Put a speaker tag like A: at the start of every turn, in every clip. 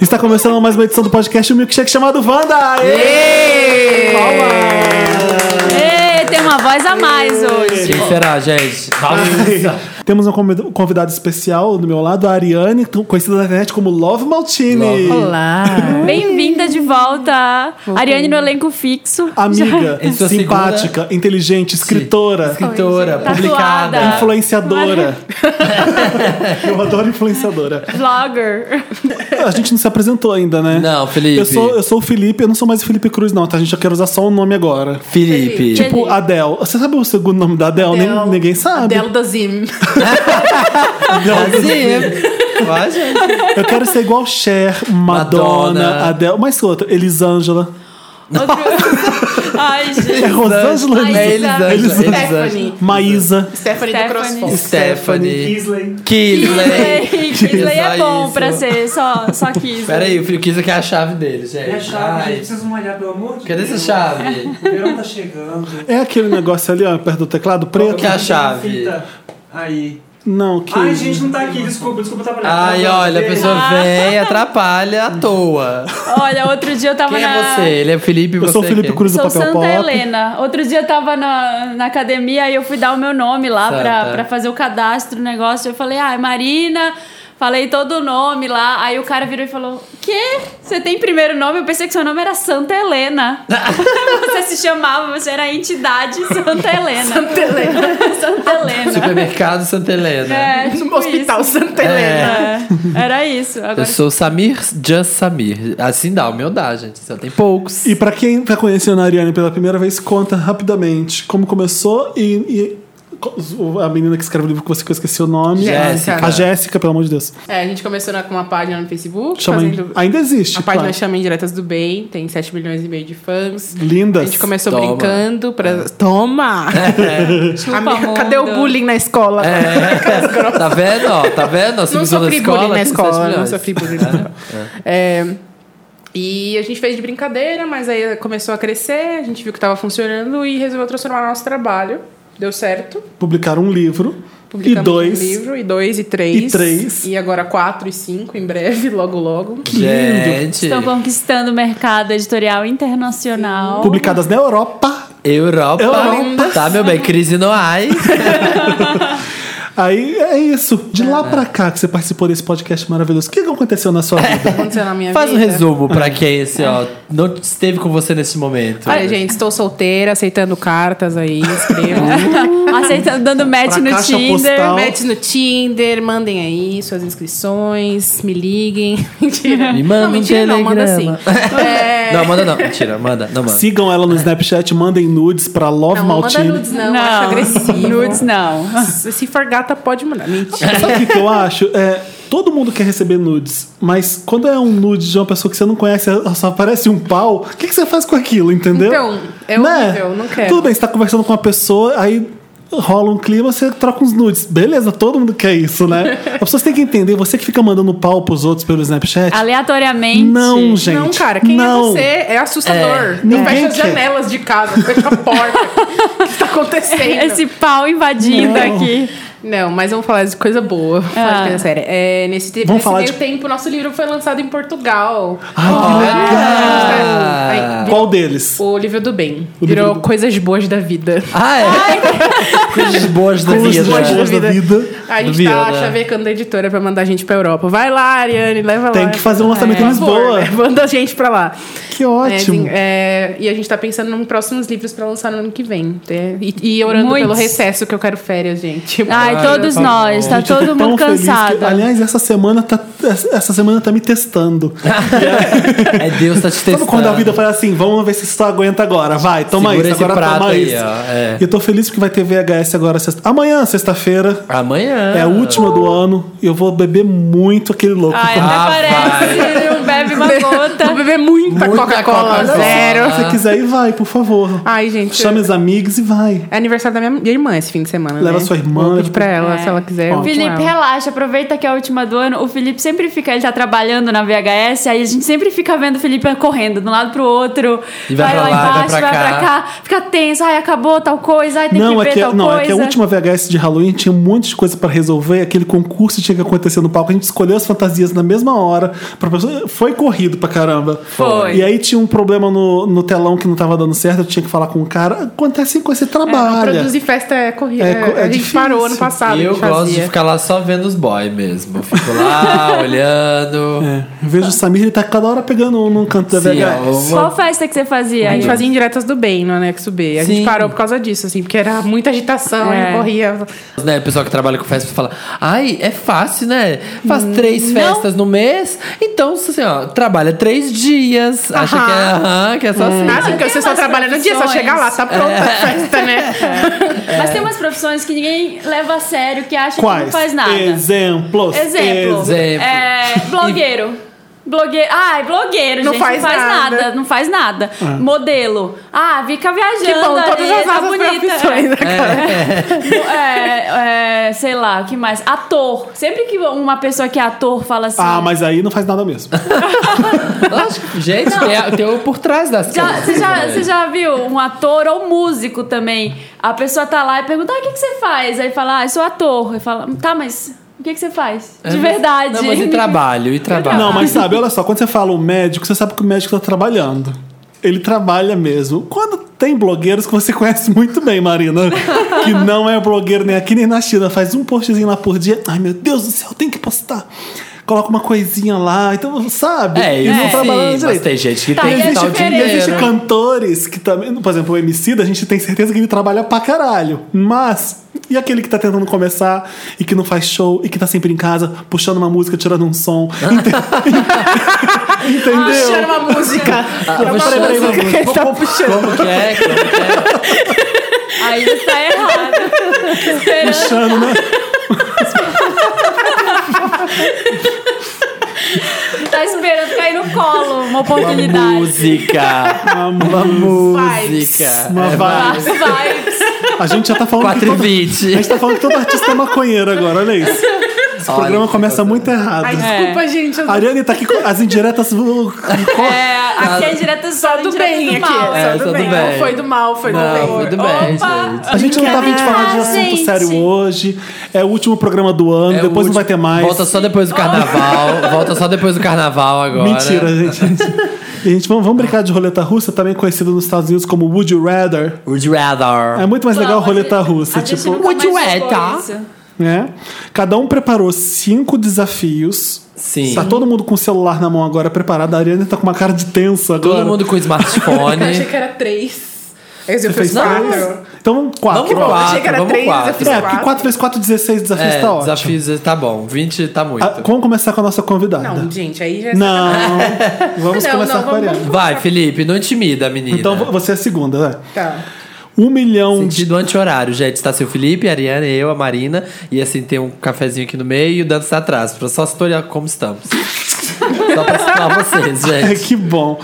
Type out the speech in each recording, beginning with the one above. A: Está começando mais uma edição do podcast O Milkshake chamado Wanda! Aê! Palmas!
B: Ê, tem uma voz a mais hoje.
C: Quem será, gente?
A: Temos um convido- convidado especial do meu lado, a Ariane, conhecida na internet como Love Maltini.
D: Olá!
B: Bem-vinda de volta. Ariane no elenco fixo.
A: Amiga,
D: é
C: Em sua
A: simpática, inteligente, escritora,
C: Escritora,
B: Oi, gente.
C: publicada.
B: Tatuada.
A: influenciadora. Eu adoro influenciadora.
B: Vlogger.
A: A gente não se apresentou ainda, né?
C: Não, Felipe.
A: Eu sou, eu sou o Felipe, eu não sou mais o Felipe Cruz, não, tá? A gente já quer usar só o nome agora.
C: Felipe.
B: Felipe.
A: Tipo, Adele. Você sabe o segundo nome da Adele? Nem-
D: Adele.
A: ninguém sabe.
D: Adelo da Zim.
C: Assim. Vai, gente.
A: Eu quero ser igual Cher, Madonna,
C: Madonna.
A: Adele. Mas outra, Elisângela.
B: Outro- Ai,
A: É
B: gente.
A: Rosângela?
B: Ai,
C: É
B: Elisângela.
C: Elisângela.
D: Stephanie.
C: Elisângela.
A: Maísa.
D: Stephanie do
B: Stephanie.
D: CrossFit.
C: Stephanie.
A: Isley.
C: Kisley.
B: Kisley Kisley é
C: Só
B: bom
C: isso.
B: pra ser só, só Kisley.
C: Peraí, o Fio Kisley que é a chave dele, gente.
E: É a chave,
C: Ai,
E: gente, vocês vão olhar, pelo amor de
C: Cadê
E: Deus.
C: essa chave?
E: O verão tá chegando.
A: É aquele negócio ali, ó, perto do teclado preto?
C: que é a chave?
E: Fita. Aí.
A: Não, que.
E: é? Ai, gente, não tá aqui, desculpa, desculpa, tá pra
C: Ai, olha, a pessoa
B: Ah.
C: vem, atrapalha à toa.
B: Olha, outro dia eu tava
C: Quem
B: na.
C: é você? Ele é o Felipe,
A: eu
C: você
A: sou o Felipe
C: quem?
A: Cruz do
B: Sou
A: Papel
B: Santa
A: Pop.
B: Helena. Outro dia eu tava na, na academia e eu fui dar o meu nome lá pra,
C: Santa.
B: pra fazer o cadastro do negócio. Eu falei, ah, é Marina. Falei todo o nome lá. Aí o cara virou e falou: Quê? Você tem primeiro nome? Eu pensei que seu nome era Santa Helena. você se chamava, você era a entidade Santa Helena. Santa Helena. Santa Helena.
C: Supermercado Santa Helena.
B: É,
D: No
B: tipo
D: Hospital Santa Helena.
B: isso. É, era isso. Agora
C: Eu sou o Samir, just Samir. Assim dá, o meu dá, gente. Só tem poucos.
A: E pra quem tá conhecendo a Ariane pela primeira vez, conta rapidamente como começou e. e co- o- a menina que escreve o livro que você que eu esqueci o nome.
C: Jéssica.
A: A Jéssica, pelo amor de Deus.
D: É, a gente começou na- com uma página no Facebook.
A: Chama
D: fazendo...
A: Ainda existe.
D: A página
A: claro.
D: chama Indiretas do Bem. Tem 7 milhões e meio de fãs.
A: Lindas.
D: A gente começou
C: Toma.
D: brincando pra... Toma! Amiga, cadê o
B: mundo.
D: bullying na escola?
C: É, tá vendo, ó? Tá vendo? ó,
D: Não
C: submissão da
D: sofri bullying na
C: tem sete
D: escola. Não
C: milhões.
D: sofri bullying na escola. É, E a gente fez de brincadeira, mas aí começou a crescer, a gente viu que estava funcionando e resolveu transformar nosso trabalho. Deu certo.
A: Publicaram um livro. E
D: Publicamos
A: dois.
D: um livro, e dois, e três.
A: E três.
D: E agora quatro e cinco, em breve, logo, logo.
C: Gente,
D: Tá
B: Estão conquistando o mercado editorial internacional.
A: Publicadas na Europa.
C: Europa,
A: Europa.
C: tá, meu bem? Crise no ai.
A: Aí é isso. De lá pra cá que você participou desse podcast maravilhoso. O que que aconteceu na sua vida?
D: Aconteceu na minha
C: Faz um
D: vida.
C: resumo pra quem, assim, ó, não esteve com você nesse momento.
D: Olha, gente, estou solteira, aceitando cartas aí, escrevo.
A: Uhum.
B: Aceitando, dando match
A: Pra
B: no
A: caixa
B: Tinder.
A: postal.
D: Mete no Tinder, mandem aí suas inscrições, me liguem. Mentira.
C: Me manda
D: não,
C: um
D: mentira não, manda sim.
C: telegrama.
D: É,
C: Não, manda não. Mentira, manda. Não manda.
A: Sigam ela no Snapchat, mandem nudes pra Love
D: Não, não manda
A: Maltini.
D: nudes, não. Acho agressivo.
B: Nudes não.
D: Se se for gata, pode mandar. Mentira.
A: Sabe o que, que eu acho? É, todo mundo quer receber nudes, mas quando é um nude de uma pessoa que você não conhece, só aparece um pau, o que, que você faz com aquilo, entendeu? Né?
D: Então, é horrível, não quero.
A: Tudo bem, você tá conversando com uma pessoa, aí rola um clima, você troca uns nudes. Beleza, todo mundo quer isso, né? As pessoas têm que entender, você que fica mandando pau pros outros pelo Snapchat.
B: Aleatoriamente.
A: Não, gente.
D: não, cara, quem
A: não.
D: é você é assustador.
A: ninguém
D: não fecha as
A: quer.
D: janelas de casa, fecha a porta. o que tá acontecendo?
B: Esse pau invadindo
A: Não.
B: aqui.
D: Não, mas vamos falar de coisa boa. Vamos falar
B: Ah.
D: de coisa séria. É, nesse te-
A: Vamos
D: nesse
A: falar
D: meio
A: de-
D: tempo, nosso livro foi lançado em Portugal.
A: Ai, que legal!
C: Ah.
D: Aí,
A: Qual deles?
D: O livro do bem.
A: livro
D: Virou
A: do-
D: coisas boas da vida.
C: Ah, é? Coisas boas da vida.
A: Coisas boas da
D: da
A: vida.
D: A gente
C: Duvido,
D: tá
C: né?
D: chavecando a editora pra mandar a gente pra Europa. Vai lá, Ariane, leva lá.
A: Tem que fazer um lançamento em
D: Por favor,
A: Lisboa.
D: né? Manda a gente pra lá.
A: Que ótimo.
D: É, assim, é, e a gente tá pensando em próximos livros pra lançar no ano que vem. É, E, e orando
B: Muitos.
D: pelo recesso, que eu quero férias, gente.
B: Ai,
C: Ai,
B: todos
C: tá bom.
B: nós. Tá
A: Gente, eu tô
B: todo
A: tão
B: mundo
A: feliz que-
B: cansado.
A: aliás, essa semana tá, essa semana tá me testando.
C: É Deus tá te Tá testando.
A: Sabe quando a vida fala assim, vamos ver se isso aguenta agora. Vai, toma
C: Segura
A: isso,
C: esse
A: agora
C: prato
A: toma
C: aí,
A: isso.
C: ó, é.
A: E eu tô feliz porque vai ter VHS agora. Sexta... Amanhã, sexta-feira.
C: Amanhã.
A: É a última do
D: Ah.
A: ano. E eu vou beber muito aquele louco.
B: Ai, até
C: Ah,
B: parece. Não bebe uma
D: Vou
B: gota.
D: beber muita,
C: Muita
D: Coca-Cola
C: Coca-Cola.
D: zero.
A: Se você quiser, e vai, por favor.
D: Ai, gente.
A: Chame os amigos e vai.
D: É aniversário da minha, minha irmã esse fim de semana.
A: Leva
D: né?
A: sua irmã,
D: Vou pedir pra
A: leva-
D: ela,
B: É.
D: se ela quiser. eu vou com
B: Felipe,
D: ela.
B: relaxa, aproveita que é a última do ano. O Felipe sempre fica, ele tá trabalhando na VHS, aí a gente sempre fica vendo o Felipe correndo de um lado pro outro,
C: E vai pra
B: lá
C: lá, vai
B: embaixo,
C: pra
B: vai
C: cá.
B: pra cá, fica tenso, ai, acabou tal coisa, ai, tem
A: não,
B: que
A: é
B: ver
A: que,
B: tal
A: não é
B: coisa.
A: que a última VHS de Halloween tinha um monte de coisa pra resolver. Aquele concurso tinha que acontecer no palco. A gente escolheu as fantasias na mesma hora. pra pessoa- Foi corrido pra caramba.
B: Foi.
A: E aí tinha um problema no, no telão que não tava dando certo, eu tinha que falar com o cara. Acontece com esse
D: É, não,
A: trabalho.
D: produzir festa é corrida.
A: É,
D: É,
A: co- é
D: a gente
A: difícil.
D: parou ano passado. a
C: eu
D: gente
C: gosto de
D: fazia.
C: ficar lá só vendo os boy mesmo. Eu Fico lá olhando.
A: É, eu vejo o Samir, ele tá cada hora pegando um num canto da
C: Sim, é,
A: VHS.
C: ó, uma-
B: Qual festa que você fazia?
D: A gente
B: aí?
D: fazia indiretas do bem no anexo B. A gente
C: Sim.
D: parou por causa disso, assim, porque era muita agitação,
B: É.
D: eu corria.
C: né, o pessoal que trabalha com festa fala: Ai, é fácil, né? Faz
B: Hum,
C: três festas no mês, então, assim, ó, trabalha três dias. Acha
D: Aham.
C: que é, aham, que é só assim.
D: Ah, sim, porque
B: Tem
D: você só
B: umas
D: trabalha no dia, só
B: profissões.
D: chega lá, tá pronta a festa, né?
B: Mas tem umas profissões que ninguém leva a sério, que acha que
A: Quais?
B: não faz nada.
A: Exemplos.
B: Exemplo.
A: Ex-
C: Exemplo.
B: É, blogueiro. Blogueiro. Ai, blogueiro,
D: Não
B: gente.
D: faz
B: não faz nada.
D: nada.
B: Não faz nada. Modelo. Ah, fica viajando.
D: Que bom, Tipo, todas
B: ali,
D: as
B: tá
D: nossas profissões.
B: bonita.
D: né, cara?
B: É, é, sei lá, o que mais? Ator. Sempre que uma pessoa que é ator fala assim.
A: Ah, mas aí não faz nada mesmo.
C: Lógico, gente, tem, a- tem o por trás das
B: Já-
C: coisas. né?
B: você, já,
C: também.
B: você já viu um ator ou músico também? A pessoa tá lá e pergunta: ah, o que, que você faz? Aí fala: ah, eu sou ator. Aí fala: tá, mas o que, que você faz?
C: É,
B: De
C: mas-
B: verdade.
C: Não, mas e trabalho, e trabalho.
A: Não, mas sabe, olha só, quando você fala o médico, você sabe que o médico tá trabalhando. Ele trabalha mesmo. Quando tem blogueiros que você conhece muito bem, Marina, que não é blogueiro nem aqui nem na China, faz um postzinho lá por dia. Ai, meu Deus do céu, tem que postar. Coloca uma coisinha lá, então, sabe?
C: É,
A: e
C: isso
A: não
C: sim,
A: trabalhando
C: mas
A: direito.
C: tem gente que
B: Tá,
C: tem Ah,
B: e
C: que
B: é
C: estar o dia
B: diferente.
A: E
C: inteiro.
A: existem cantores que também, por exemplo, o MC da a gente tem certeza que ele trabalha pra caralho. Mas, e aquele que tá tentando começar e que não faz show e que tá sempre em casa, puxando uma música, tirando um som? Ente- Entendeu?
D: Puxando uma música.
C: Ah, eu vou
A: Peraí, peraí,
C: chorar.
A: peraí.
D: Ele tá puxando.
C: Como que é? Como que é?
B: Aí você tá errado. Esperando.
A: Puxando, né?
B: Tá esperando cair no colo uma oportunidade.
C: Música.
A: Uma, uma
C: Música.
A: Uma
C: É,
A: vibe.
B: As vibes.
A: A gente já tá falando.
C: 4
A: que
C: e
A: todo- A
C: 20.
A: gente tá falando que todo artista é maconheiro agora, olha isso. Esse
C: Olha
A: programa
C: que
A: começa
C: coisa. é.
A: muito errado.
D: Ai,
A: A
D: desculpa, gente. eu-
A: Ariane tá aqui com as indiretas.
B: É, aqui é direto só
D: Tudo bem
B: do
D: aqui.
B: mal.
C: tá
B: né?
C: É,
D: tudo
C: tudo
D: bem.
C: bem.
D: Não foi do mal, foi do
C: Não,
D: bem.
C: tudo bem,
B: Opa.
C: gente.
A: A gente não tava vindo falar de
B: Ah,
A: assunto
B: gente.
A: sério hoje. É o último programa do ano,
C: É o
A: depois
C: último-
A: não vai ter mais.
C: Volta só depois do carnaval. volta só depois do carnaval agora.
A: Mentira, gente. E, gente, vamos, vamos brincar de roleta russa, também conhecida nos Estados Unidos como Would You Rather.
C: Would
A: É
C: rather.
A: muito mais legal
B: Não, a
A: roleta
B: gente-
A: russa,
B: a gente
A: tipo,
B: nunca mais
C: Would you
B: jogou
C: rather?
B: isso.
A: né? Cada um preparou cinco desafios.
C: Sim.
A: Tá todo mundo com o celular na mão agora preparado. A Ariane tá com uma cara de tenso agora.
C: Todo mundo com
D: Eu achei
C: smartphone.
D: que era três. Eu fiz
A: fez
D: quatro.
A: três? Então vamos quatro.
C: Vamos
D: Bom, eu
A: ó.
D: achei que era
C: Quatro,
D: três,
C: vamos
D: eu fiz
A: É, porque
D: quatro.
A: 4 vezes 4, 16 desafios
C: é,
A: tá ótimo.
C: desafios tá bom. 20 tá muito.
A: Ah, vamos começar com a nossa convidada.
D: Não, gente, aí já é
A: Não, vamos
D: Não,
A: começar
D: não,
A: com a
D: vamos-
A: Ariane.
C: Vai, Felipe, não intimida a menina.
A: Então vo- você é a segunda, vai.
D: Tá.
A: Um milhão de.
C: Sentido anti-horário, gente. Tá assim, o Felipe, a Ariane, eu, a Marina. E assim, tem um cafezinho aqui no meio e o Dantas tá atrás. Pra só tutorial como estamos. só pra situar vocês,
A: É,
C: gente.
A: que bom.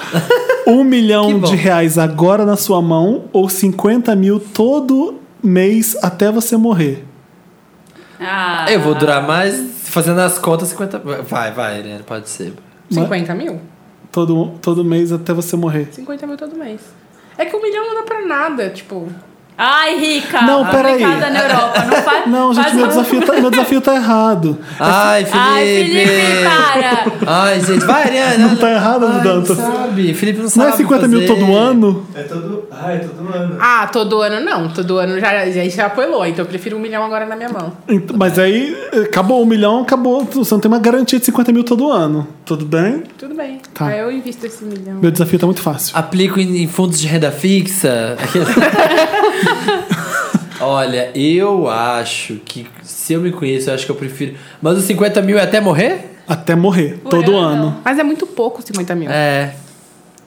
A: Um milhão
C: Que bom.
A: de reais agora na sua mão ou 50 mil todo mês até você morrer.
B: Ah,
C: Eu vou durar mais fazendo as contas 50. Vai, vai, Ariane, pode ser.
D: 50 mil?
A: Todo, todo mês até você morrer.
D: 50 mil todo mês. É que um milhão não dá pra nada, tipo.
B: Ai, rica.
A: Não, peraí.
B: Complicada na Europa. Não faz.
A: Não, gente,
B: faz
A: meu
B: uma-
A: desafio, tá, meu desafio tá errado.
C: Ai, Felipe!
B: Ai, Felipe, para.
C: Ai, gente, vai, Ariane. né?
A: Não tá errado,
C: Ai, não
A: Dantas.
C: sabe. Felipe não
A: Não
C: sabe.
A: é 50 mil
C: fazer.
A: todo ano?
E: É todo. Ah, é todo ano.
D: Ah, todo ano não. Todo ano já, já, já apelou, então eu prefiro um milhão agora na minha mão.
A: Ent- Mas aí eh, acabou um milhão, acabou. Você não tem uma garantia de 50 mil todo ano. Tudo bem?
D: Tudo bem.
A: Tá.
D: Aí eu invisto esse milhão.
A: Meu desafio tá muito fácil.
C: Aplico em, em fundos de renda fixa. Olha, eu acho que se eu me conheço, eu acho que eu prefiro. Mas os 50 mil é até morrer?
A: Até morrer, todo ano.
D: Mas é muito pouco 50 mil.
C: É.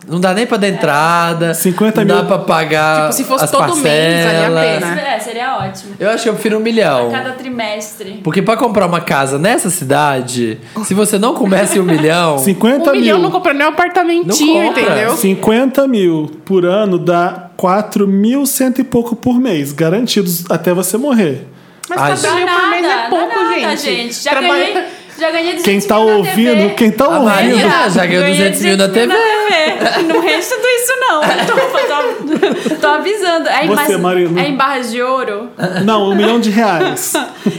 C: Não dá nem pra dar entrada.
A: 50
C: não
A: mil.
C: dá pra pagar.
D: Tipo, se fosse
C: as
D: todo mês, valia a
C: parcelas.
D: pena.
B: É, seria ótimo.
C: Eu acho que eu prefiro um milhão.
A: Então.
B: Cada trimestre.
C: Porque pra comprar uma casa nessa cidade, se você não começa em um milhão.
A: 50
D: Um milhão
A: mil.
D: não compra nem um apartamentinho,
C: Não compra.
D: entendeu?
A: 50 mil por ano dá 4 mil cento e pouco por mês, garantidos até você morrer.
D: Mas
C: Ai,
D: quatro mil por mês é pouco,
B: dá nada,
D: gente.
B: Já
D: Trabalha-
B: ganhei. Já ganhei 200
A: Quem tá
B: mil na
A: ouvindo,
B: TV.
A: quem tá
C: A
A: ouvindo,
C: Marina já ganhou
B: Ganhei
C: 200 mil na TV.
B: 200 mil na querer. Não rende tudo isso, não. Tô, tô- tô avisando. É em,
A: Você,
B: barras-
A: Marina.
B: é em barras de ouro,
A: Não, um milhão de reais.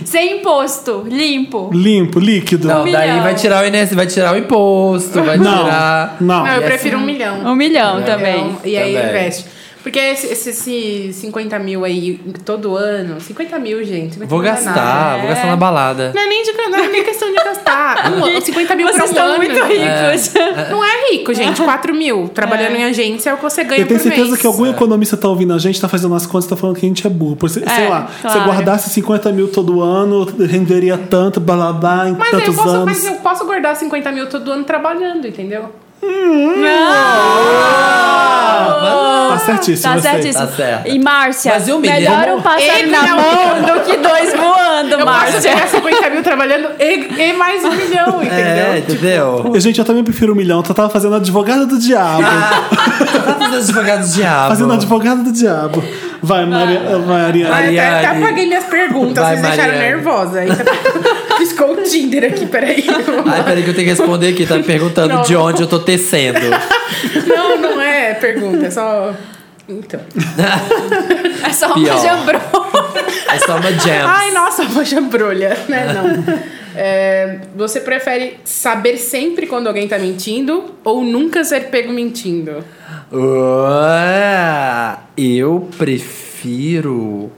B: sem imposto, limpo.
A: Limpo, líquido.
C: Não,
B: Um
C: daí
B: milhão.
C: vai tirar o INSS, vai tirar o imposto, vai
A: Não,
C: tirar.
A: não.
D: Não, eu
C: E
D: prefiro um milhão.
B: Um milhão
D: É
B: também.
D: um- e aí
C: Também.
D: investe. Porque esse, esse, esse 50 mil aí todo ano, 50 mil, gente. 50
C: Vou
D: mil não é nada.
C: gastar, vou gastar na balada.
D: Não é nem, de, não é nem questão de gastar. Um, ano, 50 mil pra
B: Vocês
D: um ano.
B: estão muito ricos.
D: Não é rico, gente. 4 mil. Trabalhando em agência é o que você ganha
A: Eu tenho
D: por
A: certeza
D: mês.
A: que algum economista tá ouvindo a gente, tá fazendo as contas, tá falando que a gente é burro. Por, se- sei
B: É,
A: lá, se eu
B: claro.
A: guardasse 50 mil todo ano, renderia tanto, blá blá blá, em
D: Mas eu,
A: tantos
D: posso, um
A: anos.
D: mas eu posso guardar 50 mil todo ano trabalhando, entendeu?
A: Tá certíssimo.
B: Tá
A: eu sei.
B: certíssimo.
C: Tá certo.
B: E Márcia,
C: Mas e um milhão?
B: melhor um pássaro
D: Ele
B: na
D: não-
B: mão do que dois voando,
D: Eu posso
B: Márcia.
D: ganhar 50 mil trabalhando e, e mais um milhão, entendeu?
C: É, entendeu?
A: E, Gente, eu também prefiro um milhão. Eu tava fazendo advogada do diabo.
C: Tá fazendo advogado do diabo.
A: fazendo advogada do diabo. Vai, Maria, vai, Ariane.
D: Ah, eu até, até
C: Mariane.
D: apaguei minhas perguntas,
C: Vai,
D: vocês deixaram
C: Mariane.
D: nervosa. Aí tá... Piscou o Tinder aqui, peraí.
C: Ai, peraí que eu tenho que responder aqui, tá me perguntando
D: Não.
C: de onde eu tô tecendo.
D: Não, não é pergunta, é só. Então.
B: É só uma
C: Pior.
B: jambrou.
C: É só uma jam.
D: Ai, nossa, uma jambrolha, né? Não. É, você prefere saber sempre quando alguém tá mentindo ou nunca ser pego mentindo?
C: Ué, eu prefiro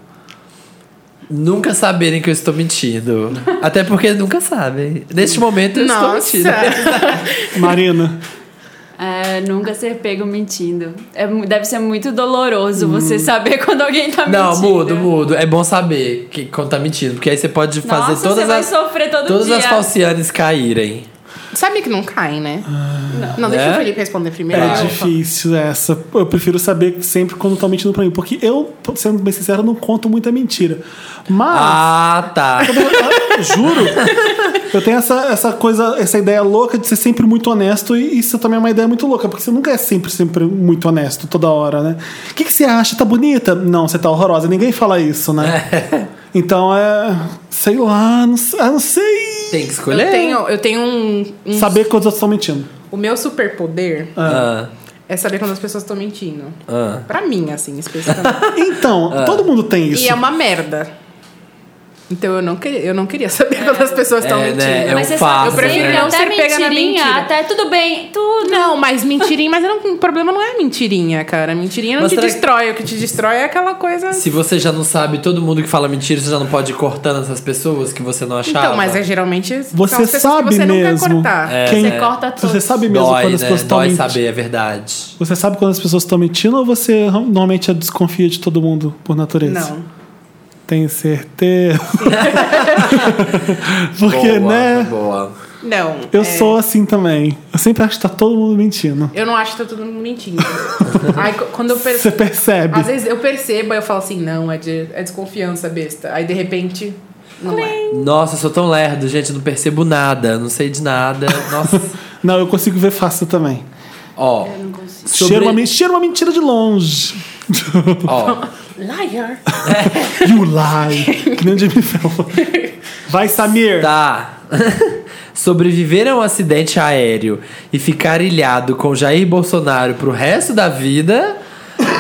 C: nunca saberem que eu estou mentindo. Até porque nunca sabem. Neste momento eu estou mentindo.
A: Marina.
B: É, nunca ser pego mentindo. É mu- deve ser muito doloroso você saber quando alguém tá mentindo.
C: Hum. Não, mudo, mudo. É bom saber que quando tá mentindo, porque aí você pode fazer
B: Nossa,
C: todas
B: você vai
C: as
B: sofrer todo
C: todas
B: dia.
C: as falcianes caírem.
D: Sabe que não cai, né?
A: Ah.
D: Não, deixa
C: Né?
D: o Felipe responder primeiro.
A: É difícil essa. Eu prefiro saber sempre quando tá mentindo pra mim. Porque eu, sendo bem sincero, não conto muita mentira. Mas.
C: Ah, tá.
A: Eu Juro. Eu tenho essa, essa coisa, essa ideia louca de ser sempre muito honesto e isso também é uma ideia muito louca, porque você nunca é sempre, sempre muito honesto toda hora, né? O que, que você acha? Tá bonita? Não, você tá horrorosa. Ninguém fala isso, né? Então é. Sei lá, não, sei- ah, não sei.
C: Tem que escolher.
D: Eu tenho, eu tenho um, um-
A: Saber que os outros estão mentindo.
D: O meu superpoder
C: Ah,
D: é saber quando as pessoas estão mentindo.
C: ah.
D: Pra mim, assim, especificamente.
A: Então, todo mundo tem isso.
D: e é uma merda. Então eu não, queria, eu não queria saber quando as pessoas estão
C: É, né?
D: mentindo.
C: É um
B: Mas você
C: fato,
B: sabe,
D: Eu prefiro
B: sempre,
D: não
B: até
D: ser pega na
B: mentirinha,
D: mentira.
B: até tudo bem, tudo.
D: Não, mas mentirinha, mas eu não- o problema não é mentirinha, cara. Mentirinha não
C: Mas
D: te
C: será que-
D: destrói. O que te destrói é aquela coisa.
C: Se você já não sabe, todo mundo que fala mentira, você já não pode ir cortando essas pessoas que você não achava.
D: Então, mas é geralmente. são
A: Você
D: as pessoas
A: sabe
D: que você não
A: mesmo.
D: quer cortar.
C: É.
A: Quem-
B: Você corta tudo.
A: Você sabe mesmo
C: Dói,
A: quando as
C: né?
A: pessoas estão
C: Dói
A: mentindo.
C: saber a verdade.
A: Você sabe quando as pessoas estão mentindo ou você normalmente desconfia de todo mundo por natureza?
D: Não.
A: Tenho certeza. Porque,
C: boa,
A: né?
C: Boa.
D: Não.
A: Eu
D: é,
A: sou assim também. Eu sempre acho que tá todo mundo mentindo.
D: Eu não acho que tá todo mundo mentindo. Aí co- quando eu
A: Você
D: percebo.
A: percebe.
D: Às vezes eu percebo, aí eu falo assim, não, é, de, é desconfiança besta. Aí de repente. Não é.
C: Nossa, eu sou tão lerdo, gente, eu não percebo nada, não sei de nada. Nossa.
A: Não, eu consigo ver fácil também.
C: Ó. sobre-
A: Cheira, uma, men- cheira uma mentira de longe.
C: Ó,
D: Liar.
A: You lie. que nem o Jimmy Fallon. Vai, Samir.
C: tá. Sobreviver a um acidente aéreo e ficar ilhado com Jair Bolsonaro pro resto da vida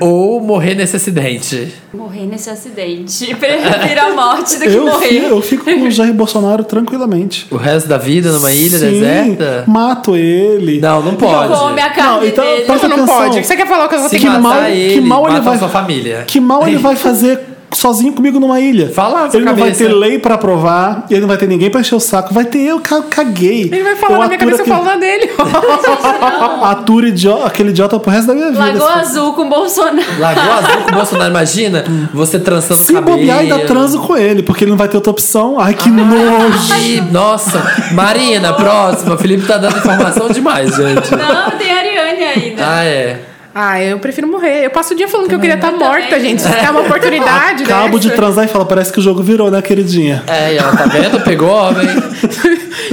C: ou morrer nesse acidente?
B: Morrer nesse acidente. Prefiro a morte do que
A: Eu
B: morrer.
A: fico, eu fico com o Jair Bolsonaro tranquilamente.
C: O resto da vida numa ilha
A: Sim,
C: deserta?
A: Mato ele.
C: Não, não tá pode.
B: Come a carne
A: então,
B: dele.
A: presta
D: Não
A: atenção.
D: pode. Você quer falar que eu vou
C: Se
D: ter que
C: matar
A: que mal- que
C: ele,
A: mal ele
C: mata
A: vai-
C: a sua família.
A: Que mal ele vai fazer sozinho comigo numa ilha?
C: Fala, sua
A: Ele não vai
C: cabeça.
A: ter lei pra aprovar, ele não vai ter ninguém pra encher o saco. Vai ter eu, ca- caguei.
D: Ele vai falar
A: eu
D: na minha
A: aturo
D: cabeça, eu
A: aquele-
D: falo na dele.
A: Aturo idio- aquele idiota pro resto da minha vida.
B: Lagoa Azul com Bolsonaro.
C: Lagoa Azul com o Bolsonaro, imagina? Você trançando
A: Se
C: cabelo.
A: bobear, ainda transo com ele, tá porque ele não vai ter outra opção. Ai,
D: Ah,
A: que nojo.
C: Ih, nossa, Marina, próxima. Felipe tá dando informação demais, gente.
B: Não, tem a Ariane ainda.
C: Ah, é.
D: Ah, eu prefiro morrer. Eu passo o dia falando que eu queria estar morta,
B: também.
D: gente. Se der uma oportunidade, né?
A: Acabo de
D: dessa.
A: transar e fala, parece que o jogo virou, né, queridinha?
C: É, e ela tá vendo? Pegou homem.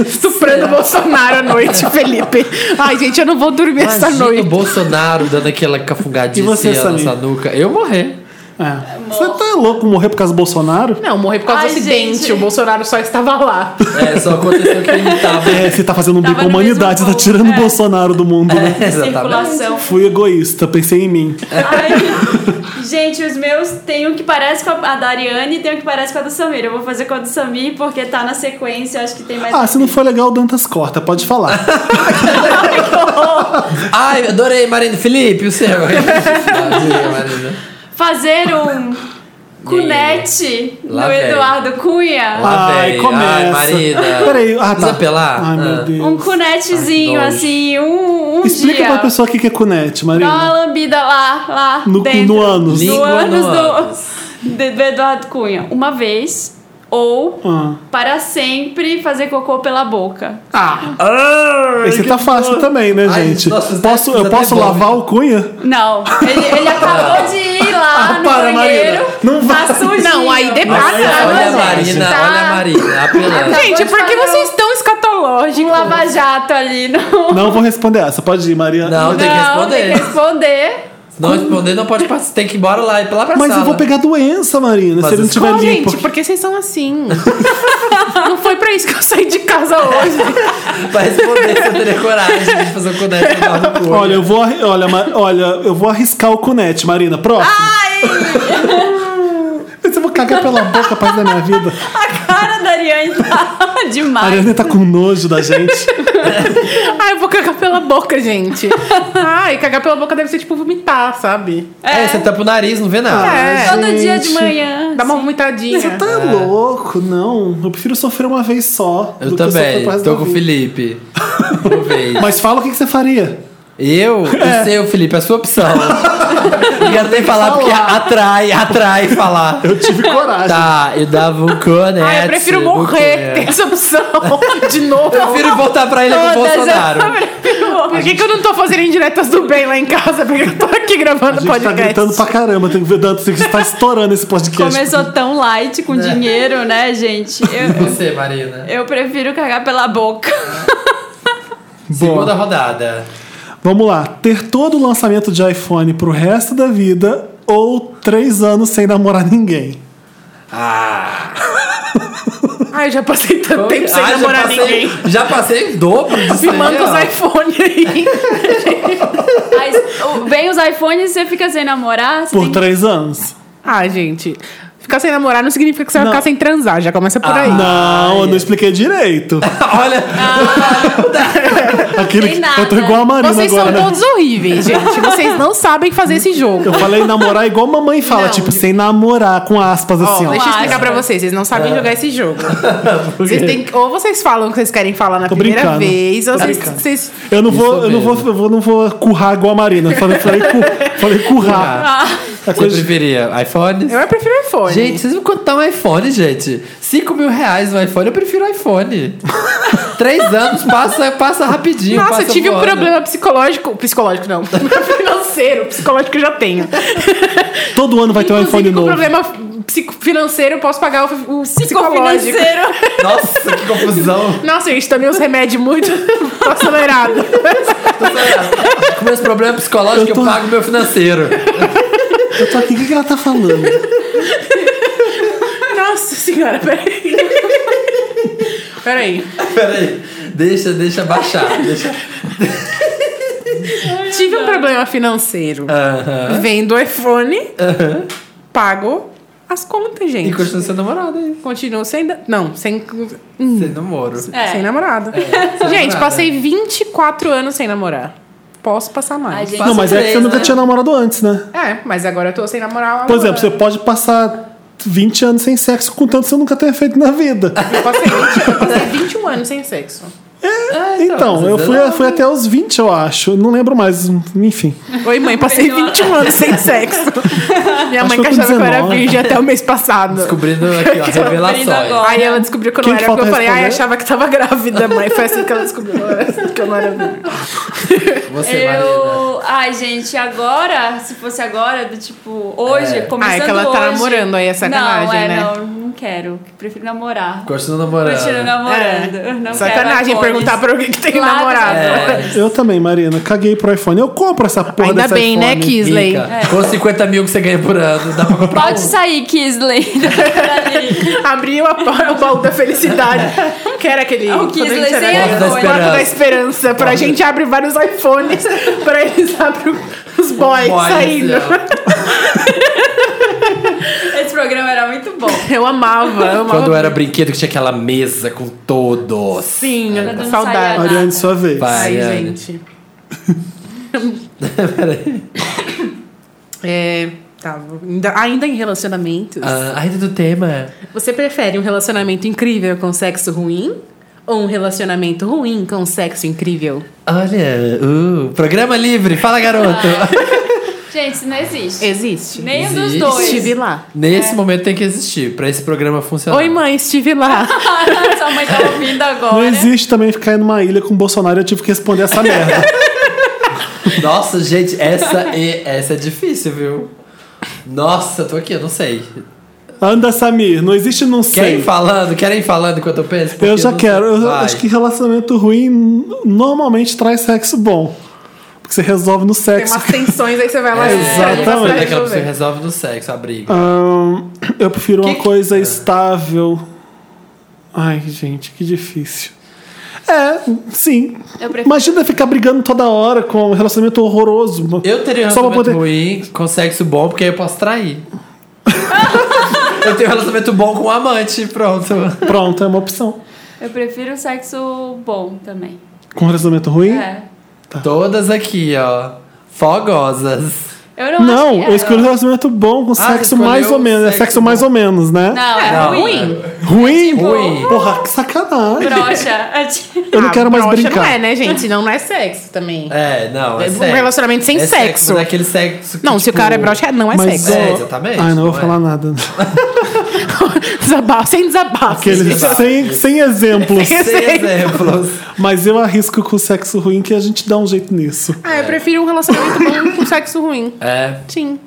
D: Estuprando o Bolsonaro à noite, Felipe. Ai, gente, eu não vou dormir essa
C: Imagina o
D: noite.
C: Bolsonaro dando aquela cafungadinha
A: E você,
C: assim, ó, na
A: Samir?
C: sua nuca. Eu morrer.
A: É. Você tá louco morrer por causa do Bolsonaro?
D: Não, morrer por causa
B: Ai,
D: do acidente.
B: gente.
D: O Bolsonaro só estava lá.
C: É, só aconteceu que ele tava.
A: É, você tá fazendo um bem
B: Tava
A: com a
B: no
A: humanidade, você
B: mesmo
A: tá tirando o
B: voo. É.
A: Bolsonaro do mundo, né?
C: É, exatamente.
B: Circulação.
A: Fui egoísta, pensei em mim.
B: Ai, gente, os meus tem um que parece com a da Ariane e tem um que parece com a do Samir. Eu vou fazer com a do Samir porque tá na sequência, acho que tem mais. um.
A: Ah, se não for legal, o Dantas corta, pode falar.
C: Ai, adorei, Marina. Felipe, o seu. Adorei, Marina.
B: Fazer um cunete
C: Lá
B: no
C: vem.
B: Eduardo Cunha.
C: Lá
A: Ai,
C: vem.
A: começa.
C: Ah, Ai, Marina.
A: Peraí, ah, tá.
C: Precisa apelar?
A: Ai,
C: Ah.
A: meu Deus.
B: Um cunetezinho,
C: Ai, nojo.
B: assim, um, um
A: Explica
B: dia.
A: pra pessoa o que que é cunete,
B: Dá
A: Marina.
B: uma lambida lá, lá
A: No-
B: dentro.
A: no ânus.
C: Língua
B: No ânus
C: no ânus.
B: do, de- do Eduardo Cunha. Uma vez ou
A: Ah.
B: para sempre fazer cocô pela boca.
D: Ah,
C: Ai,
A: Esse
C: que
A: tá fácil
C: dor.
A: também, né,
C: Ai,
A: gente?
C: nossa,
A: posso,
C: tá-
A: eu
C: tá
A: posso
C: até bom,
A: lavar
C: né?
A: o cunha?
B: Não, ele, ele acabou de ir lá no
A: Para,
B: banheiro.
A: Marina. Não
B: tá
A: vai.
B: sujinho.
D: Ah, Não, aí depois-
B: Tá
D: Ah,
C: Olha,
D: tá,
C: olha a
B: nojento,
C: Marina,
B: tá
C: olha a Marina. Apelando.
D: gente, por que
B: Bolsonaro.
D: vocês estão
B: Um
D: escatológicos?
B: lava-jato ali no...
A: Não vou responder essa. Pode ir, Maria.
C: Não, tem que responder.
B: tem que responder.
C: Se não responder, não pode participar. Tem que ir embora lá e lá pra
A: Mas
C: sala.
A: eu vou pegar doença, Marina,
C: Mas
A: se ele não
C: isso-
A: tiver
D: Ô, gente,
A: limpo.
D: por que vocês são assim? Não foi pra isso que eu saí de casa hoje.
C: Pra responder, você teria coragem de fazer um o codete no barro do
A: Olha, eu vou, arri- olha, Ma- olha, eu vou arriscar o cunete, Marina. Próximo. Mas eu vou cagar pela boca, paz da minha vida.
B: A cara da Ariane tá
A: A
B: demais.
A: Ariane tá com nojo da gente.
D: Ai, eu vou cagar pela boca, gente. Ai, cagar pela boca deve ser tipo vomitar, sabe?
C: É, você tampa o nariz, não vê nada.
D: É.
B: Todo dia de
A: Ah, gente.
B: manhã.
D: Dá uma
B: assim.
D: vomitadinha.
A: Você tá louco, não. Eu prefiro sofrer uma vez só. do
C: Eu
A: que sofrer
C: também,
A: pro resto
C: tô
A: da
C: com o
A: vida.
C: Felipe. Uma vez.
A: Mas fala o que que você faria.
C: Eu? O seu, Felipe, é a sua opção. Não quero nem falar porque atrai, atrai falar.
A: Eu tive coragem.
C: Tá, eu dava um cone.
D: Ai, eu prefiro morrer. Tem essa opção. De novo.
C: Eu prefiro voltar pra ele pro
B: Todas,
C: Bolsonaro.
D: Por que, que eu não tô fazendo indiretas do bem lá em casa? Porque eu tô aqui
A: A
D: gravando
A: gente tá
D: podcast.
A: gritando pra caramba. Tem que ver, Dantas, você tá estourando esse podcast.
B: Começou tão light com dinheiro, né, gente? Eu,
C: Você, Marina.
B: eu prefiro cagar pela boca.
A: Boa.
C: Segunda rodada.
A: Vamos lá. Ter todo o lançamento de iPhone pro resto da vida ou três anos sem namorar ninguém.
C: Ah,
D: Ai, já passei tanto tempo sem
C: Ah, já
D: namorar
C: passei-
D: ninguém.
C: Já passei dobro disso
D: Me
C: aí,
D: manda
C: ó.
D: os iPhone aí.
B: Aí, o- vem os iPhones e você fica sem namorar. Você
A: Por
B: tem...
A: três anos.
D: Ah, gente. Ficar sem namorar não significa que você
A: Não. Ah,
D: vai ficar sem transar. Já começa por aí.
A: Não, eu não expliquei direito.
C: Olha,
A: Aquilo
B: Tem
A: que-
B: nada.
A: eu tô igual a Marina
D: Vocês
A: agora.
D: são todos horríveis, gente. Vocês não sabem fazer esse jogo.
A: Eu falei namorar igual mamãe fala,
D: Não,
A: tipo,
D: de-
A: sem namorar, com aspas
D: Ó,
A: assim, ó. É.
D: deixa eu explicar
B: Quase.
D: pra vocês. Vocês não sabem jogar esse jogo. Vocês têm que- ou vocês falam o que vocês querem falar na
A: Tô
D: primeira
A: brincando.
D: vez, ou
A: Tô
D: vocês,
A: brincando.
D: vocês-
A: Eu não vou,
C: Isso
A: eu não vou,
C: mesmo.
A: eu vou, não vou currar igual a Marina. Eu Falei, falei, cu- falei currar. É
C: você
A: coisa de-
C: preferia iPhone?
D: Ah, Eu é prefiro iPhone.
C: Gente, vocês vão contar um iPhone, gente. 5 mil reais um iPhone, eu prefiro iPhone. Três anos, passa, passa rapidinho.
D: Nossa,
C: passa
D: tive um
C: voando.
D: problema psicológico. Psicológico não. financeiro. Psicológico eu já tenho.
A: todo ano vai ter um
D: Inclusive,
A: iPhone
D: com
A: novo.
D: problema psico- financeiro, eu posso pagar o, o psicológico.
B: Psicofinanceiro.
C: Nossa, que confusão.
D: Nossa, gente, tomei uns remédios muito acelerado.
C: Com meus problemas psicológicos,
A: Eu
C: eu,
A: tô-
C: pago meu financeiro.
A: Eu tô aqui, o que, que ela tá falando?
D: Nossa senhora, peraí. Peraí.
C: Peraí, deixa, deixa baixar. Deixa...
D: Tive um problema financeiro.
C: Aham.
D: Vendo o iPhone, pago as contas, gente.
C: E continua sendo namorada aí.
D: Continuo sem. da- Não, sem.
C: Sem namoro.
B: É.
D: Sem namorada.
C: sem
D: gente,
C: namorada.
D: passei 24 anos sem namorar. Posso passar mais.
B: Ai, gente.
A: Não, mas é que
C: três,
A: você nunca
C: né?
A: tinha namorado antes, né?
D: É, mas agora eu tô sem namorar.
A: Por exemplo, você pode passar 20 anos sem sexo, contanto que você nunca tenha feito na vida.
D: Eu passei, né? 20, eu passei 21 anos sem sexo.
A: Então, eu fui,
C: a
A: fui até os 20, eu acho. Não lembro mais, enfim.
D: Oi, mãe, passei 21 anos sem sexo. Minha
A: Acho
D: mãe
A: que eu tô
D: que achava que eu era
A: 19.
D: virgem até o mês passado.
C: Descobrindo aqui, ó, revelações.
B: agora.
D: Aí ela descobriu que eu não
A: Quem que
D: era, porque eu
A: falta
D: falei, ai,
A: responder?
D: achava que tava grávida, mãe. Foi assim que ela descobriu que eu não era virgem.
C: Você, né? Marina.
B: Eu. Ai, gente, agora, se fosse agora, do tipo, hoje,
C: É.
B: começando
D: Ah, é que ela tá
B: hoje-
D: namorando, aí é sacanagem,
B: não, é,
D: né?
B: Não, não quero. que Prefiro namorar.
C: Gosto de namorar.
B: Continuo namorando. eu Não
D: É. Sacanagem
B: quero
D: perguntar pra alguém que tem
B: Claro,
D: namorado.
B: é.
A: Eu também, Marina. Caguei pro iPhone. Eu compro essa porra
F: Ainda
A: desse
F: bem, né,
A: iPhone.
F: Kisley?
C: Rica. Com 50 mil que você ganha por ano, dá pra comprar.
B: Pode sair, Kisley.
D: Abriu a porta, o baú da felicidade. Não quero aquele.
B: O
D: quando a
B: Kisley
D: gente era
B: sem
D: criança,
C: iPhone.
D: Porta da esperança. Pra gente abre vários iPhones. Pra eles abrem os boys
C: Boys,
D: saindo.
C: é.
B: Esse programa era muito bom.
D: Eu amava, eu amava.
C: um. Quando era brinquedo que tinha aquela mesa com todos.
D: Sim,
B: Quando não
D: saudade.
B: saía nada.
A: Ariane, sua vez.
C: Vai.
D: Ai,
C: Ariane.
D: gente. É, tá, vou- ainda, ainda em relacionamentos.
C: Ah, ainda do tema.
D: Você prefere um relacionamento incrível com sexo ruim? Ou um relacionamento ruim com sexo incrível?
C: Olha, uh, programa livre, fala garoto.
B: Gente, isso não existe.
D: Existe.
B: Nenhum dos
C: Existe.
B: dois.
D: Estive lá.
C: Nesse momento tem que existir, pra esse programa funcionar.
D: É. Oi, mãe, estive lá.
B: Sua mãe tá ouvindo
A: Não
B: agora.
A: existe também ficar em uma ilha com o Bolsonaro. Eu tive que responder essa merda.
C: Nossa, gente, essa é, essa é difícil, viu? Nossa, tô aqui, eu não sei.
A: Anda, Samir. Não existe não
C: Querem
A: sei.
C: falando? Querem falando enquanto eu penso? Porque
A: Eu já
C: não
A: quero.
C: sei.
A: Eu
C: Vai.
A: acho que relacionamento ruim normalmente traz sexo bom. Porque você resolve no
D: Tem
A: sexo.
D: umas tensões, aí você vai lá
A: É,
D: e
A: exatamente.
D: vai
C: Sabe
D: pra
C: daquela pessoa que
D: resolver.
C: resolve no sexo, a briga.
A: Ahn, eu prefiro uma
C: Que-
A: coisa estável. Ai, gente, que difícil. É, sim.
B: Eu prefiro-
A: Imagina ficar brigando toda hora com um relacionamento horroroso.
C: Eu teria um
A: Só pra
C: relacionamento
A: poder-
C: ruim com sexo bom, porque aí eu posso trair. eu tenho um relacionamento bom com um amante, pronto.
A: Pronto, é uma opção.
B: Eu prefiro sexo bom também.
A: Com um relacionamento ruim?
B: É.
C: Todas aqui, ó. Fogosas.
B: Eu não acho
A: Não,
B: que
A: eu
B: é.
A: escolhi um relacionamento bom com sexo
C: Ah, escolheu
A: mais ou menos. É
C: sexo
A: sexo
C: bom.
A: mais ou menos, né?
B: Não, é
C: Não,
B: ruim.
A: Ruim?
C: Ruim.
A: Porra, que sacanagem.
B: Broxa. É tipo-
A: Eu não
D: Ah,
A: quero mais
D: broxa
A: brincar.
D: Não é, né, gente? Não, não é sexo também.
C: tá É, não, é,
D: É um
C: sexo.
D: relacionamento sem
C: É
D: sexo.
C: Não é aquele sexo que,
D: Não, se o
C: tipo,
D: cara é broxa, não é
A: Mas,
D: sexo.
A: ó,
C: É, exatamente,
A: Ai, não vou
C: não é.
A: falar nada.
D: Desabafo, sem desabafo.
A: Aqueles
C: Exato.
A: sem, sem exemplos.
C: Sem exemplos.
A: Mas eu arrisco com o sexo ruim que a gente dá um jeito nisso.
D: Ah, eu prefiro um relacionamento bom com sexo ruim.
C: É,
D: Sim.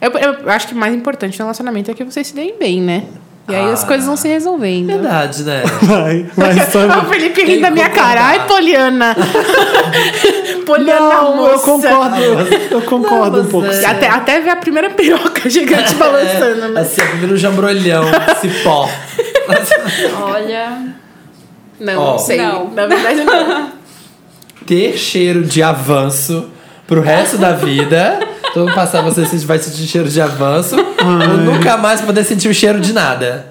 D: Eu, eu acho que o mais importante no relacionamento é que vocês se deem bem, né? E aí as
C: Ah.
D: coisas vão se resolvendo.
C: verdade, né?
A: Vai, vai,
D: O
A: sabe?
D: Felipe
C: Tem
D: rindo da minha
C: que concordar.
D: cara. Ai, Poliana. Poliana
A: Não, eu
D: moça.
A: concordo. Eu concordo
C: Não,
A: um pouco.
C: mas é-
D: Até, até ver a primeira piroca gigante balançando, né?
C: Assim, é primeiro jambrolhão, cipó.
B: Olha.
D: Não,
C: Ó.
D: não sei.
B: Não.
D: Na verdade, não.
C: Ter cheiro de avanço pro resto da vida. Todo mundo passar você se- vai sentir cheiro de avanço. Ou nunca mais poder sentir o cheiro de nada.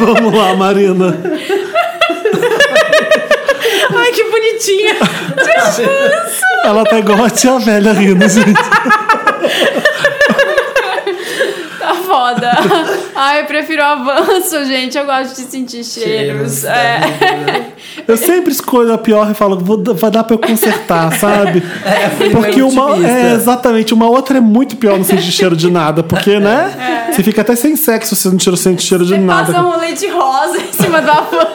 A: Vamos lá, Marina.
D: Ai, que bonitinha.
A: Ela tá igual a tia velha rindo, gente.
B: Tá foda. Ai, eu prefiro o avanço, gente. Eu gosto de sentir cheiros.
C: da
B: É.
C: vida.
A: Eu sempre escolho a pior e falo, "Vou dar- vai dar pra eu consertar, sabe?
C: É, a vida
A: Porque
C: é
A: uma.
C: otimista.
A: É, exatamente, uma outra é muito pior, não sente cheiro de nada. Porque, né? Você fica até sem sexo se não tira- sente cheiro de
B: Você passa
A: nada.
B: um leite rosa em cima do avanço.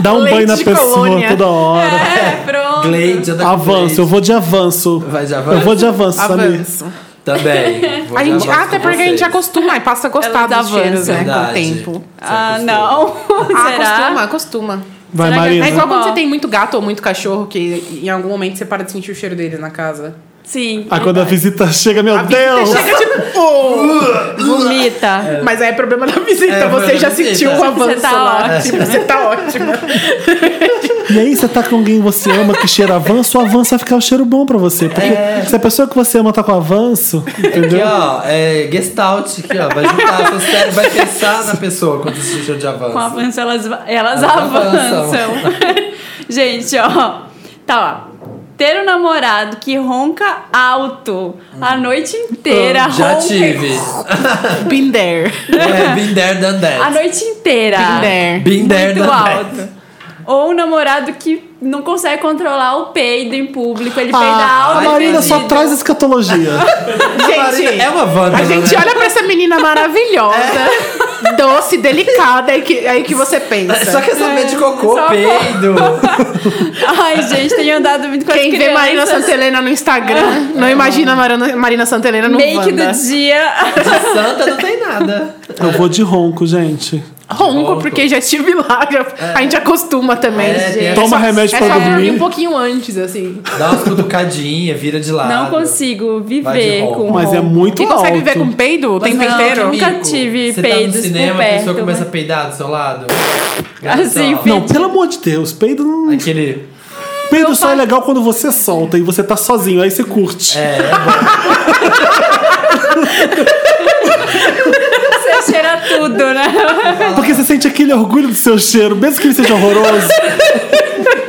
A: Dá um
D: leite
A: banho na
D: de
A: pessoa
D: colônia.
A: toda hora.
B: É, pronto.
C: Glade, anda com
A: Avanço,
C: glade.
A: eu vou de avanço.
C: Vai de
A: Eu
C: avanço?
A: vou de avanço, Samir.
D: Avanço.
C: Também. Vou
D: A
C: de
D: gente,
C: avanço
D: até
C: com
D: porque a gente
C: vocês.
D: acostuma e passa a gostar
B: Ela
D: dos
B: desavança.
D: cheiros, né? Com o
C: Verdade.
D: tempo.
C: Você
B: Ah,
C: acostuma.
B: não.
D: Ah,
B: Será?
D: acostuma, acostuma.
A: Vai,
B: Será que
A: Marina.
D: É igual quando
B: Normal.
D: você tem muito gato ou muito cachorro que em algum momento você para de sentir o cheiro deles na casa.
B: Sim.
A: Ah, quando a visita chega, meu Deus!
D: Chega tipo, "Oh!"
B: Vomita.
D: Mas aí é problema da visita,
C: É,
D: você
C: problema
D: já
C: da visita.
D: sentiu o avanço
B: Você tá
D: lá.
B: ótima.
D: Tipo, você tá ótima.
A: E aí você tá com alguém que você ama que cheira avanço, o avanço vai ficar um cheiro bom pra você. Porque se a pessoa que você ama tá com avanço,
C: Aqui,
A: entendeu?
C: ó, é gestalt aqui, ó. Vai juntar, seu cérebro vai pensar na pessoa quando você cheiro de avanço.
B: Com avanço, elas, elas
C: Elas
B: avançam. Gente, ó. Tá, ó. Ter um namorado que ronca alto a noite inteira.
C: Ah, Já
B: ronca-
C: tive.
D: Been there.
C: É, been there, done
B: A
C: that.
B: noite inteira.
D: Been there.
C: Been there,
B: Muito
C: done
B: alto.
C: that.
B: Ou um namorado que não consegue controlar o peido em público. Ele peida
A: Ah,
B: alto.
A: a Marina
B: perdido.
A: só traz escatologia.
C: Marina,
D: Gente,
C: é uma Wanda,
D: a gente
C: né?
D: olha pra essa menina maravilhosa.
C: É.
D: doce, delicada, aí que, aí que você pensa.
C: Só quer saber de cocô,
B: É, só-
C: peido.
B: Ai, gente, tenho andado muito com
D: Quem
B: as
D: vê
B: crianças.
D: Marina Santelena no Instagram,
C: É.
D: não imagina Marina, Marina Santelena no
B: Make
D: Wanda.
B: do dia.
C: De santa não tem nada.
A: Eu vou de ronco, gente.
D: Ronco,
C: Ronco.
D: porque já tive lá, já- a gente acostuma também.
C: É, tem
D: gente.
C: É
A: Toma
D: só-
A: remédio
D: é
A: pra
D: só dormir um
A: dormir.
D: pouquinho antes, assim.
C: Dá umas cutucadinhas, vira de lado.
B: Não consigo viver
C: ronco.
B: com
A: Mas é
B: Um ronco.
A: muito
D: Quem
A: alto.
D: consegue ver com peido o
C: Mas
D: tempo
C: não,
D: inteiro?
C: que mico.
B: Nunca tive
C: Você
B: peidos
C: tá
B: por
C: no cinema, a
B: perto,
C: pessoa começa
B: mas-
C: a peidar do seu lado.
B: Assim,
C: Garçom.
B: filho.
A: Não, pelo amor de Deus, peido não.
C: Aquele...
A: Peido só é legal quando você solta e você tá sozinho, aí você curte.
C: É, é bom.
B: Você cheira tudo, né?
A: Porque você sente aquele orgulho do seu cheiro, mesmo que ele seja horroroso.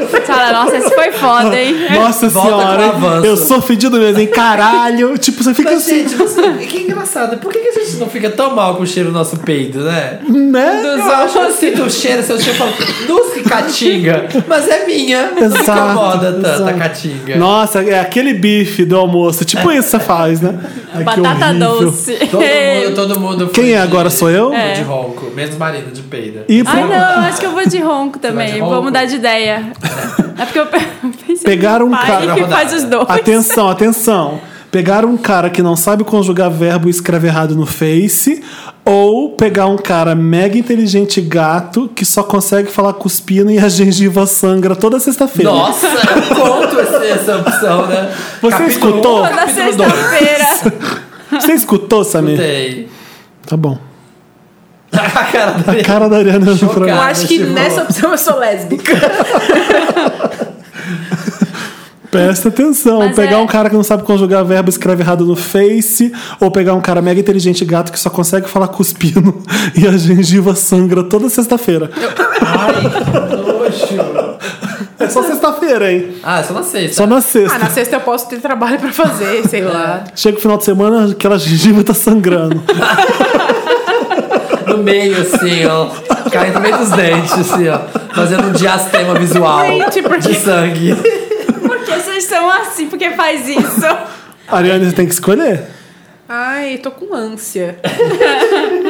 B: Você fala, nossa, esse foi foda, hein?
A: Nossa
C: Volta com o
A: senhora, hein?
C: avanço.
A: eu sou fedido mesmo, hein? Caralho. Tipo, você fica
C: Mas,
A: assim,
C: gente, você... que engraçado. Por que que a gente não fica tão mal com o cheiro do nosso peido, né?
A: né?
C: Eu acho que eu sinto o cheiro, seu cheiro fala, luz que catinga, mas é minha. não
A: Exato,
C: incomoda tanta
A: exato.
C: catinga.
A: Nossa, é aquele bife do almoço. Tipo isso você faz, né? Ai, que
B: Batata
A: horrível.
B: doce.
C: Todo mundo, todo mundo. foi
A: Quem é agora? Sou eu?
C: De,
B: É.
C: de ronco, menos marido de peida.
A: E
B: Ai,
A: pro-
B: não, eu acho que eu vou de ronco
C: vai
B: também.
C: de
B: Vou
C: ronco?
B: mudar de ideia. É porque eu pe- pensei
A: Pegar
B: no
A: um
B: pai
A: cara-
B: que faz os dois.
A: Atenção, atenção. Pegar um cara que não sabe conjugar verbo e escreve errado no Face ou pegar um cara mega inteligente e gato que só consegue falar cuspindo e a gengiva sangra toda sexta-feira.
C: Nossa, eu conto esse- essa opção, né?
A: Você escutou?
C: um,
B: Toda
C: capítulo dois.
B: sexta-feira.
A: Você escutou, Samir?
C: Tem.
A: Tá bom.
C: A cara
A: A
C: dele.
A: cara da Ariana no
C: Chocado.
D: Eu
A: programa.
D: acho que
C: Chegou.
D: nessa opção eu sou lésbica.
A: Presta atenção.
B: Mas
A: pegar
B: é-
A: um cara que não sabe conjugar verbo e escreve errado no Face ou pegar um cara mega inteligente e gato que só consegue falar cuspindo e a gengiva sangra toda sexta-feira.
C: Ai, que nojo.
A: É só sexta-feira, hein?
C: Ah, só na sexta.
A: Só na sexta.
D: Ah, na sexta eu posso ter trabalho pra fazer, sei lá.
A: Chega o final de semana, aquela gengiva tá sangrando.
C: No meio, assim, ó. Caindo no meio dos dentes, assim, ó. Fazendo um diastema visual
D: Gente, por
C: de
D: quê?
C: sangue.
B: Por que vocês são assim? Por que faz isso?
A: Ariane, você tem que escolher.
D: Ai, tô com ânsia.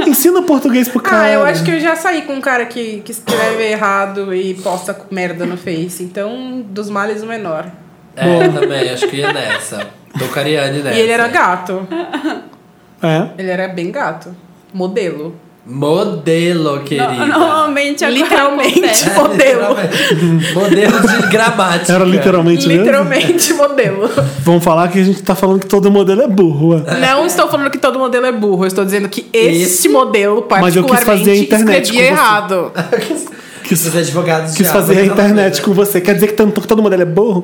A: Ensina português pro cara.
D: Ah, eu acho que eu já saí com um cara que, que escreve errado e posta com merda no Face. Então, dos males o menor.
C: É, também, acho que ia nessa. Tô cariane nessa.
D: E ele era gato.
A: É.
D: Ele era bem gato. Modelo.
C: Modelo, querida.
B: Normalmente agora
D: Literalmente.
B: acontece.
C: É,
D: modelo.
C: literalmente. Modelo de gramática.
A: Era literalmente mesmo?
D: Literalmente modelo.
A: Vamos falar que a gente tá falando que todo modelo é burro. ué.
D: Não estou falando que todo modelo é burro. Eu estou dizendo que este
C: Esse-
D: modelo,
A: Mas eu
D: particularmente,
A: quis fazer a internet
D: escrevia
A: com você.
D: errado.
C: Quis, os advogados
A: Quis
C: já,
A: fazer a
C: mas não
A: internet
C: sei,
A: com
C: né?
A: você. Quer dizer que tanto que todo modelo é burro?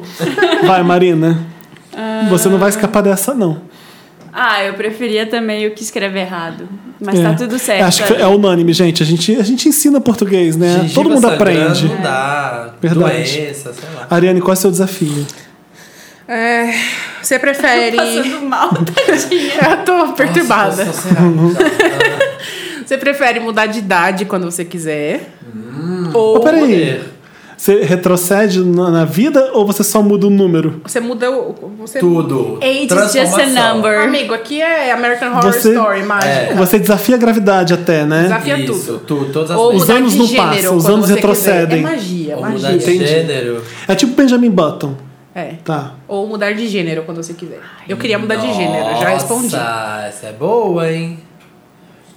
A: Vai, Marina. Você não vai escapar dessa, não.
B: Ah, eu preferia também o que escreve errado. Mas tá
A: É.
B: tudo certo.
A: Acho que
B: ali.
A: é unânime, gente. A gente, a gente ensina português, né?
C: Gengiva
A: todo mundo
C: sangrando,
A: aprende.
C: Não dá.
A: Verdade.
C: Doença, sei lá.
A: Ariane, qual é o seu desafio?
D: É, você prefere.
B: Passando mal, tadinha.
D: Eu tô perturbada.
C: Nossa, será
A: Uhum.
C: Então, que já-
D: Você prefere mudar de idade quando você quiser?
C: Hum.
A: Ô,
D: Ou
A: peraí. Você retrocede na, na vida ou você só muda o número?
D: você muda o. Você...
C: Tudo.
B: Age is just a
C: Transformação.
B: number.
D: Amigo, aqui é American Horror
A: Você-
C: É.
D: Story, mágica.
A: Você desafia a gravidade até, né?
D: Desafia
C: Isso,
D: tudo.
C: tudo. Todas as
D: Ou
A: Os
D: mudar
A: anos
D: de
A: não
D: gênero
A: passam, os
D: quando
A: anos
D: você
A: retrocedem.
D: Quiser. É magia,
C: Ou
D: magia.
C: mudar de
A: Entendi.
C: gênero.
A: É tipo Benjamin Button.
D: É.
A: Tá.
D: Ou mudar de gênero quando você quiser. Eu queria mudar de gênero, já respondi.
C: Nossa, essa é boa, hein?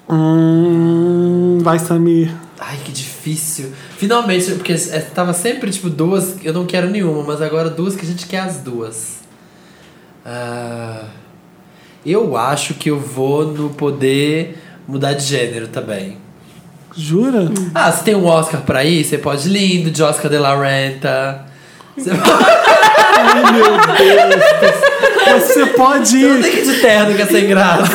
A: Hum, vai, Samir.
C: Ai, que difícil. Finalmente, porque é, tava sempre, tipo, duas, eu não quero nenhuma, mas agora duas que a gente quer as duas. Ah, eu acho que eu vou no poder mudar de gênero também.
A: Jura?
B: Hum.
C: Ah, se tem um Oscar pra ir, você pode ir lindo, de Oscar de la Renta. Você
A: Ai, meu Deus. Você pode
C: não
A: ir.
C: tem que ir de terno que é sem graça.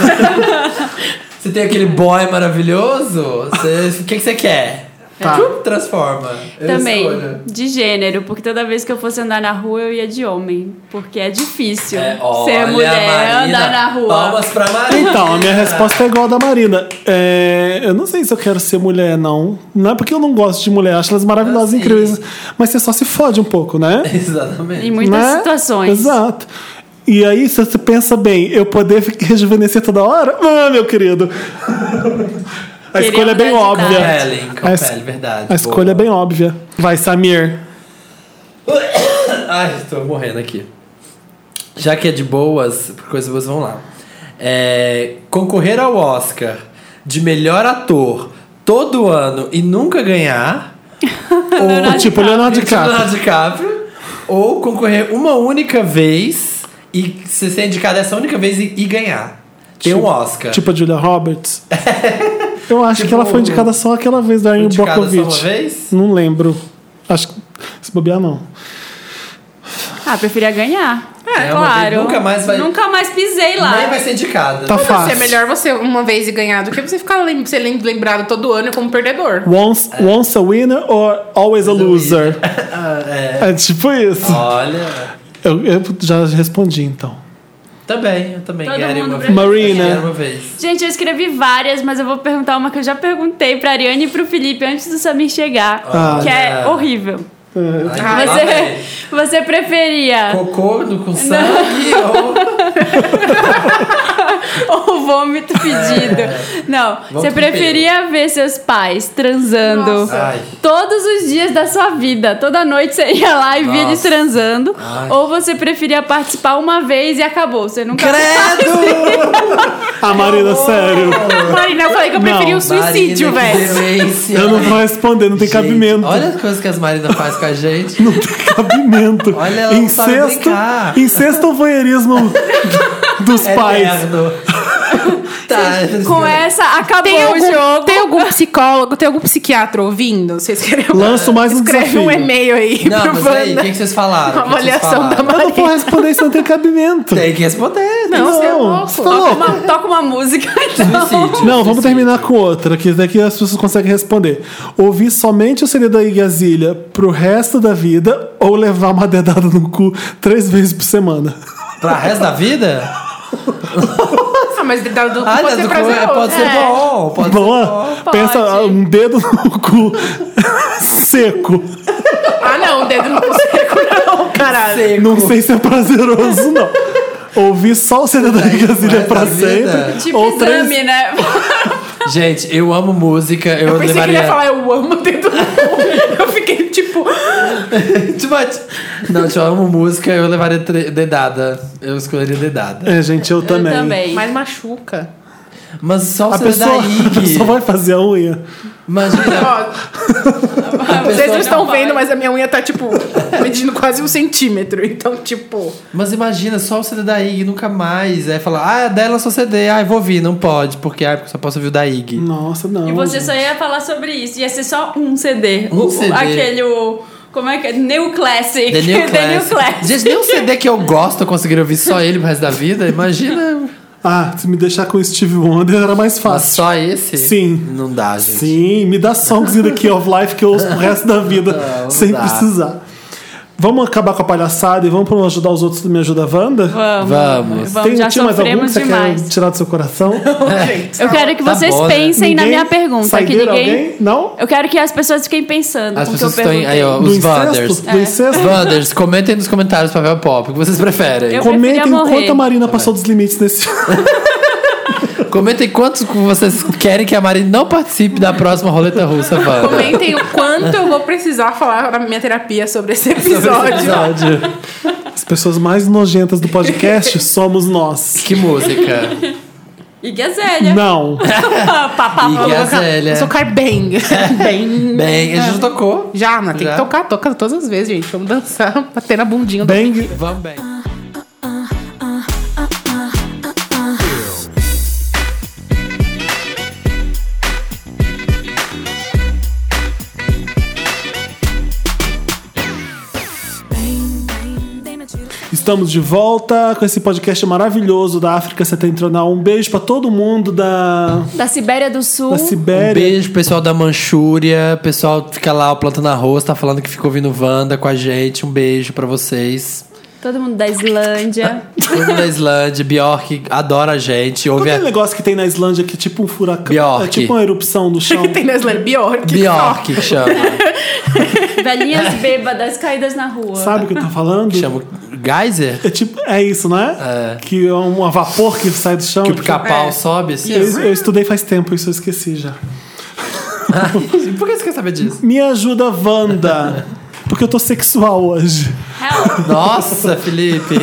C: Você tem aquele boy maravilhoso? Você- O que, que você quer?
A: Tá.
C: Tchum, Transforma. Eu né?
B: Também,
C: escolho.
B: de gênero, porque toda vez que eu fosse andar na rua eu ia de homem. Porque é difícil
C: É,
B: ser
C: olha,
B: mulher
C: Marina,
B: andar na rua.
C: Palmas pra Marina.
A: Então, a minha resposta é igual a da Marina. É, eu não sei se eu quero ser mulher, não. Não é porque eu não gosto de mulher, acho elas maravilhosas,
C: Ah, sim.
A: incríveis. Mas você só se fode um pouco, né?
B: Em
C: Exatamente.
B: É, muitas
A: Né?
B: situações.
A: Exato. E aí, se você pensa bem, eu poder fi- rejuvenescer toda hora? Ah, meu querido. A escolha é bem
B: Queremos dar de
A: óbvia.
B: idade.
C: Compelling,
A: A es-
C: compelling, verdade.
A: A escolha é bem óbvia. Vai, Samir.
C: Ai, tô morrendo aqui. Já que é de boas, por coisas boas, vamos lá. É, concorrer ao Oscar de melhor ator todo ano e nunca ganhar. ou
A: tipo, Leonardo
C: tipo
A: DiCaprio.
C: Leonardo DiCaprio. Ou concorrer uma única vez e se ser indicado essa única vez e, e ganhar. Ter um Oscar.
A: Tipo a Julia Roberts. Eu acho
C: Tipo,
A: que ela foi indicada só aquela vez da Erin
C: indicada só uma
A: Brockovich.
C: vez?
A: Não lembro. Acho que. Se bobear, não.
B: Ah, preferia ganhar.
C: É,
B: É,
C: mas
B: claro.
C: aí nunca mais vai-
B: Nunca mais pisei lá.
C: Nem vai ser indicada.
A: Tá
D: Você é
A: fácil.
D: melhor você uma vez e ganhar do que você ficar lem- ser lem- lembrado todo ano como perdedor.
A: Once,
C: É.
A: once a winner or always a loser.
C: Ah, é.
A: É tipo isso.
C: Olha.
A: Eu, eu já respondi, então.
C: Também, eu também
B: Todo
C: ganharia
B: mundo
C: uma vez.
B: pra-
A: Marina.
C: Ganharia uma vez.
B: Gente, eu escrevi várias, mas eu vou perguntar uma que eu já perguntei pra Ariane e pro Felipe antes do Samir chegar.
A: Ah.
B: que é horrível.
A: É,
C: Ai,
D: Ah,
C: né. lá vem.
B: Você, você preferia
C: Cocô no- com sangue ou
B: ou vômito
C: É.
B: pedido? Não, você
C: com
B: preferia ver seus pais transando
D: Nossa.
C: Ai.
B: todos os dias da sua vida. Toda noite você ia lá e via eles
C: Nossa.
B: transando.
C: Ai.
B: Ou você preferia participar uma vez e acabou. Você nunca...
C: Credo!
A: A Ah, Marina, sério.
D: Marina, eu falei que eu preferia
A: Não,
D: o suicídio,
C: Marina, que
D: velho.
C: demência.
A: Eu não vou responder, não tem
C: Gente,
A: cabimento.
C: Olha as coisas que as Marina faz com a gente.
A: Não tem cabimento.
C: Olha, ela não sabe
A: incesto,
C: brincar. É
A: incesto ou voyeurismo dos pais.
C: Eterno. tá.
B: Com essa, acabou
D: Tem
B: o
D: algum,
B: jogo.
D: tem algum psicólogo, tem algum psiquiatra ouvindo? Vocês querem
A: Lanço mais um
D: Escreve
A: desafio.
D: um e-mail aí
C: Não,
D: pro
C: mas aí, o
D: Wanda.
C: que, que vocês falaram?
D: Uma
C: O que que vocês
D: avaliação
C: falaram?
D: da-
A: Eu não vou responder, isso não tem cabimento.
C: Tem que responder.
D: Não, você é louco.
A: você tá louco.
B: Toca uma, toca uma música, então.
C: Suicídio.
A: Não, vamos
C: suicídio.
A: terminar com outra, que daqui as pessoas conseguem responder. Ouvir somente o CD da Igazilha pro resto da vida ou levar uma dedada no cu três vezes por semana?
C: Pra resto da vida?
D: Ah, mas dedado do cu
C: Ah, do
D: pode ser
C: cu,
D: prazeroso.
C: é, pode ser bom. Pode ser bom.
A: Boa? Pensa, ah, um dedo no cu seco.
D: Ah, não, o dedo não seco não, caralho.
C: Seco.
A: Não sei se é prazeroso, não. Ouvir só o CD da Igazilha
C: resto
A: pra
C: da vida?
A: sempre.
B: Tipo
A: ou três-
B: exame, né?
C: Gente, eu amo música. Eu,
D: Eu pensei que ele
C: levaria...
D: ia falar, eu amo o dedo do cu. Eu fiquei tipo.
C: Tipo, a- Não, tipo, eu amo música, eu levaria tre- dedada. Eu escolheria dedada.
A: É, gente, eu também.
B: Eu também.
D: Mas machuca.
C: Mas só
A: A
C: você
A: pessoa,
C: da
A: a
C: IG.
A: pessoa vai fazer a unha.
C: Imagina.
D: Ó,
C: a
D: Vocês não
C: pessoa-
D: estão
B: vai.
D: vendo, mas a minha unha tá, tipo, medindo quase um centímetro. Então, tipo.
C: Mas imagina, só o CD da IG, nunca mais. Aí falar, ah, é dela só CD, ah, eu vou ouvir, não pode, porque ah, só posso ouvir o da IG.
A: Nossa, não.
B: E você
A: gente.
B: só ia falar sobre isso. Ia ser só um CD.
C: Um
B: O-
C: CD.
B: Aquele. o- Como é que é? New Classic.
C: The New
B: The New
C: Classic.
B: Classic.
C: Gente, nem um CD que eu gosto eu conseguiria ouvir só ele pro resto da vida. Imagina.
A: Ah, se me deixar com o Steve Wonder era mais
C: Mas
A: fácil.
C: só esse?
A: Sim.
C: Não dá, gente.
A: Sim, me dá songs in the Key of Life que eu ouço pro resto da vida
C: Não,
A: sem
C: dá.
A: precisar. Vamos acabar com a palhaçada e vamos pro ajudar os outros do Me Ajuda Wanda?
B: Vamos.
C: Vamos.
B: Vamos, já
A: tinha mais algum que
B: sofremos
A: você
B: demais.
A: quer tirar do seu coração?
D: Gente,
B: Eu quero que
C: Tá
B: vocês
C: bom, né?
B: pensem na
A: Ninguém?
B: minha pergunta. Que
A: Saideira,
B: ninguém.
A: alguém? Não?
B: Eu quero que as pessoas fiquem pensando
C: As
B: com o que eu
C: pessoas que estão em-
B: perguntei.
C: aí, ó.
A: Do
C: Os
A: incesto?
C: Wanders.
B: É.
A: Do incesto?
C: Wanders, comentem nos comentários papel pop, o que vocês preferem.
B: Eu-
A: Comentem
B: preferia morrer.
A: enquanto a Marina passou dos limites nesse.
C: Comentem quantos vocês querem que a Mari não participe da próxima roleta russa, Wanda.
D: comentem o quanto eu vou precisar falar na minha terapia sobre esse
C: é
D: episódio.
A: episódio. As pessoas mais nojentas do podcast somos nós.
C: Que música?
B: E Gazélia.
A: Não.
C: E
D: Vou colocar-
C: Gazélia.
D: Vou tocar bang. bang.
C: Bem, a gente já tocou.
D: Já, mas tem
C: Já?
D: que tocar, toca todas as vezes, gente. Vamos dançar, bater na bundinha do
A: Bang
C: Vamos bem. Um
A: Estamos de volta com esse podcast maravilhoso da África Setentrional. Um beijo pra todo mundo da,
B: Da Sibéria do Sul.
A: da
C: Um
A: Sibéria.
C: beijo pro pessoal da Manchúria. O pessoal fica lá ó, plantando arroz, tá falando que ficou ouvindo Wanda com a gente. Um beijo pra vocês.
B: Todo mundo da Islândia.
C: Todo mundo da Islândia. Bjork adora a gente.
A: Qual
C: Ouve
A: que é
C: a...
A: aquele negócio que tem na Islândia que é tipo um furacão?
C: Bjork.
A: É tipo uma erupção do chão.
D: que tem na Islândia. Bjork.
C: Bjork que chama.
B: Velhinhas bêbadas caídas na rua.
A: Sabe o que eu tô falando?
C: Que chama Geyser?
A: É tipo, é isso, não é? Que é um um vapor que sai do chão.
C: Que o pica-pau
D: É.
C: sobe assim?
A: eu, eu estudei faz tempo, isso eu esqueci já.
C: Ai, Por que você quer saber disso?
A: Me ajuda, Wanda. Porque eu tô sexual hoje.
B: Help.
C: Nossa, Felipe!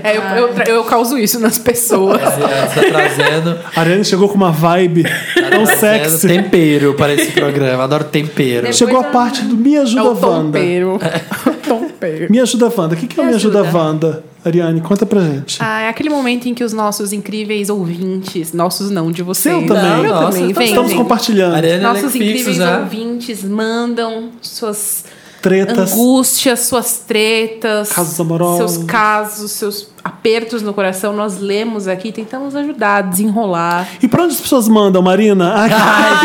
D: É, eu, eu, tra- eu causo isso nas
A: É
D: pessoas.
C: Você tá trazendo,
A: A Ariane chegou com uma vibe
C: Tá
A: tão
C: trazendo
A: É um sexy.
C: tempero para esse programa. Adoro tempero.
B: Depois
A: Chegou a
B: eu-
A: parte do Me
D: É
A: Ajuda,
D: o
A: Wanda.
D: tompeiro. É o tompeiro.
A: Me Ajuda, Wanda. O que, que é o
B: Me
A: Me Ajuda,
B: Ajuda.
A: Wanda? Ariane, conta pra gente.
D: Ah, é aquele momento em que os nossos incríveis ouvintes, nossos não de vocês.
A: Seu também.
D: Não, eu
C: Nossa,
D: também, vem.
A: Estamos
D: vem.
A: compartilhando. é
C: Ariane
D: Nossos
C: Fixo
D: incríveis
C: já.
D: ouvintes mandam suas
A: Tretas.
D: angústias, suas tretas,
A: Casos amorosos.
D: seus casos, seus apertos no coração. Nós lemos aqui, tentamos ajudar, desenrolar.
A: E pra onde as pessoas mandam, Marina? Ah, Ai,
C: Ai,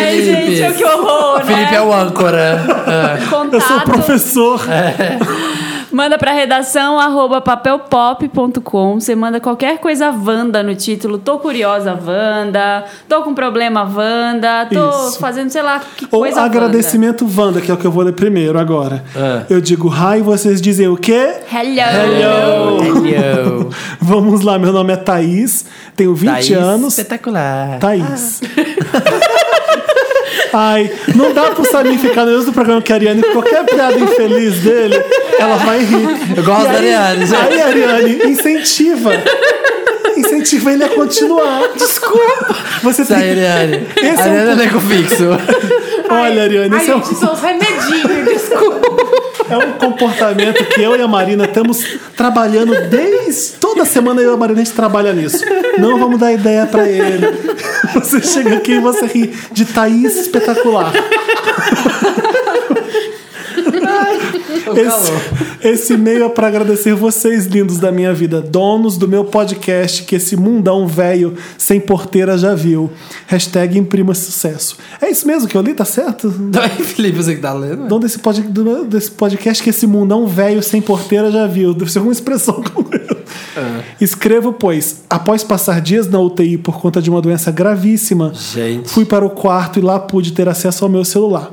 B: Ai,
C: Felipe!
B: gente, é que horror, né?
C: Felipe é o âncora.
A: eu sou o
D: Tá,
B: Contato.
A: professor.
D: É.
B: Manda pra redação arroba papelpop.com. Você manda qualquer coisa Wanda no título. Tô curiosa, Wanda. Tô com problema, Wanda. Tô
A: Isso.
B: fazendo, sei lá, que
A: Ou
B: coisa
A: agradecimento Wanda, que é o que eu vou ler primeiro agora.
C: Ah.
A: Eu digo hi, vocês dizem o quê?
B: Wanda. Hello.
A: Hello!
C: Hello!
A: Vamos lá, meu nome é Thaís, tenho 20
C: Thaís,
A: anos. Tá.
C: Espetacular.
A: Thaís.
D: Ah.
A: Ai, não dá pro Samir ficar no mesmo programa que a Ariane, qualquer piada infeliz dele, ela vai rir.
C: Eu gosto da Ariane, gente.
A: Aí, Ariane, Né? incentiva. Incentiva ele a continuar. Desculpa. Você
C: Sai,
A: tem...
C: Ariane.
A: Esse é um-
C: Ariane é elenco fixo.
A: Olha, Ariane,
D: Ai,
A: esse é um,
D: gente, são os remedinhos, desculpa.
A: é um comportamento que eu e a Marina estamos trabalhando desde. Toda semana eu e a Marina a gente trabalha nisso. Não vamos dar ideia pra ele. Você chega aqui e você ri de Thaís espetacular.
C: O calor.
A: Esse, esse e-mail é para agradecer vocês, lindos da minha vida, donos do meu podcast que esse mundão velho sem porteira já viu. Hashtag imprima sucesso. É isso mesmo que eu li, tá certo?
C: Então, aí, Felipe, você que tá lendo?
A: Dono desse, pod, do meu- desse podcast que esse mundão velho sem porteira já viu. Deve ser alguma expressão com Escrevo, pois, após passar dias na UTI por conta de uma doença gravíssima,
C: Gente.
A: Fui para o quarto e lá pude ter acesso ao meu celular.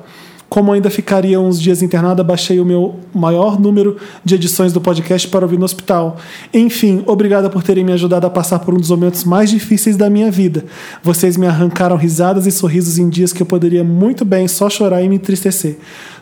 A: Como ainda ficaria uns dias internada, baixei o meu maior número de edições do podcast para ouvir no hospital. Enfim, obrigada por terem me ajudado a passar por um dos momentos mais difíceis da minha vida. Vocês me arrancaram risadas e sorrisos em dias que eu poderia muito bem só chorar e me entristecer.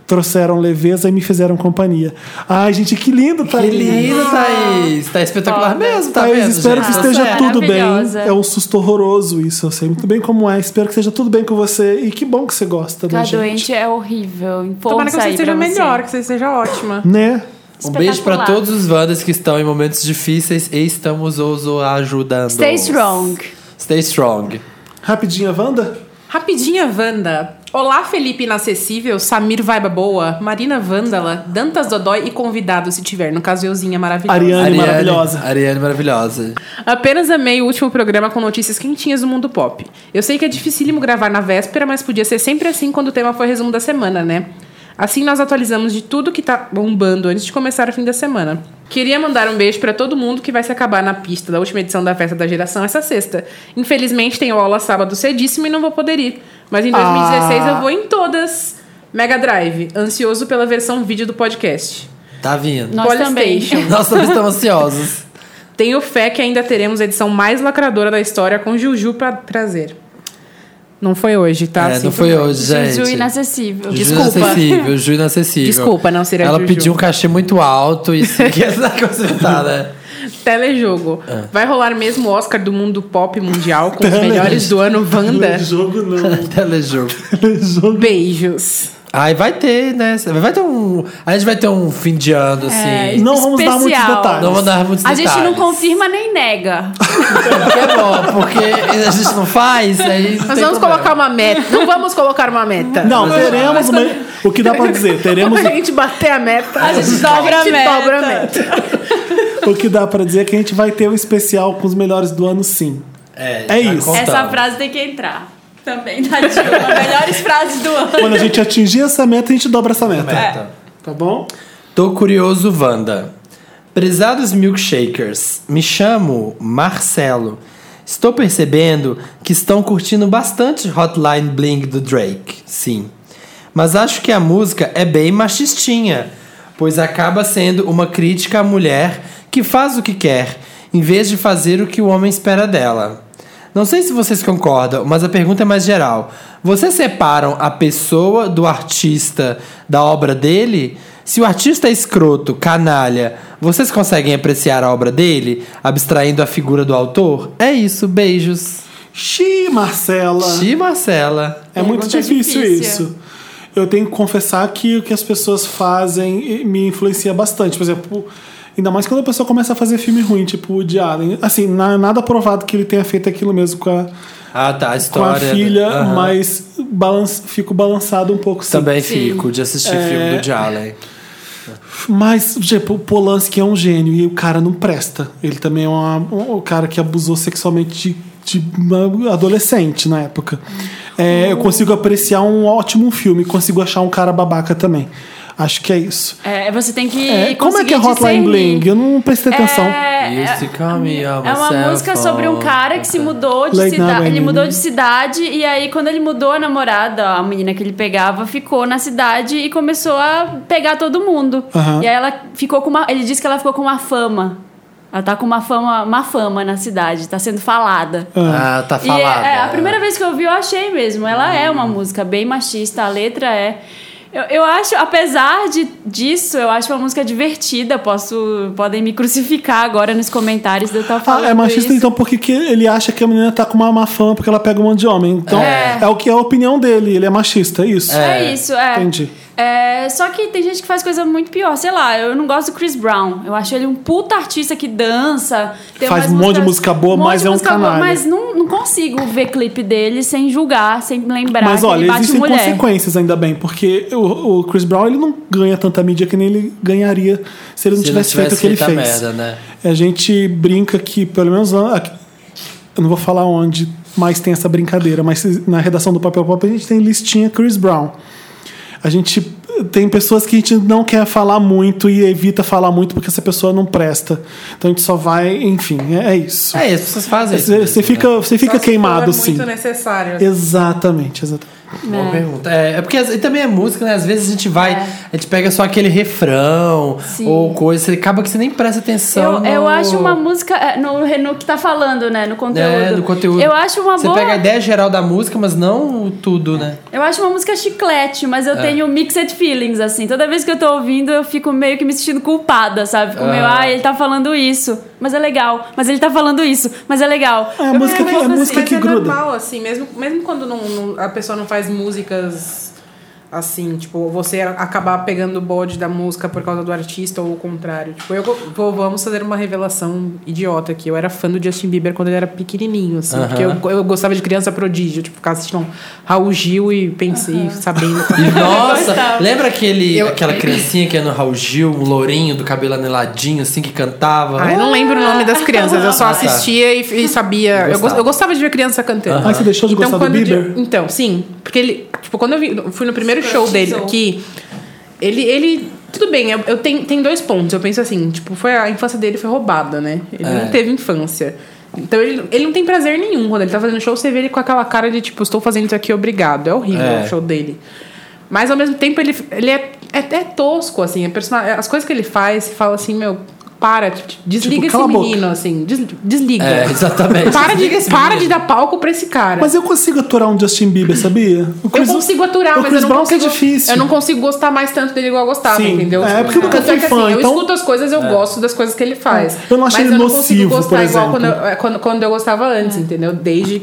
A: Trouxeram leveza e me fizeram companhia. Ai, gente, que lindo,
C: Que
A: Thaís!
C: lindo, Thaís. Tá espetacular mesmo, tá
A: Thaís,
C: vendo?
A: espero
C: gente?
A: que
C: Tá
A: esteja
C: certo.
A: tudo bem.
B: Maravilhosa.
A: É um susto horroroso isso, eu sei muito bem como é. Espero que esteja tudo bem com você e que bom que você gosta da
B: Ficar
A: gente.
B: doente é horrível. Força
D: Tomara que você
B: aí
D: seja
B: pra
D: melhor,
B: Você.
D: que você seja ótima.
A: Né?
C: Um beijo pra
B: Espetacular.
C: todos os Wandas que estão em momentos difíceis e estamos os o ajudando.
B: Stay strong.
C: Stay strong.
A: Rapidinha, Wanda?
D: Rapidinha, Wanda. Olá, Felipe Inacessível, Samir Vaiba Boa, Marina Vândala, Dantas Dodói e convidado, se tiver, no caso euzinha maravilhosa.
A: Ariane. maravilhosa.
C: Ariane maravilhosa.
D: Apenas amei o último programa com notícias quentinhas do mundo pop. Eu sei que é dificílimo gravar na véspera, mas podia ser sempre assim quando o tema foi resumo da semana, né? Assim nós atualizamos de tudo que tá bombando antes de começar o fim da semana. Queria mandar um beijo pra todo mundo que vai se acabar na pista da última edição da Festa da Geração essa sexta. Infelizmente tenho aula sábado cedíssimo e não vou poder ir. Mas em 2016
A: Ah.
D: eu vou em todas. Mega Drive, ansioso pela versão vídeo do podcast.
C: Tá vindo.
B: Nós também.
D: Polystation.
C: Nós também estamos ansiosos.
D: Tenho fé que ainda teremos a edição mais lacradora da história com Juju pra trazer. Não foi hoje, tá?
C: É, não
D: Sinto
C: foi
D: muito.
C: hoje, gente.
B: Juju inacessível.
C: Ju
D: Desculpa.
C: inacessível, Ju inacessível.
D: Desculpa, não seria
C: Ela
D: Juju.
C: pediu um cachê muito alto e se quer consertar, né?
D: Telejogo.
A: É.
D: Vai rolar mesmo o Oscar do mundo pop mundial com os melhores do ano, Wanda?
A: Jogo não.
C: Telejogo.
A: Jogo.
D: Beijos.
C: Aí vai ter, né? Vai ter um. A gente vai ter um fim de ano, assim.
A: Não vamos dar muitos
B: Especial.
A: detalhes.
C: Não vou dar muitos
B: É. A gente não
C: detalhes.
B: confirma nem nega.
C: Que é bom, porque a gente não faz, aí. não
D: Nós
C: tem
D: vamos
C: problema.
D: colocar uma meta. Não vamos colocar uma meta.
A: Não,
D: Mas-
A: teremos uma... o que dá pra dizer. Teremos
D: Quando a gente bater a meta,
B: A gente dobra a meta.
D: dobra a meta.
A: o que dá pra dizer é que a gente vai ter um especial com os melhores do ano, sim.
C: É,
A: É
C: já
A: isso.
C: contamos.
B: Essa frase tem que entrar. Também da Dilma. Melhores frases do ano.
A: Quando a gente atingir essa meta, a gente dobra essa meta.
C: Meta.
A: Tá bom?
C: Tô curioso, Wanda. Prezados milkshakers, me chamo Marcelo. Estou percebendo que estão curtindo bastante Hotline Bling do Drake, sim. Mas acho que a música é bem machistinha, pois acaba sendo uma crítica à mulher que faz o que quer, em vez de fazer o que o homem espera dela. Não sei se vocês concordam, mas a pergunta é mais geral. Vocês separam a pessoa do artista da obra dele? Se o artista é escroto, canalha, vocês conseguem apreciar a obra dele, abstraindo a figura do autor? É isso, beijos.
A: Xi, Marcela!
C: Ti, Marcela.
A: É muito
B: Pergunta
A: difícil,
B: difícil.
A: isso. Eu tenho que confessar que o que as pessoas fazem me influencia bastante. Por exemplo, ainda mais quando a pessoa começa a fazer filme ruim, tipo o de Allen. Assim, na- nada provado que ele tenha feito aquilo mesmo com a,
C: Ah, tá, a
A: com a
C: história.
A: filha,
C: Aham.
A: mas balan- fico balançado um pouco. sim. É.
C: Também
B: Sim.
C: fico de assistir filme do Jalen.
A: Mas, tipo, o Polanski é um gênio e o cara não presta. Ele também é uma- um, um cara que abusou sexualmente de, de uma adolescente na época. É, Eu consigo apreciar um ótimo filme, consigo achar um cara babaca também. Acho que é isso.
B: É, você tem que.
A: É, como é que é
B: conseguir
A: Hotline
B: discernir.
A: Bling? Eu não prestei atenção.
B: É, é- É uma música sobre um cara que se mudou de
A: Late Night
B: cidade. Ele
A: Women.
B: mudou de cidade e aí, quando ele mudou a namorada, a menina que ele pegava, ficou na cidade e começou a pegar todo mundo.
A: Aham.
B: E aí ela ficou com uma. Ele disse que ela ficou com uma fama. Ela tá com uma fama, uma fama na cidade, tá sendo falada.
C: Ah, tá
B: E é,
C: falado.
B: é, a primeira vez que eu vi, eu achei mesmo. Ela é uma música bem machista, a letra é. Eu, eu acho, apesar de, disso, eu acho uma música divertida. Posso, podem me crucificar agora nos comentários de eu estar falando.
A: Ah, é machista
B: isso.
A: então porque que ele acha que a menina tá com uma má fama porque ela pega um monte de homem. Então é,
B: É.
A: o que é a opinião dele, ele é machista, é isso.
B: É, isso, é.
A: Entendi.
B: É, só que tem gente que faz coisa muito pior. Sei lá, eu não gosto do Chris Brown. Eu acho ele um puta artista que dança. tem
A: Faz
B: umas
A: um monte de
B: músicas-
A: música boa,
B: monte
A: mas
B: de
A: é um
B: música boa,
A: canalha.
B: Mas não, não consigo ver clipe dele sem julgar, sem lembrar
A: Mas
B: que ele
A: olha,
B: bate
A: existem
B: mulher.
A: consequências ainda bem, porque o, o Chris Brown ele não ganha tanta mídia que nem ele ganharia se ele não,
C: Se
A: tivesse,
C: não tivesse
A: feito o que
C: feito a
A: ele fez.
C: merda, né?
A: A gente brinca que, pelo menos lá- aqui- eu não vou falar onde mais tem essa brincadeira, mas se- na redação do Papel Pop a gente tem listinha Chris Brown. A gente tem pessoas que a gente não quer falar muito e evita falar muito porque essa pessoa não presta. Então a gente só vai, enfim, é, é isso.
C: É, as pessoas fazem isso.
A: Você
C: mesmo,
A: você
C: né?
A: fica, você
D: Só
A: fica
D: se for
A: queimado, sim.
D: muito
A: assim.
D: necessário.
A: Exatamente, exatamente.
C: Boa
B: É.
C: pergunta. É, é porque as- e também é música, né? Às vezes a gente vai, a gente pega só aquele refrão
B: Sim.
C: ou coisa, você acaba que você nem presta atenção.
B: Eu,
C: no-
B: eu acho uma música é, no, no que tá falando, né? No conteúdo.
C: É, no conteúdo.
B: Eu acho uma
C: Você
B: boa.
C: pega a ideia geral da música, mas não o tudo, né?
B: Eu acho uma música chiclete, mas
C: É.
B: eu tenho mixed feelings, assim. Toda vez que eu tô ouvindo, eu fico meio que me sentindo culpada, sabe? Fico meio, ah, ele tá falando isso, mas é legal. Mas ele tá falando isso, mas é legal.
A: É, a
B: Eu
A: música
B: fico
A: que- a
B: assim.
A: música
D: Mas
A: que
D: é
A: gruda.
D: normal, assim, mesmo, mesmo quando não- não- a pessoa não faz músicas assim, tipo, você acabar pegando o bode da música por causa do artista ou o contrário. Tipo, eu vou, vamos fazer uma revelação idiota aqui. Eu era fã do Justin Bieber quando ele era pequenininho, assim, porque eu, eu gostava de criança prodígio, tipo, ficar assistindo um Raul Gil e pensei, sabendo.
C: E nossa, lembra aquele, aquela criancinha que era no Raul Gil, um lourinho do cabelo aneladinho, assim, que cantava?
D: Ah, eu não lembro o nome das crianças, eu só
C: Ah, tá.
D: assistia e, e sabia. Eu, gos- eu gostava de ver criança cantando.
A: Mas Ah, você deixou de gostar do
D: quando de-
A: Bieber?
D: então, sim. Porque ele. Tipo, quando eu vi- eu fui no primeiro show dele aqui, ele. ele tudo bem, eu, eu tenho, tem dois pontos. Eu penso assim, tipo, foi a infância dele foi roubada, né? Ele
C: É.
D: não teve infância. Então ele, ele não tem prazer nenhum quando ele tá fazendo show, você vê ele com aquela cara de tipo, estou fazendo isso aqui, obrigado. É horrível
C: É.
D: o show dele. Mas ao mesmo tempo ele, ele é, é, é tosco, assim. é persona- as coisas que ele faz, você fala assim, meu, para, t-
C: Tipo,
D: t- desliga
A: cala a
D: esse
A: boca.
D: menino, assim. des- desliga.
C: É, exatamente.
D: Para,
C: Desliga
D: de,
C: esse
D: para
C: menino.
D: de dar palco pra esse cara.
A: Mas eu consigo aturar um Justin Bieber, sabia? O
D: eu
A: Chris-
D: consigo aturar,
A: o
D: mas
A: Chris
D: eu não
A: Brown que
D: consigo.
A: é difícil.
D: Eu não consigo gostar mais tanto dele igual eu gostava,
A: Sim,
D: entendeu?
A: é, porque eu nunca
D: Tanto é
A: fui
D: que,
A: fã,
D: assim,
A: então-
D: eu escuto as coisas, eu gosto das coisas que ele faz.
A: Eu não acho
D: mas
A: ele
D: eu não
A: nocivo,
D: consigo gostar
A: por
D: igual quando
A: exemplo. É.
D: eu, é, quando, quando eu gostava antes,
B: É.
D: entendeu? Desde.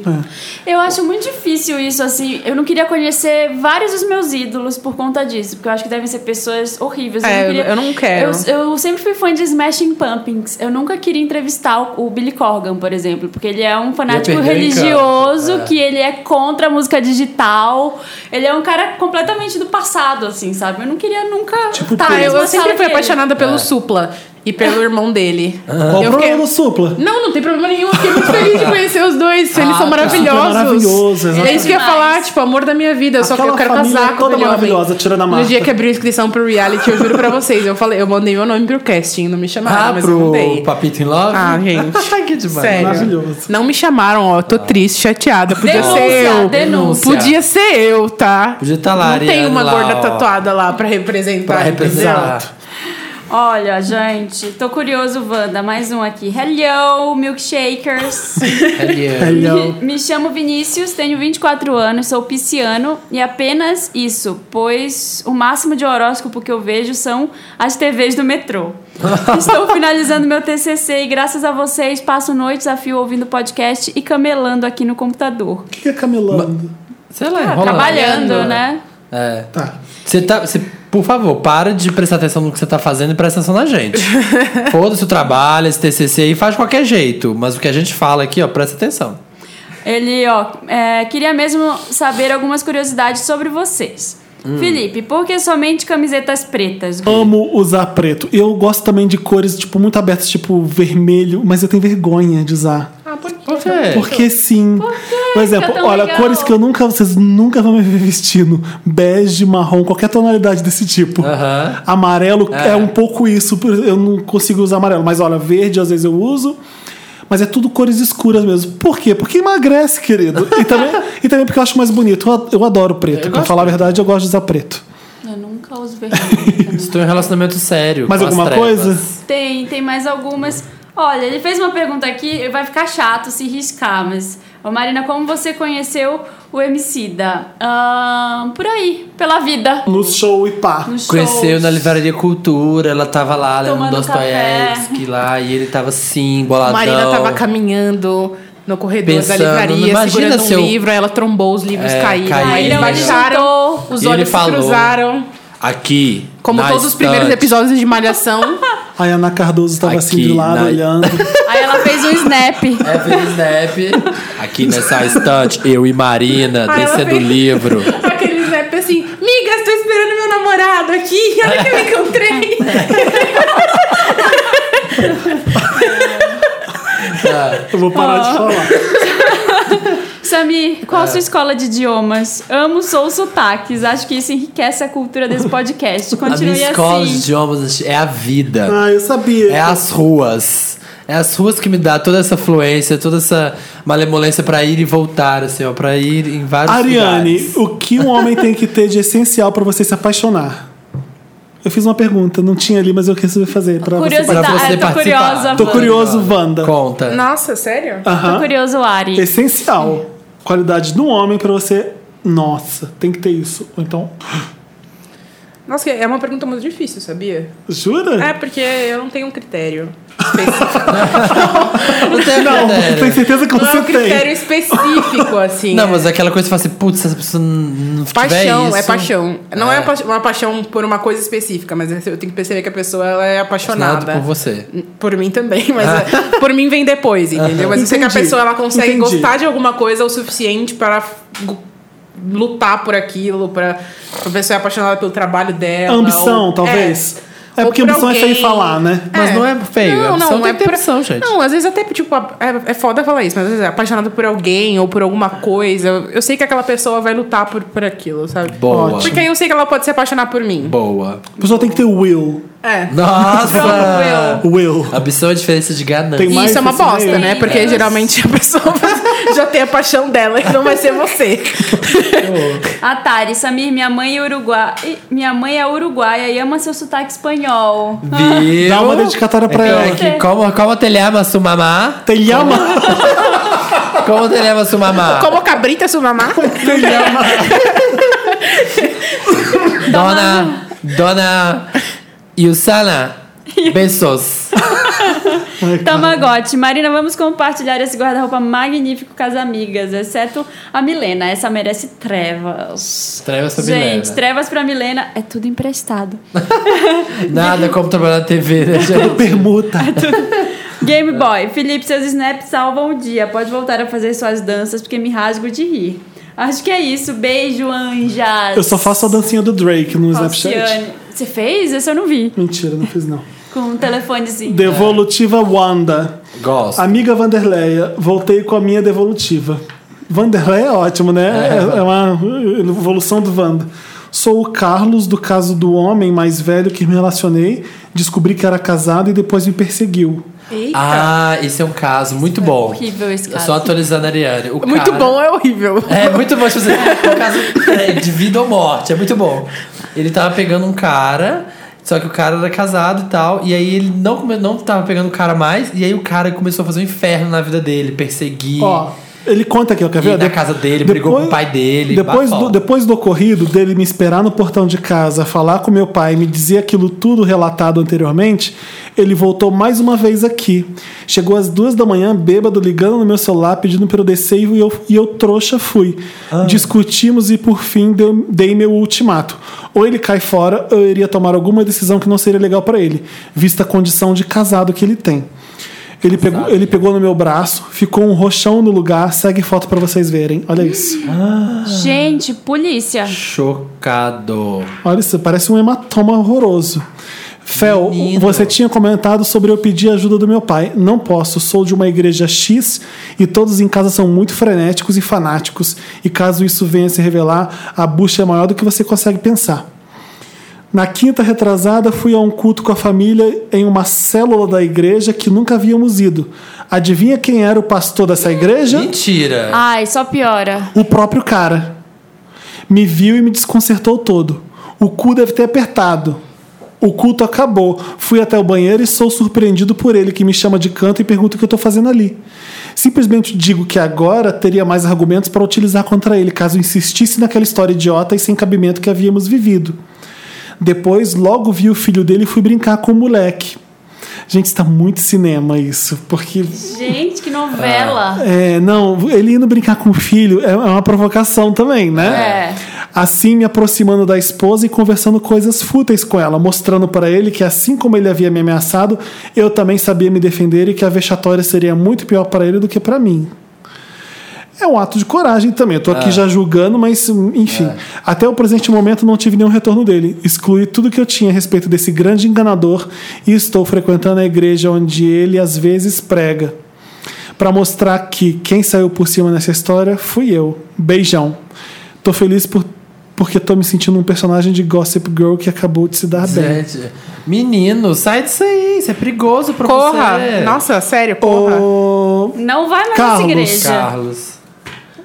B: Eu acho muito difícil isso, assim. Eu não queria conhecer vários dos meus ídolos por conta disso, porque eu acho que devem ser pessoas horríveis.
D: É,
B: eu, não queria-
D: eu não quero.
B: Eu, eu sempre fui fã de Smashing Pumpkins. Eu nunca queria entrevistar o, o Billy Corgan, por exemplo, porque ele é um fanático
C: perder o encanto.
B: religioso,
C: É.
B: que ele é contra a música digital. Ele é um cara completamente do passado, assim, sabe? Eu não queria nunca.
D: Tá, eu, eu
B: mesma
D: sempre
B: sala
D: fui
B: que ele.
D: apaixonada
A: É.
D: pelo Supla e pelo irmão dele.
A: Qual o
D: Eu
A: problema
D: fiquei-
A: do Supla?
D: Não, não tem problema nenhum. Eu fiquei muito feliz de conhecer os dois. Eles
C: Ah,
D: são
C: tá.
D: maravilhosos.
A: Super maravilhoso, exatamente.
D: é isso que eu ia
B: Demais.
D: falar, tipo, amor da minha vida. Eu só
A: Aquela
D: eu quero
A: família
D: casar com
A: toda
D: aquele homem.
A: maravilhosa, tirando a Marta.
D: No dia que abriu a inscrição pro reality, eu juro pra vocês. Eu falei, eu mandei meu nome pro casting, não me chamaram,
C: Ah,
D: mas eu
C: pro
D: mandei.
C: Papito in Love?
D: Ah, gente.
C: que demais.
D: Sério.
A: Maravilhoso.
D: Não me chamaram, ó.
C: Ah.
D: Tô triste, chateada. Podia
B: Denúncia,
D: ser eu.
B: denúncia.
D: Podia ser eu, tá?
C: Podia tá lá,
D: Não tem
C: Ariana
D: uma
C: lá,
D: gorda
C: ó.
D: tatuada lá pra representar.
C: Pra
D: entendeu?
C: representar.
B: Olha, gente, tô curioso, Wanda. Mais um aqui. Hello, milkshakers.
C: Hello.
A: Hello.
B: Me chamo Vinícius, tenho 24 anos, sou pisciano e apenas isso, pois o máximo de horóscopo que eu vejo são as TVs do metrô. Estou finalizando meu TCC e graças a vocês passo noites a fio ouvindo podcast e camelando aqui no computador.
A: O que que é camelando?
C: Sei lá, enrola.
B: Ah, Trabalhando, né?
C: É.
A: Tá.
C: Você tá. Você, por favor, para de prestar atenção no que você tá fazendo e presta atenção na gente. Foda-se o trabalho, esse TCC aí, faz de qualquer jeito. Mas o que a gente fala aqui, ó, presta atenção.
B: Ele, ó, é, queria mesmo saber algumas curiosidades sobre vocês.
C: Hum.
B: Felipe, por que somente camisetas pretas?
A: Amo usar preto. Eu gosto também de cores, tipo, muito abertas, tipo vermelho, mas eu tenho vergonha de usar.
D: Ah, por quê?
C: Por quê?
A: Porque sim. Por, exemplo,
B: Fica tão
A: olha,
B: legal.
A: cores que eu nunca, vocês nunca vão me ver vestindo. Bege, marrom, qualquer tonalidade desse tipo.
C: Aham.
A: Amarelo é.
C: É.
A: um pouco isso, por- eu não consigo usar amarelo, mas olha, verde às vezes eu uso. Mas é tudo cores escuras mesmo. Por quê? Porque emagrece, querido. E também, e também porque eu acho mais bonito. Eu ad- Eu adoro preto. pra falar a verdade, eu gosto de usar preto.
B: Eu nunca uso vermelho.
C: Estou em um relacionamento sério.
A: Mais
C: com as
A: alguma
C: trevas.
A: coisa?
B: Tem, tem mais algumas. Olha, ele fez uma pergunta aqui, vai ficar chato se riscar, mas. Ô, Marina, como você conheceu o MC da? por aí, pela vida.
A: No show e pá.
B: Nos
C: Conheceu
B: shows.
C: na Livraria Cultura, ela tava lá lendo
B: Tomando
C: Dostoiévski lá, e ele tava assim, boladão.
D: Marina tava caminhando no corredor
C: Pensando,
D: da livraria,
C: imagina
D: segurando um
C: se eu-
D: livro, aí ela trombou os livros,
C: É,
D: caíram.
C: caíram.
D: Aí eles
B: Caíram, ele
D: baixaram,
B: juntou.
D: os
C: E ele
D: olhos se
C: falou.
D: cruzaram.
C: Aqui.
D: Como
C: na
D: todos os primeiros
C: estante.
D: episódios de Malhação.
A: Aí a Ana Cardoso tava assim
C: Aqui,
A: do lado,
C: na-
A: olhando.
B: Aí ela fez um snap.
C: É, fez snap. Aqui nessa estante, eu e Marina,
D: Ai, ela
C: descendo o
D: fez-
C: livro.
D: Aquele snap assim, migas, tô esperando meu namorado aqui, olha que eu encontrei.
A: Eu vou parar de falar.
B: Samir,
C: É.
B: qual a sua escola de idiomas? Amo, sou sotaques. Acho que isso enriquece a cultura desse podcast.
C: A minha
B: Continue
C: escola de
B: assim.
C: idiomas é a vida.
A: Ah, eu sabia.
C: É as ruas. É as ruas que me dá toda essa fluência, toda essa malemolência pra ir e voltar, assim, ó, pra ir em vários
A: Ariane,
C: lugares.
A: o que um homem tem que ter de essencial pra você se apaixonar? Eu fiz uma pergunta, não tinha ali, mas eu resolvi fazer pra você.
B: Curiosidade,
C: pra você
B: tô
C: participar.
B: curiosa.
A: Tô
B: Wanda.
A: curioso, Wanda.
C: Conta.
D: Nossa, sério?
B: Tô
A: Aham.
B: curioso, Ari.
A: Essencial. Qualidade do homem pra você. Nossa, tem que ter isso. Ou então.
D: Nossa, que é uma pergunta muito difícil, sabia?
A: Jura?
D: É, porque eu não tenho um critério específico.
C: Não tem
A: Não,
C: critério.
A: tenho certeza que
D: não é
A: você
D: um critério
A: tem.
D: específico, assim.
C: Não,
D: é.
C: mas é aquela coisa que você fala assim, putz, se essa pessoa não tiver
D: Paixão,
C: Tipo, isso,
D: é paixão. Não é,
C: É.
D: uma pa- uma paixão por uma coisa específica, mas eu tenho que perceber que a pessoa ela é
C: Nada
D: apaixonada.
C: por tipo, você.
D: Por mim também, mas é- por mim vem depois, entendeu? Mas eu sei que a
A: Entendi.
D: pessoa ela consegue
A: Entendi.
D: gostar de alguma coisa o suficiente para f- gu- lutar por aquilo, para a pessoa é apaixonada pelo trabalho dela.
A: Ambição,
D: ou-
A: talvez. É,
D: Ou
A: porque
D: por
A: ambição é feio
D: alguém.
A: falar, né?
C: Mas não é feio, é opção, tem que ter
D: por-
C: opção, gente.
D: Não, às vezes até, tipo, a- é, é foda falar isso, mas às vezes é apaixonado por alguém ou por alguma coisa. Eu, eu sei que aquela pessoa vai lutar por, por aquilo, sabe?
C: Boa.
D: Porque aí eu sei que ela pode se apaixonar por mim.
C: Boa.
A: A pessoa tem que ter will.
D: É.
C: Nossa!
A: Will.
C: Ambição é a diferença de ganância.
A: Tem
D: E
A: mais
D: isso é uma
A: esse
D: bosta,
A: meio? É.
D: né? Porque
B: Meninas.
D: geralmente a pessoa já tem a paixão dela, que não vai ser você.
B: Atari, Samir, minha mãe é urugua... Ih, Minha mãe é uruguaia e ama seu sotaque espanhol.
C: Viu?
A: Dá uma dedicatória pra
C: É
A: ela.
C: que, como, como te llama su mamá?
A: Te llama.
C: Como te llama su
A: Tá.
C: mamá?
D: Como cabrita sua mamá?
A: Te llama.
C: Dona, dona Yusana, besos.
A: É,
B: Tamagote. Marina, vamos compartilhar esse guarda-roupa magnífico com as amigas, exceto a Milena. Essa merece trevas.
C: Trevas pra
B: Gente,
C: Milena.
B: trevas pra Milena é tudo emprestado.
C: Nada como trabalhar na TV, né, gente?
A: Permuta.
B: Game Boy, Felipe, seus snaps salvam o dia. Pode voltar a fazer suas danças porque me rasgo de rir. Acho que é isso. Beijo, anjas.
A: Eu só faço a dancinha do Drake no Snapchat.
B: Falciane. Você fez? Esse eu não vi.
A: Mentira, não fiz não.
B: Com um telefonezinho.
A: Devolutiva Wanda.
C: Gosto.
A: Amiga Vanderleia, voltei com a minha devolutiva. Vanderleia é ótimo, né? É, é uma evolução do Wanda. Sou o Carlos, do caso do homem mais velho que me relacionei. Descobri que era casado e depois me perseguiu.
D: Eita.
C: Ah, esse é um caso muito bom.
B: horrível esse caso.
C: Só atualizando a Ariane. O
D: Muito
C: cara-
D: bom é horrível.
C: É muito bom, tipo assim, um caso é, de vida ou morte, é muito bom. Ele tava pegando um cara Só que o cara era casado e tal, e aí ele não, come- não tava pegando o cara mais, e aí o cara começou a fazer um inferno na vida dele, perseguir.
A: Ó, ele conta aqui, ó, quer
C: E
A: ver?
C: na casa dele, brigou com o pai dele,
A: Depois
C: bafão.
A: do, depois do ocorrido, dele me esperar no portão de casa, falar com meu pai, me dizer aquilo tudo relatado anteriormente, ele voltou mais uma vez aqui. Chegou às duas da manhã, bêbado, ligando no meu celular, pedindo pra eu descer e eu, e eu trouxa fui. Discutimos e por fim deu- dei meu ultimato. Ou ele cai fora, ou eu iria tomar alguma decisão que não seria legal pra ele, vista a condição de casado que ele tem. Ele pegou, ele pegou no meu braço, ficou um roxão no lugar, segue foto pra vocês verem. Olha isso.
B: Gente, polícia.
C: Chocado.
A: Olha isso, parece um hematoma horroroso. Fel,
C: Menino.
A: você tinha comentado sobre eu pedir ajuda do meu pai. Não posso, sou de uma igreja X e todos em casa são muito frenéticos e fanáticos. E caso isso venha a se revelar, a bucha é maior do que você consegue pensar. Na quinta retrasada, fui a um culto com a família em uma célula da igreja que nunca havíamos ido. Adivinha quem era o pastor dessa igreja?
C: Mentira.
A: Ah,
B: Ai, só piora.
A: O próprio cara. Me viu e me desconcertou todo. O cu deve ter apertado. O culto acabou. Fui até o banheiro e sou surpreendido por ele, que me chama de canto e pergunta o que eu tô fazendo ali. Simplesmente digo que agora teria mais argumentos para utilizar contra ele, caso insistisse naquela história idiota e sem cabimento que havíamos vivido. Depois, logo vi o filho dele e fui brincar com o moleque. Gente, está muito cinema isso, porque
B: Gente, que novela.
A: é, não, ele indo brincar com o filho é uma provocação também,
B: É.
A: né? Assim, me aproximando da esposa e conversando coisas fúteis com ela, mostrando para ele que, assim como ele havia me ameaçado, eu também sabia me defender e que a vexatória seria muito pior para ele do que para mim. É um ato de coragem também. Eu tô aqui já julgando, mas enfim. Até o presente momento não tive nenhum retorno dele. Excluí tudo que eu tinha a respeito desse grande enganador e estou frequentando a igreja onde ele às vezes prega. Pra mostrar que quem saiu por cima nessa história fui eu. Beijão. Tô feliz por, porque tô me sentindo um personagem de Gossip Girl que acabou de se dar bem.
C: Gente, menino, sai disso aí. Isso é perigoso pra
D: Corra!
C: você.
D: Nossa, sério, corra.
A: é. Ô,
B: Não vai mais
A: Carlos,
B: nessa igreja.
C: Carlos.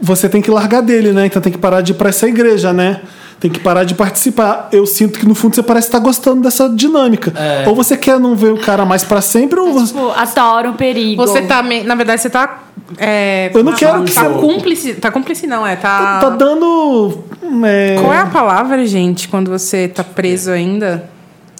A: você tem que largar dele, né? Então tem que parar de ir pra essa igreja, né? Tem que parar de participar. Eu sinto que no fundo você parece estar gostando dessa dinâmica.
C: É.
A: Ou você quer não ver o cara mais pra sempre, ou você.
B: Tipo, adora o perigo.
D: Você tá, me- na verdade, você tá. é,
A: Eu não
D: tá-
A: quero que
D: tá
A: você-
D: cúmplice. Tá cúmplice, não, é. Tá.
A: Tá dando. é,
D: Qual é a palavra, gente, quando você tá preso ainda?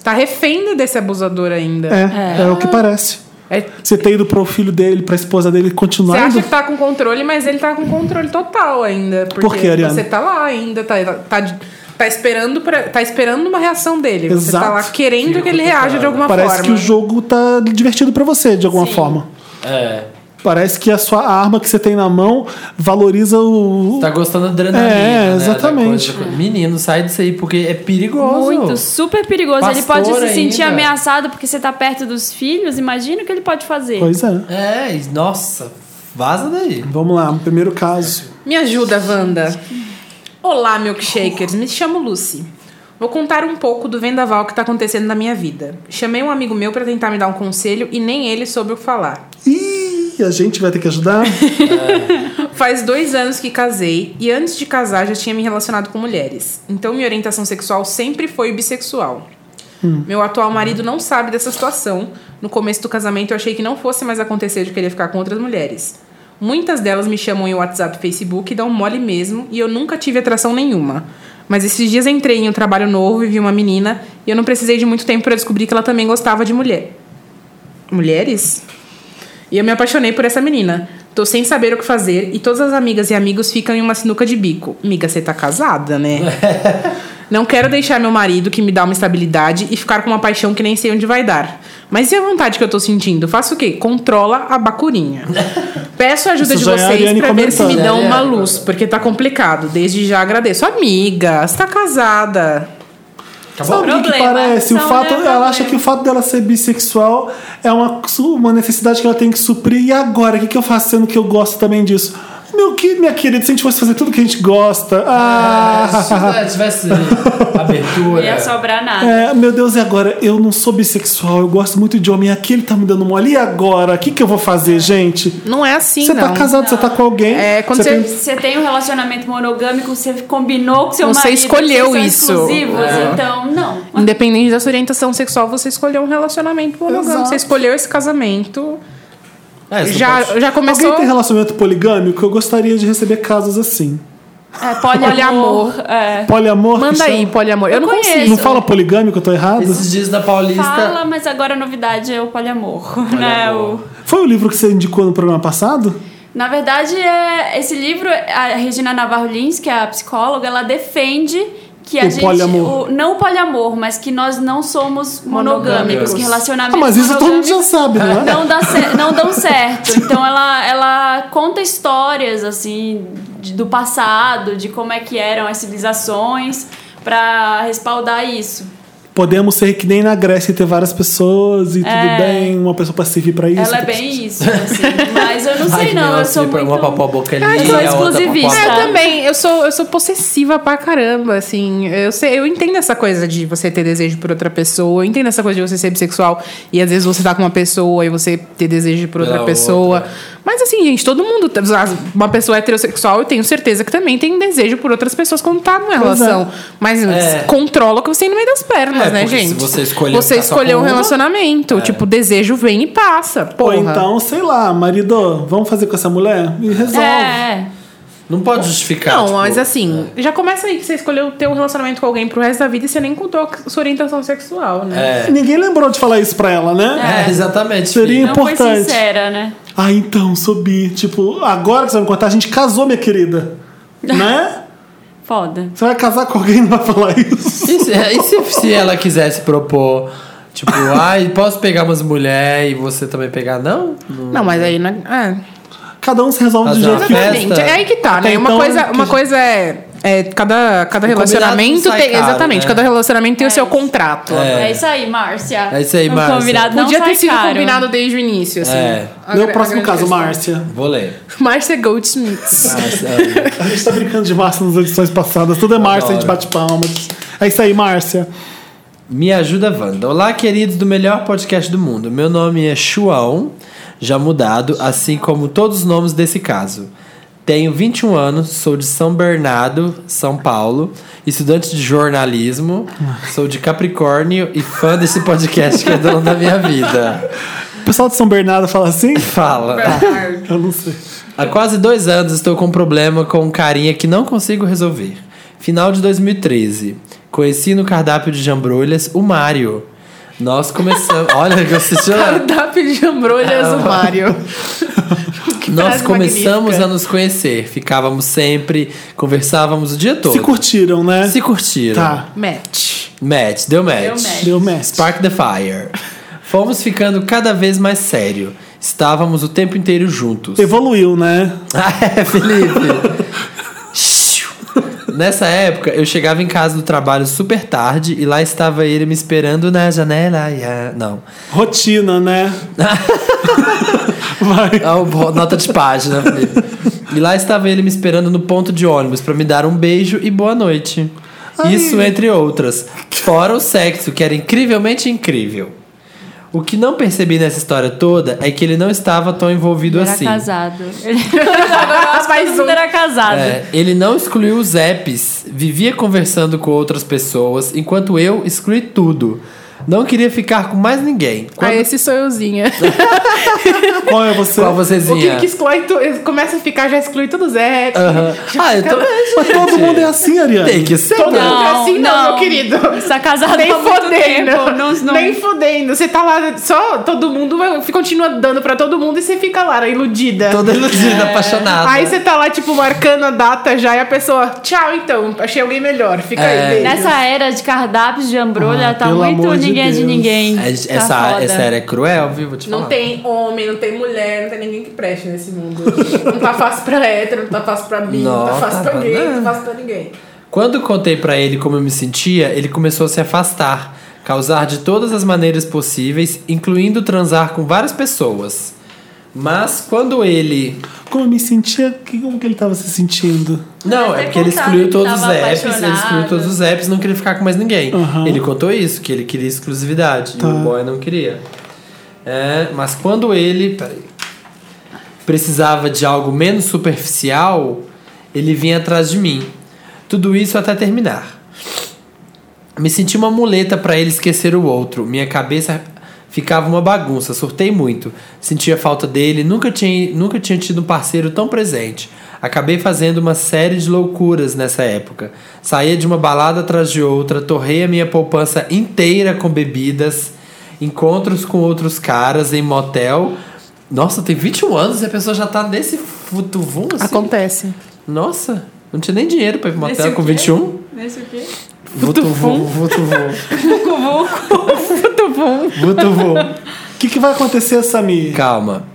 D: Tá refém desse abusador ainda.
A: é, é o que parece.
D: É-
A: Você ter ido pro filho dele, pra esposa dele,
D: Você
A: continuar
D: acha
A: indo
D: que tá com controle, mas ele tá com controle total ainda. Porque
A: Por quê, Ariana?
D: você tá lá ainda, tá, tá, de- tá esperando pra, tá esperando uma reação dele. Você tá
A: Exato.
D: lá querendo que ele reaja de alguma
A: Parece
D: forma. né?
A: que o jogo tá divertido pra você, de alguma forma.
C: É.
A: Parece que a sua arma que você tem na mão valoriza o.
C: Tá gostando da adrenalina.
A: É,
C: né,
A: exatamente.
C: da coisa. Menino, sai disso aí, porque é perigoso.
B: Muito, super perigoso. ele
C: Pastor
B: pode se sentir
C: ainda.
B: ameaçado porque você tá perto dos filhos. Imagina o que ele pode fazer.
A: Pois é.
C: É, e- nossa, vaza daí.
A: Vamos lá, primeiro caso.
D: Me ajuda, Wanda. Olá, milkshakers. Me chamo Lucy. Vou contar um pouco do vendaval que tá acontecendo na minha vida. Chamei um amigo meu pra tentar me dar um conselho e nem ele soube o que falar.
A: Ih, a gente vai ter que ajudar?
D: Faz dois anos que casei e antes de casar já tinha me relacionado com mulheres. Então minha orientação sexual sempre foi bissexual. Meu atual marido não sabe dessa situação. No começo do casamento eu achei que não fosse mais acontecer de querer ficar com outras mulheres. Muitas delas me chamam em WhatsApp e Facebook e dão mole mesmo e eu nunca tive atração nenhuma. Mas esses dias entrei em um trabalho novo e vi uma menina e eu não precisei de muito tempo pra descobrir que ela também gostava de mulher. Mulheres? E eu me apaixonei por essa menina. Tô sem saber o que fazer e todas as amigas e amigos ficam em uma sinuca de bico. Miga, você tá casada, né? Não quero deixar meu marido, que me dá uma estabilidade, e ficar com uma paixão que nem sei onde vai dar. Mas e a vontade que eu tô sentindo? Faço o quê? Controla a bacurinha. Peço a ajuda
A: Isso
D: de
A: já é a
D: vocês
A: Ariane
D: pra ver se me
A: comentando.
D: dão
C: É,
D: uma
C: é.
D: luz, porque tá complicado. Desde já agradeço. Amiga, você tá casada.
A: Sabe o que que
B: Problema,
A: parece? O
B: são,
A: fato,
B: né,
A: ela
B: problema.
A: acha que o fato dela ser bissexual é uma, uma necessidade que ela tem que suprir. E agora? O que, que eu faço sendo que eu gosto também disso? Meu que, minha querida, se a gente fosse fazer tudo que a gente gosta. Ah,
C: É, se não tivesse
B: Não
C: abertura.
B: ia sobrar
D: Ah.
B: nada.
A: é, meu Deus, e agora? Eu não sou bissexual, eu gosto muito de homem, e aqui ele tá me dando mole. E agora? O que, que eu vou fazer, gente?
D: Não é assim,
A: Você
D: Ah. não.
A: tá casado, você tá com alguém.
D: É, quando
A: você
D: você-
A: tem-
B: Você tem um relacionamento monogâmico, você combinou com seu
D: Você
B: marido.
D: escolheu
B: vocês são
D: isso.
B: exclusivos, então, não.
D: Independente da sua orientação sexual, você escolheu um relacionamento monogâmico.
A: Exato.
D: Você escolheu esse casamento.
C: É, você não
D: já,
C: pode-
D: já começou.
A: Alguém tem relacionamento poligâmico? Eu gostaria de receber casos assim.
B: É, poliamor. É.
A: Poliamor? que
D: Manda
A: chama?
D: aí, poliamor. Eu,
B: Eu
D: não
B: conheço.
D: consigo.
A: Não fala poligâmico, eu tô errado?
C: Esses dias na Paulista.
B: Fala, mas agora a novidade é o poliamor. Né?
C: tá- Poliamor.
B: O-
A: Foi o livro que você indicou no programa passado?
B: Na verdade, é, esse livro, a Regina Navarro Lins, que é a psicóloga, ela defende que a
A: O
B: gente.
A: poliamor.
B: o- não o poliamor, mas que nós não somos monogâmicos,
C: Monogâmicos.
B: que
A: Ah,
B: relacionamentos.
A: mas isso todo mundo
B: monogâmicos
A: já sabe, não é?
B: não, dá cer- não dão certo. Então ela, ela conta histórias assim de- do passado, de como é que eram as civilizações pra respaldar isso.
A: Podemos ser que nem na Grécia e ter várias pessoas e tudo
B: É.
A: bem, uma pessoa pra servir pra isso.
B: ela é
A: outra
B: bem isso, assim. Mas eu não
C: Ai,
B: sei
C: que
B: não, eu
C: negócio
B: sou
C: de Uma papou a
B: muito
C: boca ali,
B: Eu sou
C: a
A: é
C: outra
B: exclusivista.
C: papou a
D: Ah,
B: sabe?
D: eu também. Eu sou, eu sou possessiva pra caramba, assim. Eu, sei, eu entendo essa coisa de você ter desejo por outra pessoa. Eu entendo essa coisa de você ser bissexual e às vezes você tá com uma pessoa e você ter desejo por outra
C: Pela
D: pessoa.
C: outra.
D: Mas assim, gente, todo mundo. tá- Uma pessoa heterossexual, eu tenho certeza que também tem desejo por outras pessoas quando tá numa
A: Pois é.
D: relação. Mas
C: É.
D: controla o que você tem no meio das pernas,
C: É,
D: né,
C: porque se
D: gente?
C: você escolheu
D: Você
C: ficar só com
D: escolheu um
C: uma- é.
D: relacionamento. Tipo, desejo vem e passa.
A: Ou
D: Porra.
A: então, sei lá, marido, vamos fazer com essa mulher? E resolve.
B: É,
C: Não pode justificar.
D: Não,
C: tipo,
D: mas assim, já começa aí que você escolheu ter um relacionamento com alguém pro resto da vida e você nem contou a sua orientação sexual, né?
C: É,
A: Ninguém lembrou de falar isso pra ela, né?
C: é, exatamente.
A: Seria-
C: filho.
B: não foi
A: Importante.
B: sincera, né?
A: Ah, então, subi. Tipo, agora que você vai me contar, a gente casou, minha querida. Né?
B: Foda.
A: Você vai casar com alguém e não vai falar isso.
C: E, se, e se, se ela quisesse propor, tipo, ai, posso pegar umas mulheres e você também pegar? Não?
D: Não, mas aí não é.
A: Cada um se resolve do
C: Fazer uma
A: jeito que
C: festa.
D: Exatamente. É aí que tá,
A: Até
D: né? Uma
A: então,
D: coisa,
A: que
D: uma
A: a gente-
D: coisa é. é, cada,
C: combinado
D: cada relacionamento
C: sai
D: tem.
C: caro,
D: exatamente,
C: né?
D: cada relacionamento tem o
B: É
D: seu
B: isso.
D: contrato.
B: É, isso aí, Márcia.
C: É isso aí,
B: O
C: Márcia.
B: Combinado não
D: Podia
B: sai
D: ter sido
B: caro.
D: combinado desde o início, assim.
C: É.
D: A
A: Meu
D: gra- a
A: próximo
D: grande
A: caso,
D: questão.
A: Márcia.
C: Vou ler.
D: Márcia Goldsmith.
C: Mas, é,
A: A gente tá brincando de Márcia nas edições passadas. Tudo é Márcia, a gente
C: Adoro.
A: bate palmas. É isso aí, Márcia.
C: Me ajuda, Wanda. Olá, queridos do melhor podcast do mundo. Meu nome é Chuão, já mudado, assim como todos os nomes desse caso. Tenho 21 anos, sou de São Bernardo, São Paulo, estudante de jornalismo, sou de Capricórnio e fã desse podcast que é dono da minha vida.
A: O pessoal de São Bernardo fala assim?
C: Fala.
D: Bernard.
A: Eu não sei.
C: Há quase dois anos estou com um problema com um carinha que não consigo resolver. Final de 2013. Conheci no cardápio de jambrolhas o Mário. Nós começamos. Olha, que eu assisti lá.
D: Cardápio de
C: É.
D: jambrolhas do Mário. Que
C: Nós
D: frase
C: começamos
D: magnífica.
C: a nos conhecer. Ficávamos sempre, conversávamos o dia todo.
A: Se curtiram, né?
C: Se curtiram.
A: Tá.
D: Match.
C: Match, deu match.
B: Deu match.
A: Deu mestre.
C: Spark the Fire. Fomos ficando cada vez mais sério. Estávamos o tempo inteiro juntos.
A: Evoluiu, né?
C: Ah, é, Felipe. Nessa época, eu chegava em casa do trabalho super tarde e lá estava ele me esperando na janela. e, ah, Não.
A: Rotina, né? Vai.
C: Ah, o bo- Nota de página, Felipe. E lá estava ele me esperando no ponto de ônibus para me dar um beijo e boa noite. Isso entre outras. Fora o sexo, que era incrivelmente incrível. O que não percebi nessa história toda é que ele não estava tão envolvido
B: Era
C: assim.
B: casado. Ele...
D: Mais
B: Mais um
D: um.
B: era casado.
C: É, ele não excluiu os apps, vivia conversando com outras pessoas, enquanto eu excluí tudo. Não queria ficar com mais ninguém.
D: Ah,
C: Quando,
D: esse sou euzinha.
A: Qual é você?
C: qual
D: O que,
C: vocês
D: que exclui, tu, começa a ficar, já exclui todos os apps.
C: Ah, eu também.
A: Mas todo mundo é assim, Ariane.
C: Tem que ser.
D: Todo
C: né?
D: mundo é assim, não,
B: não.
D: meu querido.
B: Está casado
D: Nem
B: há muito
D: fodendo.
B: tempo. Não, não...
D: Nem fodendo. Você tá lá, só todo mundo vai- continua dando pra todo mundo e você fica lá, iludida.
C: Toda iludida, apaixonada.
D: É. Aí você tá lá, tipo, marcando a data já e a pessoa, tchau então, achei alguém melhor, fica
C: É.
D: aí. beijo."
B: Nessa era de cardápios de ambrolha,
A: Ah,
B: tá
A: pelo
B: muito
A: amor de
B: ninguém é de
A: Deus.
B: ninguém.
C: É,
B: Tá
C: Essa,
B: foda.
C: essa era é cruel, viu? Vou te
D: Não
C: falar.
D: tem homem, não tem mulher, não tem ninguém que preste nesse mundo. não tá fácil pra hétero, não tá fácil pra bi, não, tá
C: Não,
D: fácil
C: tá
D: pra gay,
C: nada.
D: não tá fácil pra ninguém.
C: Quando contei pra ele como eu me sentia, ele começou a se afastar, causar de todas as maneiras possíveis, incluindo transar com várias pessoas. Mas quando ele.
A: Como eu me sentia, que- como que ele tava se sentindo?
C: Não,
B: Deve
C: é
B: ter
C: porque ele
B: contado
C: excluiu
B: que
C: todos os
B: tava
C: apps, ele excluiu
B: apaixonado.
C: todos os apps, não queria ficar com mais ninguém.
A: Aham.
C: Ele contou isso, que ele queria exclusividade,
A: Tá.
C: e o boy não queria. É, mas quando ele peraí, precisava de algo menos superficial, ele vinha atrás de mim. Tudo isso até terminar. Me senti uma muleta pra ele esquecer o outro. Minha cabeça ficava uma bagunça, surtei muito. Sentia falta dele, nunca tinha, nunca tinha tido um parceiro tão presente. Acabei fazendo uma série de loucuras nessa época. Saía de uma balada atrás de outra, torrei a minha poupança inteira com bebidas, encontros com outros caras em motel. Nossa, tem 21 anos e a pessoa já tá nesse futuvum assim.
D: Acontece.
C: Nossa, não tinha nem dinheiro pra ir pro
B: Nesse
C: motel
B: o
C: com
B: quê?
C: 21.
B: Nesse o quê?
C: Futuvum, futuvum.
D: Muito bom.
C: Futuvum.
A: O que, que vai acontecer, Samir?
C: Calma.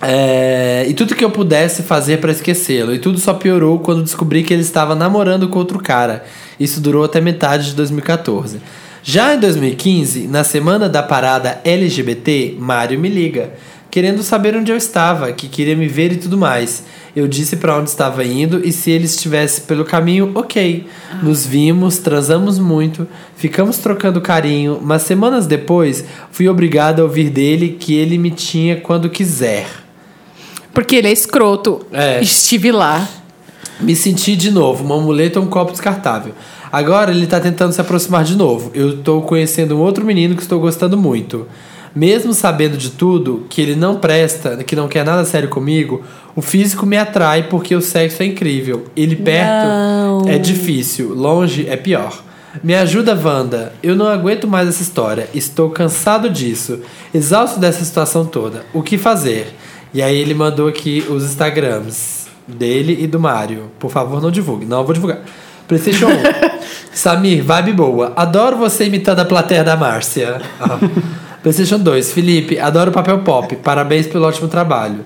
C: É, e tudo que eu pudesse fazer pra esquecê-lo. E tudo só piorou quando descobri que ele estava namorando com outro cara. Isso durou até metade de 2014. Já em 2015, na semana da parada LGBT, Mário me liga, querendo saber onde eu estava, que queria me ver e tudo mais. Eu disse pra onde estava indo e se ele estivesse pelo caminho, ok. Nos vimos, transamos muito, ficamos trocando carinho, mas semanas depois fui obrigado a ouvir dele que ele me tinha quando quiser.
D: Porque ele é escroto.
C: É.
D: Estive lá.
C: Me senti de novo, uma muleta ou um copo descartável. Agora ele tá tentando se aproximar de novo. Eu tô conhecendo um outro menino que estou gostando muito. Mesmo sabendo de tudo, que ele não presta, que não quer nada sério comigo, o físico me atrai porque o sexo é incrível. Ele perto é difícil, longe é pior. Me ajuda, Wanda. Eu não aguento mais essa história. Estou cansado disso. Exausto dessa situação toda. O que fazer? E aí ele mandou aqui os Instagrams dele e do Mário. Por favor, não divulgue. Não, eu vou divulgar. PlayStation 1. Samir, vibe boa. Adoro você imitando a plateia da Márcia. Ah. PlayStation 2. Felipe, adoro papel pop. Parabéns pelo ótimo trabalho.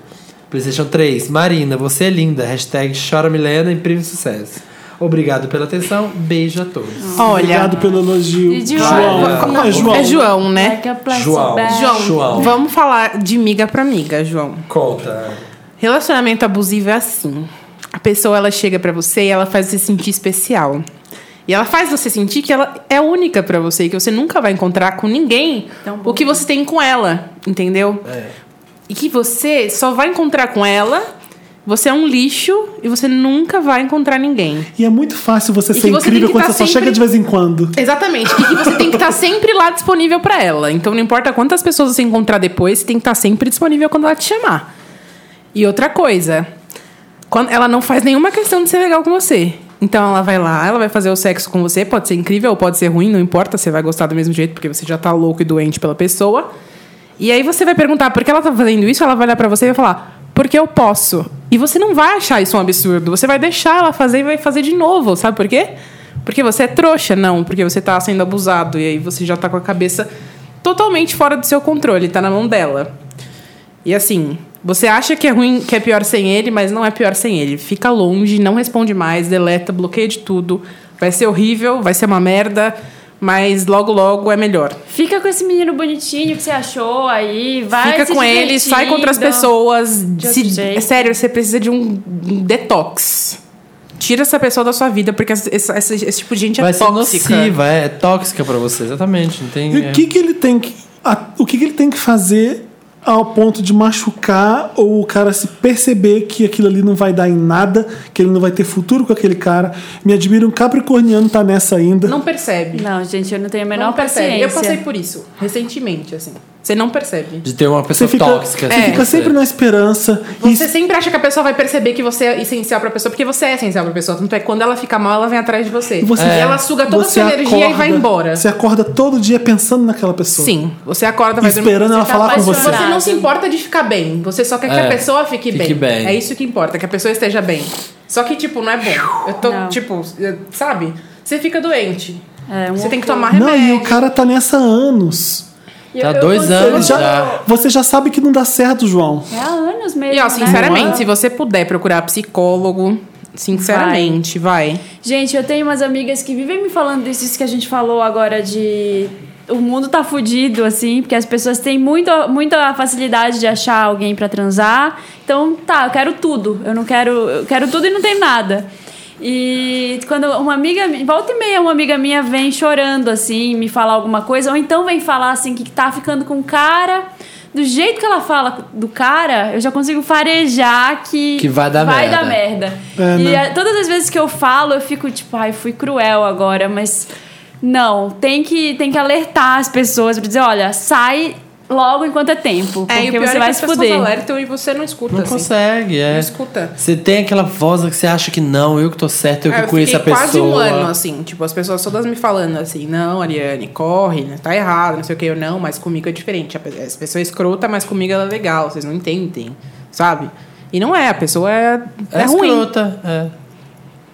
C: PlayStation 3. Marina, você é linda. Hashtag chora Milena, imprime sucesso. Obrigado pela atenção. Beijo a todos.
D: Olha.
A: Obrigado pelo elogio.
B: E de olho.
A: João. É João.
D: É João, né?
B: Like a plastic
C: João.
B: bag.
D: João,
C: João.
D: vamos falar de miga pra amiga, João.
C: Conta.
D: Relacionamento abusivo é assim. A pessoa ela chega pra você e ela faz você sentir especial. E ela faz você sentir que ela é única pra você, e que você nunca vai encontrar com ninguém
B: Tão bom.
D: o que você tem com ela, entendeu? E que você só vai encontrar com ela, você é um lixo e você nunca vai encontrar ninguém.
A: E é muito fácil você
D: que
A: ser
D: você tem
A: incrível
D: que
A: quando
D: tá
A: você só
D: sempre-
A: chega de vez em quando.
D: Exatamente. E que você tem que estar sempre lá disponível pra ela. Então não importa quantas pessoas você encontrar depois, você tem que estar sempre disponível quando ela te chamar. E outra coisa, quando ela não faz nenhuma questão de ser legal com você. Então ela vai lá, ela vai fazer o sexo com você, pode ser incrível ou pode ser ruim, não importa, você vai gostar do mesmo jeito porque você já tá louco e doente pela pessoa. E aí você vai perguntar por que ela tá fazendo isso, ela vai olhar pra você e vai falar: "Porque eu posso". E você não vai achar isso um absurdo, você vai deixar ela fazer e vai fazer de novo, sabe por quê? Porque você é trouxa, não, porque você tá sendo abusado e aí você já tá com a cabeça totalmente fora do seu controle, tá na mão dela. E assim, você acha que é ruim, que é pior sem ele, mas não é pior sem ele. Fica longe, não responde mais, deleta, bloqueia de tudo. Vai ser horrível, vai ser uma merda, mas logo logo é melhor.
B: Fica com esse menino bonitinho que você achou aí, vai
D: Fica
B: se
D: com ele,
B: divertindo.
D: sai com outras pessoas.
B: De
D: se-
B: outro jeito.
D: é sério, você precisa de um um detox. Tira essa pessoa da sua vida, porque essa- essa- esse, esse tipo de gente
C: Vai
D: é
C: ser
D: tóxica.
C: nociva, é, é tóxica pra você, exatamente. Não tem. é
A: E
D: é.
A: o que, que ele tem que. a- o que, que ele tem que fazer ao ponto de machucar ou o cara se perceber que aquilo ali não vai dar em nada, que ele não vai ter futuro com aquele cara. Me admira um capricorniano tá nessa ainda.
D: Não percebe.
B: Não, gente, eu não tenho a menor
D: Não percebe.
B: paciência.
D: Eu passei por isso, recentemente, assim. Você não percebe.
C: De ter uma pessoa
A: Você fica,
C: tóxica.
A: você
D: é.
C: assim,
A: fica
C: pra
A: sempre na esperança. E
D: Você sempre acha que a pessoa vai perceber que você é essencial pra pessoa, porque você é essencial pra pessoa. Tanto é que quando ela fica mal, ela vem atrás de você.
A: você- é.
D: E ela suga toda a
A: você
D: sua energia e
A: acorda-
D: vai embora.
A: Você acorda todo dia pensando naquela pessoa.
D: Sim, você acorda, vai dormir.
A: Esperando ela
B: tá
A: falar com você.
B: apaixonado.
D: Você não se importa de ficar bem. Você só quer que
C: É,
D: a pessoa fique,
C: fique
D: bem.
C: bem.
D: É isso que importa, que a pessoa esteja bem. Só que, tipo, não é bom. Eu tô,
B: Não.
D: tipo, eu- sabe? Você fica doente.
B: É, um
D: você tem que
B: horror.
D: tomar
A: Não, e o
D: remédio.
A: cara tá nessa há anos.
B: E
C: Tá
B: eu- eu
C: dois
B: consigo-
A: Ele
C: anos.
A: já-
D: é.
C: Já.
A: você já sabe que não dá certo, João.
B: É há anos mesmo.
D: E, ó,
B: né?
D: sinceramente,
B: Não é?
D: se você puder procurar psicólogo, sinceramente, vai.
B: Gente, eu tenho umas amigas que vivem me falando desses que a gente falou agora de o mundo tá fudido, assim, porque as pessoas têm muito, muita facilidade de achar alguém pra transar. Então, tá, eu quero tudo. Eu não quero. Eu quero tudo e não tem nada. E quando uma amiga, mi- volta e meia, uma amiga minha vem chorando assim, me falar alguma coisa, ou então vem falar assim que tá ficando com o cara. Do jeito que ela fala do cara, eu já consigo farejar que.
C: Que vai dar merda.
B: Vai dar merda.
A: É,
B: e
A: né?
B: a- todas as vezes que eu falo, eu fico tipo, ai, fui cruel agora, mas não, tem que, tem que alertar as pessoas pra dizer, olha, sai logo enquanto é tempo,
D: É, e o
B: porque
D: pior
B: você
D: é que
B: vai
D: as
B: se
D: pessoas
B: fuder.
D: alertam e você não escuta,
C: Não
D: assim.
C: consegue, é.
D: Não escuta.
C: Você tem aquela voz que você acha que não, eu que tô certo, eu que
D: É, eu
C: conheço a
D: fiquei
C: pessoa.
D: quase um ano, assim, tipo, as pessoas todas me falando assim, não, Ariane, corre, né? tá errado, não sei o que, eu não, mas comigo é diferente. A pe- Essa pessoa é escrota, mas comigo ela é legal, vocês não entendem, sabe? E não é, a pessoa é, é,
C: é
D: ruim.
C: escrota, é.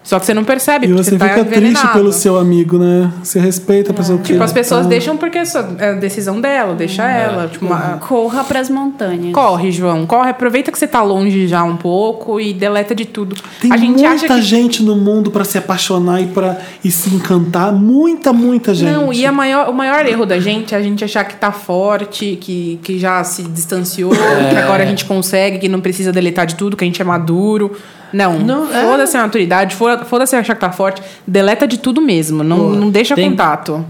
D: Só que você não percebe,
A: E
D: porque
A: você
D: tá
A: fica triste
D: envenenado.
A: pelo seu amigo, né? Você respeita a pessoa que
D: Tipo, as pessoas
A: tá.
D: deixam porque é só- é a decisão dela, deixa
A: É.
D: ela. Tipo, uma-
A: Uhum.
B: Corra pras montanhas.
D: Corre, João, corre, aproveita que você tá longe já um pouco e deleta de tudo.
A: Tem
D: a gente
A: muita
D: acha que
A: gente no mundo pra se apaixonar e para e se encantar, muita muita gente.
D: Não, e a maior, o maior erro da gente é a gente achar que tá forte, que, que já se distanciou, que
C: É.
D: agora a gente consegue, que não precisa deletar de tudo, que a gente é maduro. Não,
C: Não, é.
D: foda-se a maturidade, foda- foda-se achar que tá forte, deleta de tudo mesmo, não,
C: Pô,
D: não deixa
C: tem-
D: contato.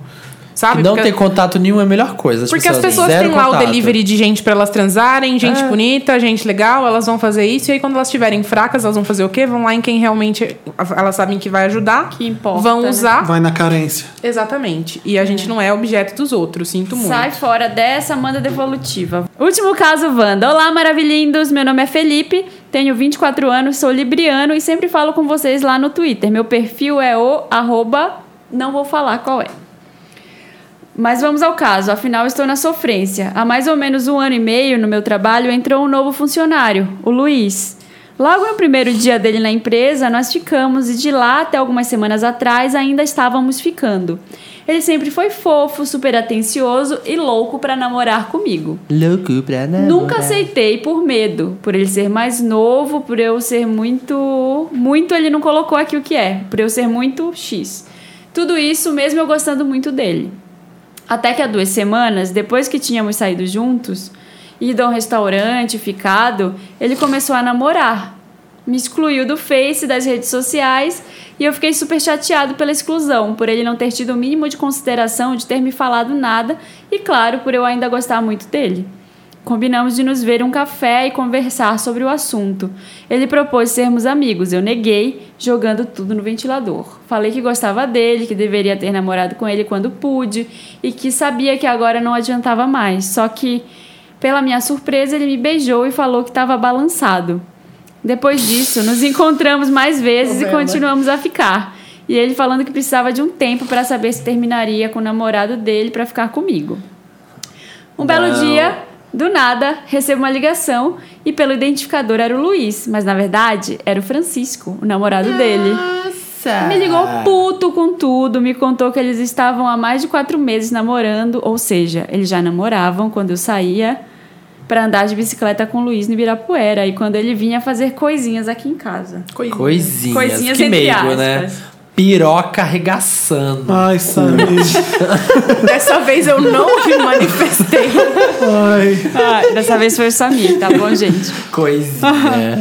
D: Sabe?
C: não
D: Ah, porque
C: ter contato nenhum é a melhor coisa.
D: porque as pessoas
C: zero
D: têm lá o
C: contato. É.
D: delivery de gente pra elas transarem, gente bonita, gente legal, elas vão fazer isso, e aí quando elas estiverem fracas, elas vão fazer o quê? Vão lá em quem realmente elas sabem que vai ajudar.
B: Que importa,
D: Vão
B: né?
D: usar.
A: Vai na carência.
D: Exatamente. E a gente não é objeto dos outros, sinto muito.
B: Sai fora dessa, manda devolutiva. Último caso, Wanda. Olá, maravilhindos. Meu nome é Felipe, tenho 24 anos, sou libriano e sempre falo com vocês lá no Twitter. Meu perfil é o arroba, não vou falar qual é. Mas vamos ao caso, afinal estou na sofrência. Há mais ou menos um ano e meio no meu trabalho entrou um novo funcionário, o Luiz. Logo no primeiro dia dele na empresa, nós ficamos e de lá até algumas semanas atrás ainda estávamos ficando. Ele sempre foi fofo, super atencioso e louco para namorar comigo.
C: Louco pra namorar.
B: Nunca aceitei por medo, por ele ser mais novo, por eu ser muito. Muito ele não colocou aqui o que é, por eu ser muito X. Tudo isso mesmo eu gostando muito dele. Até que há duas semanas, depois que tínhamos saído juntos, ido a um restaurante, ficado, ele começou a namorar. Me excluiu do Face, das redes sociais, e eu fiquei super chateado pela exclusão, por ele não ter tido o mínimo de consideração de ter me falado nada, e claro, por eu ainda gostar muito dele. Combinamos de nos ver um café e conversar sobre o assunto. Ele propôs sermos amigos, eu neguei, jogando tudo no ventilador. Falei que gostava dele, que deveria ter namorado com ele quando pude e que sabia que agora não adiantava mais. Só que, pela minha surpresa, ele me beijou e falou que estava balançado. Depois disso, nos encontramos mais vezes e continuamos a ficar. E ele falando que precisava de um tempo para saber se terminaria com o namorado dele para ficar comigo. Um belo
C: Não.
B: dia, do nada, recebo uma ligação e pelo identificador era o Luiz, mas na verdade era o Francisco, o namorado dele.
C: Nossa.
B: Me ligou puto com tudo, me contou que eles estavam há mais de quatro meses namorando, ou seja, eles já namoravam quando eu saía pra andar de bicicleta com o Luiz no Ibirapuera e quando ele vinha fazer coisinhas aqui em casa.
C: Coisinhas.
B: Coisinhas
C: que
B: entre
C: meigo,
B: aspas.
C: né? Piroca arregaçando.
A: Ai, sabe.
D: Hum. Dessa vez eu não me manifestei.
A: Ai.
B: Ah, dessa vez foi o Samir, tá bom, gente?
C: Coisinha.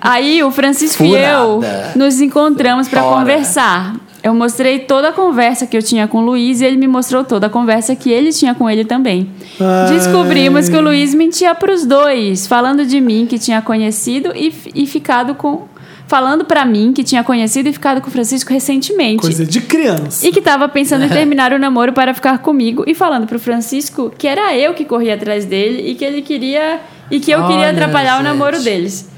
B: Aí o Francisco e eu
C: Furada.
B: nos encontramos pra
C: Tora.
B: conversar. Eu mostrei toda a conversa que eu tinha com o Luiz e ele me mostrou toda a conversa que ele tinha com ele também.
A: Ai.
B: Descobrimos que o Luiz mentia pros dois, falando de mim que tinha conhecido e, f- e ficado com falando pra mim que tinha conhecido e ficado com o Francisco recentemente.
A: Coisa de criança.
B: E que tava pensando em
C: Né?
B: terminar o namoro para ficar comigo e falando pro Francisco que era eu que corria atrás dele e que ele queria. e que eu queria
C: Olha,
B: atrapalhar o
C: gente.
B: namoro deles.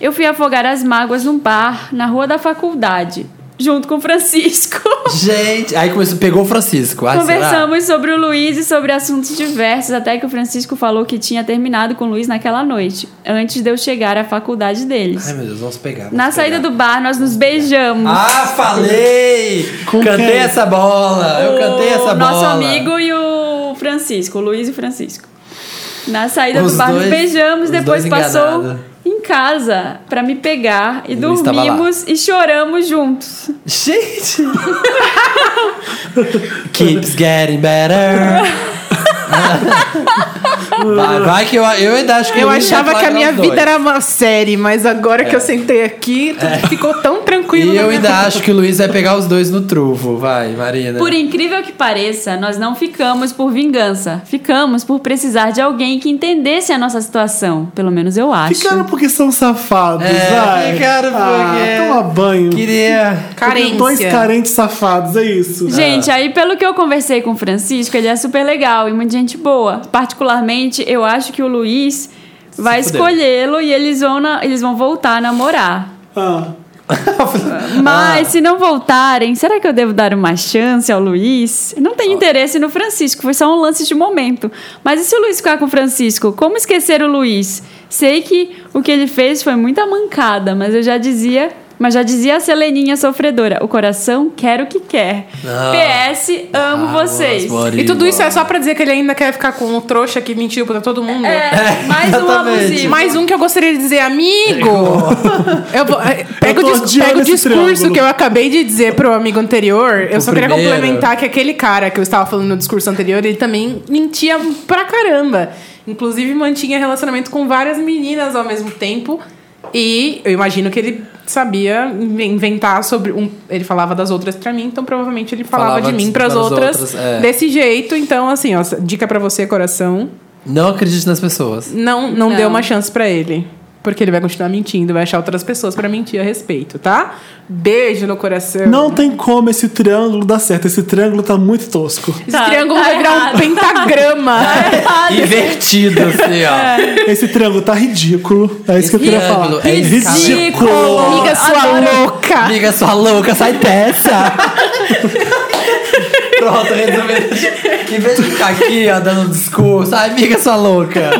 B: Eu fui afogar as mágoas num bar, na rua da faculdade, junto com o Francisco.
C: É. Gente, aí começou, pegou o Francisco. Ah, Ai,
B: Conversamos sobre o Luiz e sobre assuntos diversos, até que o Francisco falou que tinha terminado com o Luiz naquela noite, antes de eu chegar à faculdade deles.
C: Será? Ai, meu Deus, vamos pegar. vamos
B: na saída
C: pegar.
B: do bar, nós nos beijamos.
C: Ah, falei!
A: Com
C: cantei
A: quem?
C: essa bola! Eu cantei essa
B: o
C: bola!
B: nosso amigo e o Francisco, o Luiz e o Francisco. Na saída
C: Os
B: do bar nos
C: dois-
B: beijamos,
C: os
B: depois
C: dois
B: passou
C: enganado.
B: em casa pra me pegar e
C: Luiz tava lá.
B: dormimos e choramos juntos.
C: Gente! Keeps getting better. vai, vai que eu, eu ainda acho que
D: Eu
C: ia
D: achava que a
C: flagrar
D: minha
C: os
D: vida
C: dois. É.
D: era uma série, mas agora que eu sentei aqui, tudo ficou tão tranquilo.
C: E
D: na
C: eu
D: minha
C: ainda acho que o Luiz vai pegar os dois no truvo. Vai, Marina.
B: Por incrível que pareça, nós não ficamos por vingança. Ficamos por precisar de alguém que entendesse a nossa situação. Pelo menos eu acho.
A: Ficaram porque são safados,
C: É,
A: vai.
C: ficaram porque-
A: Ah, toma banho.
C: Queria.
A: Porque Dois
D: é Carência.
A: carentes safados, é isso.
B: Gente, aí pelo que eu conversei com o Francisco, ele é super legal e muita gente boa. Particularmente, eu acho que o Luiz vai
C: fudeu.
B: escolhê-lo e eles vão, na- eles vão voltar a namorar.
A: Ah,
C: Ah.
B: Mas se não voltarem, será que eu devo dar uma chance ao Luiz? Não tem
C: Ah.
B: interesse no Francisco, foi só um lance de momento. Mas e se o Luiz ficar com o Francisco? Como esquecer o Luiz? Sei que o que ele fez foi muita mancada, mas eu já dizia. Mas já dizia a Seleninha sofredora: o coração quer o que quer.
C: Ah.
B: PS, amo vocês.
D: E tudo isso é só pra dizer que ele ainda quer ficar com o trouxa que mentiu pra todo mundo.
B: É, mais um
C: Exatamente.
B: abusivo.
D: Mais um que eu gostaria de dizer, amigo! eu vou, é, pega,
A: Eu tô
D: o, dis-
A: odiando
D: pega o
A: esse
D: discurso
A: triângulo.
D: que eu acabei de dizer pro amigo anterior. Eu
C: O
D: só queria
C: primeiro.
D: complementar que aquele cara que eu estava falando no discurso anterior, ele também mentia pra caramba. Inclusive, mantinha relacionamento com várias meninas ao mesmo tempo. E eu imagino que ele sabia inven- inventar sobre um. Ele falava das outras pra mim, então provavelmente ele falava,
C: Falava
D: de mim pras
C: das
D: outras,
C: outras, é.
D: desse jeito. Então, assim, ó, dica pra você, coração.
C: Não acredite nas pessoas.
D: Não, não,
B: Não.
D: deu uma chance pra ele. Porque ele vai continuar mentindo, vai achar outras pessoas pra mentir a respeito, tá? Beijo no coração.
A: não tem como esse triângulo dar certo. Esse triângulo tá muito tosco.
D: Esse
B: Tá,
D: triângulo
B: tá
D: vai virar um
B: errado.
D: pentagrama.
C: Invertido, assim, ó.
A: Esse triângulo tá ridículo. É isso que eu queria
C: triângulo
A: falar.
C: é
B: Ridículo.
D: Amiga é sua louca.
C: Amiga, sua louca, sai dessa! Pronto, resumindo. Em vez de ficar aqui, ó, dando um discurso, ai, amiga, sua louca.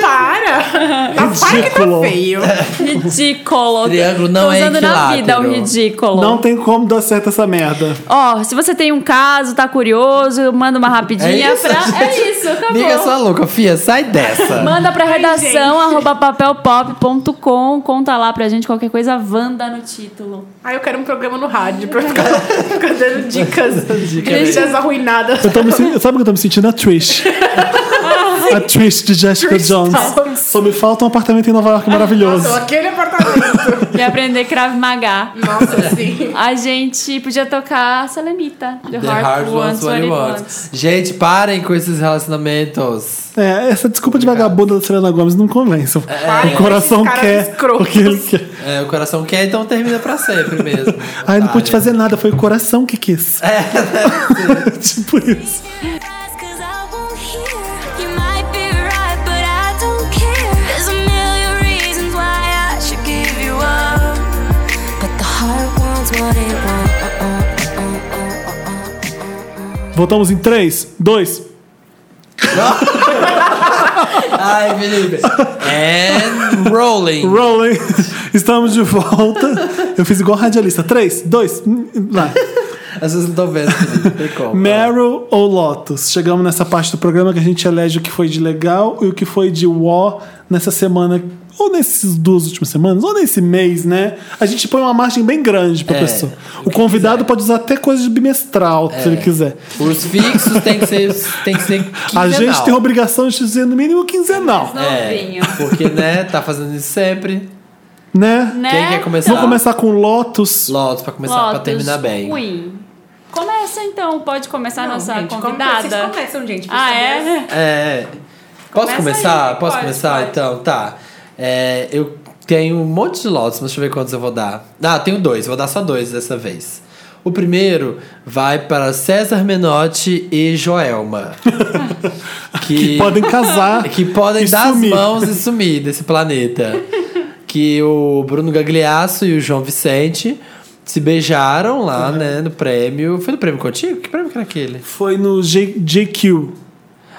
D: Para! Tá, para que tá
A: Ridículo. É.
D: feio.
B: Ridículo.
C: Triângulo não
B: Tô
C: é
B: usando na vida o
C: equilátero.
D: é
B: ridículo.
A: Não tem como dar certo essa merda.
B: Ó, se você tem um caso, tá curioso, manda uma rapidinha
C: É isso,
B: pra.
C: gente.
B: É isso, acabou.
C: Amiga, sua louca, fia, sai dessa.
B: Manda pra
D: gente.
B: redação arroba papelpop.com. Conta lá pra gente qualquer coisa, Wanda no título.
D: Ah, eu quero um programa no rádio pra ficar, ficar dando dicas. Dicas arruinadas.
A: Eu tô me sen- Sabe o que eu tô me sentindo? A Trish. A Trish de Jessica
D: Trish
A: Jones.
D: Thomas.
A: Só me falta um apartamento em Nova York maravilhoso.
D: Nossa, aquele apartamento.
B: E aprender Krav Maga.
D: Nossa, assim. sim.
B: A gente podia tocar Selenita. The,
C: The
B: Heart,
C: heart
B: Wants
C: wants what it wants. Gente, parem com esses relacionamentos.
A: É, essa desculpa de vagabunda da Selena Gomes não convence.
D: Parem
A: o
D: com
A: coração
D: É. esses caras
A: quer
D: escrotos.
A: o que ele quer.
C: É, o coração quer, então termina pra sempre mesmo.
A: Ai, não pude
C: Otária.
A: fazer nada, foi o coração que quis. tipo isso.
F: Cause I won't hear. You might be right, but I don't care. There's a million reasons why I should give you up. But the heart wants what it wants.
A: Voltamos em 3, 2.
C: Ai, Felipe. And rolling.
A: Rolling. Estamos de volta. Eu fiz igual radialista. 3, 2, lá.
C: As pessoas não estão vendo, Felipe. Tem como.
A: Meryl ou Lotus? Chegamos nessa parte do programa que a gente elege o que foi de legal e o que foi de uó nessa semana, ou nessas duas últimas semanas, ou nesse mês, né? A gente põe uma margem bem grande pra
C: É,
A: pessoa.
C: o
A: O
C: que É.
A: convidado pode usar até coisa de bimestral, se ele quiser.
C: Os fixos tem que ser, tem que ser
A: A gente
C: quinzenal.
A: tem um a obrigação de dizer no mínimo quinzenal,
C: É,
B: Novinho.
C: porque, né, tá fazendo isso sempre.
A: né?
B: Né?
C: Quem quer começar?
A: Vamos começar com Lotus.
C: Lotus, pra começar, pra
B: Lotus, um
C: terminar bem.
B: Queen. Começa então, pode começar a nossa convidada.
D: começam, gente?
B: ah, é?
C: É. Posso
B: Começa
C: começar?
B: aí,
C: Posso
B: pode,
C: começar?
B: pode.
C: Então, tá. É, eu tenho um monte de lotes, mas deixa eu ver quantos eu vou dar. Ah, tenho dois, vou dar só dois dessa vez. O primeiro vai para César Menotti e Joelma.
A: Que podem casar.
C: que podem
A: e
C: dar
A: sumir.
C: as mãos e sumir desse planeta. que o Bruno Gagliasso e o João Vicente se beijaram lá,
A: Uhum.
C: né, no prêmio. Foi no prêmio contigo? Que prêmio que era aquele?
A: Foi no J- JQ.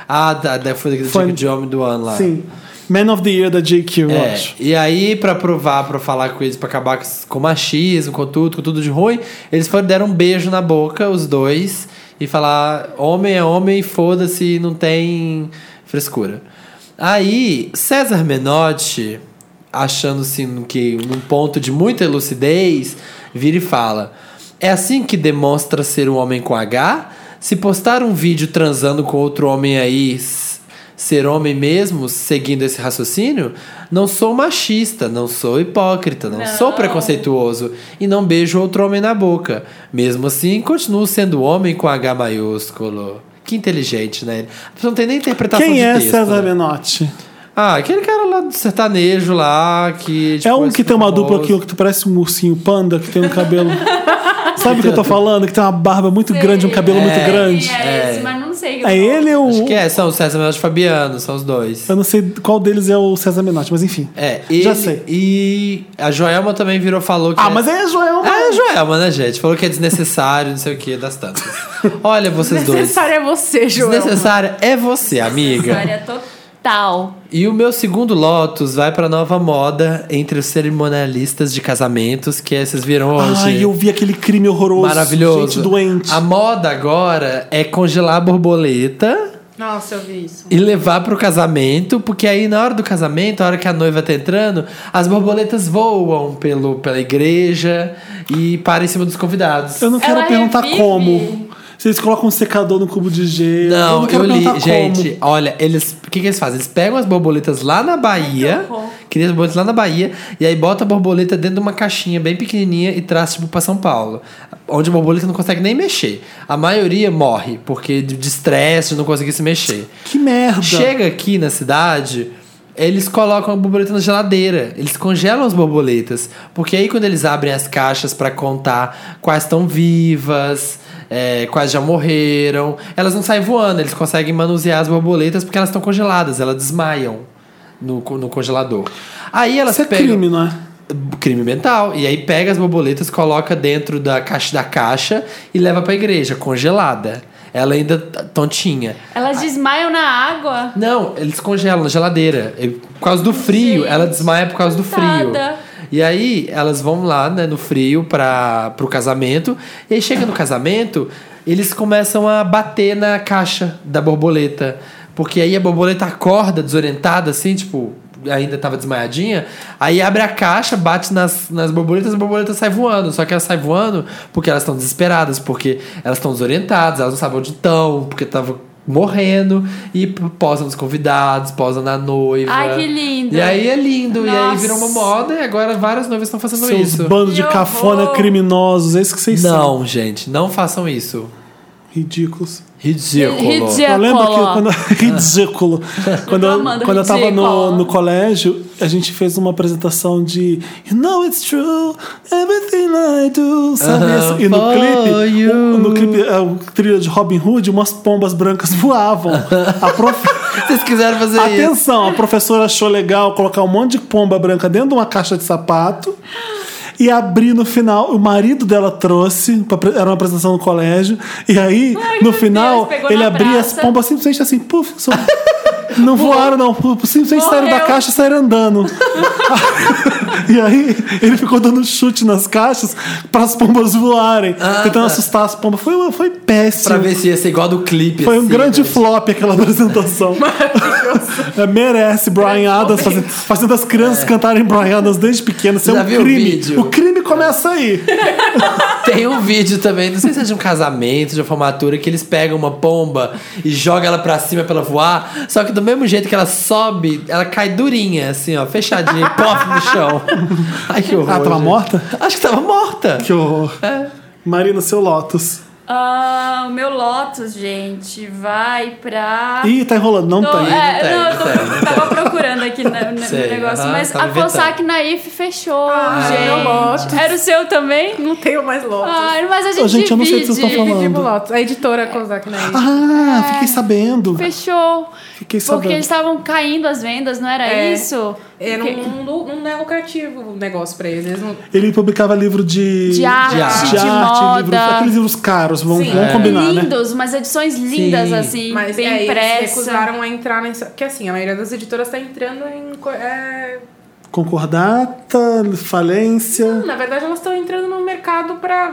C: Ah, da, da, foi daquele
A: Foi-
C: tipo de homem do ano lá.
A: Sim. Man of the Year da JQ, eu
C: É,
A: acho.
C: e aí, pra provar, pra falar com eles, pra acabar com, com machismo, com tudo, com tudo de ruim, eles foram deram um beijo na boca, os dois, e falar: homem é homem, foda-se, não tem frescura. Aí, César Menotti, achando-se no que num ponto de muita lucidez, vira e fala: É assim que demonstra ser um homem com H? Se postar um vídeo transando com outro homem aí, s- ser homem mesmo, seguindo esse raciocínio, não sou machista, não sou hipócrita, não, sou
B: Não.
C: preconceituoso e não beijo outro homem na boca. Mesmo assim, continuo sendo homem com H maiúsculo. Que inteligente, né? A pessoa não tem nem interpretação
A: Quem
C: de
A: é
C: texto, né?
A: César Menotti?
C: Ah, aquele cara lá do sertanejo lá, que.
A: é
C: tipo,
A: um que tem uma
C: famoso.
A: dupla aqui, ó, que tu parece um ursinho panda, que tem um cabelo. Sabe o que eu tô falando? Que tem uma barba muito grande, um cabelo muito grande.
B: Sim, é esse, mas não sei.
A: É ele ou.
C: Acho que é, são o César Menotti e o Fabiano, são os dois.
A: Eu não sei qual deles é o César Menotti, mas enfim.
C: É, ele,
A: Já sei.
C: E a Joelma também virou, falou que.
A: Ah,
C: é-
A: mas é Joel.
C: Ah,
A: né?
C: é a Joelma, né, gente? Falou que é desnecessário, não sei o que, das tantas. Olha, vocês dois.
D: Necessário é você, Joel.
C: Desnecessário é você, amiga.
B: História total.
C: E o meu segundo Lotus vai pra nova moda entre os cerimonialistas de casamentos, que esses viram hoje.
A: Ai, eu vi aquele crime horroroso.
C: Maravilhoso.
A: Gente doente.
C: A moda agora é congelar a borboleta
D: Nossa, eu vi isso.
C: e levar pro casamento, porque aí na hora do casamento, a hora que a noiva tá entrando, as borboletas voam pelo, pela igreja e param em cima dos convidados.
A: Eu não quero
B: Ela é
A: perguntar
B: revive.
A: como. Se eles colocam um secador no cubo de gelo. eu
C: Não,
A: não
C: eu,
A: quero
C: li,
A: perguntar
C: gente,
A: como.
C: olha, eles, o que que eles fazem? Eles pegam as borboletas lá na Bahia, criam as borboletas lá na Bahia, e aí bota a borboleta dentro de uma caixinha bem pequenininha e traz, tipo, pra São Paulo, onde a borboleta não consegue nem mexer. A maioria morre, porque de de estresse, de não conseguir se mexer.
A: Que merda.
C: Chega aqui na cidade, eles colocam a borboleta na geladeira. Eles congelam as borboletas. Porque aí, quando eles abrem as caixas pra contar quais estão vivas, é, quais já morreram, elas não saem voando. Eles conseguem manusear as borboletas porque elas estão congeladas, elas desmaiam no, co- no congelador. Aí elas
A: Isso é
C: pegam
A: crime, não é?
C: crime mental. E aí pega as borboletas, coloca dentro da caixa da caixa e leva pra igreja congelada. Ela ainda t- tontinha.
A: Ah.
B: Elas desmaiam na água.
C: Não, eles congelam na geladeira. E Por causa do frio,
B: Gente,
C: ela desmaia por causa do frio.
B: coitada.
C: E aí elas vão lá, né, no frio para pro casamento. E aí chega no casamento, eles começam a bater na caixa da borboleta, porque aí a borboleta acorda desorientada assim, tipo, ainda tava desmaiadinha, aí abre a caixa, bate nas, nas borboletas, a borboleta sai voando, só que ela sai voando porque elas estão desesperadas, porque elas estão desorientadas, elas não sabem onde estão, porque tava morrendo e p- posa nos convidados, posa na noiva.
B: Ai, que lindo.
C: E aí é lindo, e aí virou uma
B: Nossa.
C: moda e agora várias noivas estão fazendo
A: Seus
C: isso.
A: bandos de
B: Que
A: cafona
B: horror.
A: criminosos. É isso que vocês são.
C: Não, gente, não façam isso.
A: Ridículos.
C: Ridículo.
B: Ridículo.
A: Eu lembro que
B: Ridículo.
A: quando. Ridículo. quando, eu,
B: amando,
A: quando eu tava no,
B: ridículo.
A: no colégio, a gente fez uma apresentação de You know it's true, everything I do. Sabe
C: Aham,
A: essa? E no
C: for
A: clipe,
C: you.
A: o, no clipe, é, o trilho de Robin Hood, umas pombas brancas voavam. A prof...
C: Vocês quiseram fazer isso.
A: Atenção, a professora achou legal colocar um monte de pomba branca dentro de uma caixa de sapato e abrir no final. O marido dela trouxe, pra apre- era uma apresentação no colégio, e aí
B: Ai,
A: no
B: meu
A: final
B: Deus, pegou
A: ele
B: na
A: abria as
B: praça.
A: pombas simplesmente assim, puf, só- não voaram não, puf, simplesmente saíram da
B: Morreu.
A: caixa e saíram andando. e aí ele ficou dando chute nas caixas para as pombas voarem, tentando assustar as pombas. Foi, foi péssimo.
C: Ah, tá. Pra ver se ia ser igual do clipe.
A: Foi um
C: assim,
A: grande
C: né?
A: flop aquela apresentação. É, Merece Brian Adams fazendo, fazendo as crianças cantarem Brian Adams desde pequenas. Isso é
C: É. Já
A: um
C: viu o
A: crime.
C: vídeo? É.
A: O crime começa aí.
C: Tem um vídeo também, não sei se é de um casamento, de uma formatura, que eles pegam uma pomba e jogam ela pra cima pra ela voar. Só que do mesmo jeito que ela sobe, ela cai durinha, assim, ó, fechadinha, e pof no chão. Ai, que horror.
A: Ah, tava
C: gente. É.
A: morta?
C: Acho que tava morta.
A: Que horror. Marina, seu Lotus.
B: Ah, o meu Lotus, gente, vai pra.
A: Ih, tá enrolando, não
B: Ah. Tô-
A: tem.
B: é,
C: tem,
B: não,
C: não
B: eu tô-
A: tá
C: tem,
B: tava procurando aqui na- na- no,
C: Sei,
B: negócio.
C: aham,
B: mas
C: tava
B: a
C: inventando.
B: Fonsac na IF fechou,
D: Ah, é meu Lotus.
B: gente. Era o seu também?
D: Não tenho mais Lotus.
B: Ai, mas a gente. Tipo,
A: Ô, gente, eu não sei o que vocês
B: divide.
A: tão Tá falando.
D: Pedimos Lotus. A editora Kozak, né?
A: Ah, fiquei sabendo.
B: É. Fechou.
A: Fiquei
B: Porque
A: sabendo.
B: eles estavam caindo as vendas, não era
D: É.
B: isso?
D: É,
B: Porque-
D: não, não, não é lucrativo o negócio pra eles. Eles não...
A: Ele publicava livro de...
B: De arte,
C: de arte,
B: de,
A: de arte, livros,
B: moda.
A: aqueles livros caros, vamos,
D: Sim.
A: vamos
C: É.
A: combinar, né?
B: lindos, umas edições lindas,
C: Sim.
B: assim,
D: Mas
B: bem
D: é,
B: impressa.
D: eles se recusaram a entrar nessa... Porque assim, a maioria das editoras tá entrando em... co- é,
A: Concordata, falência.
D: Na verdade, elas estão Uhum. entrando no mercado para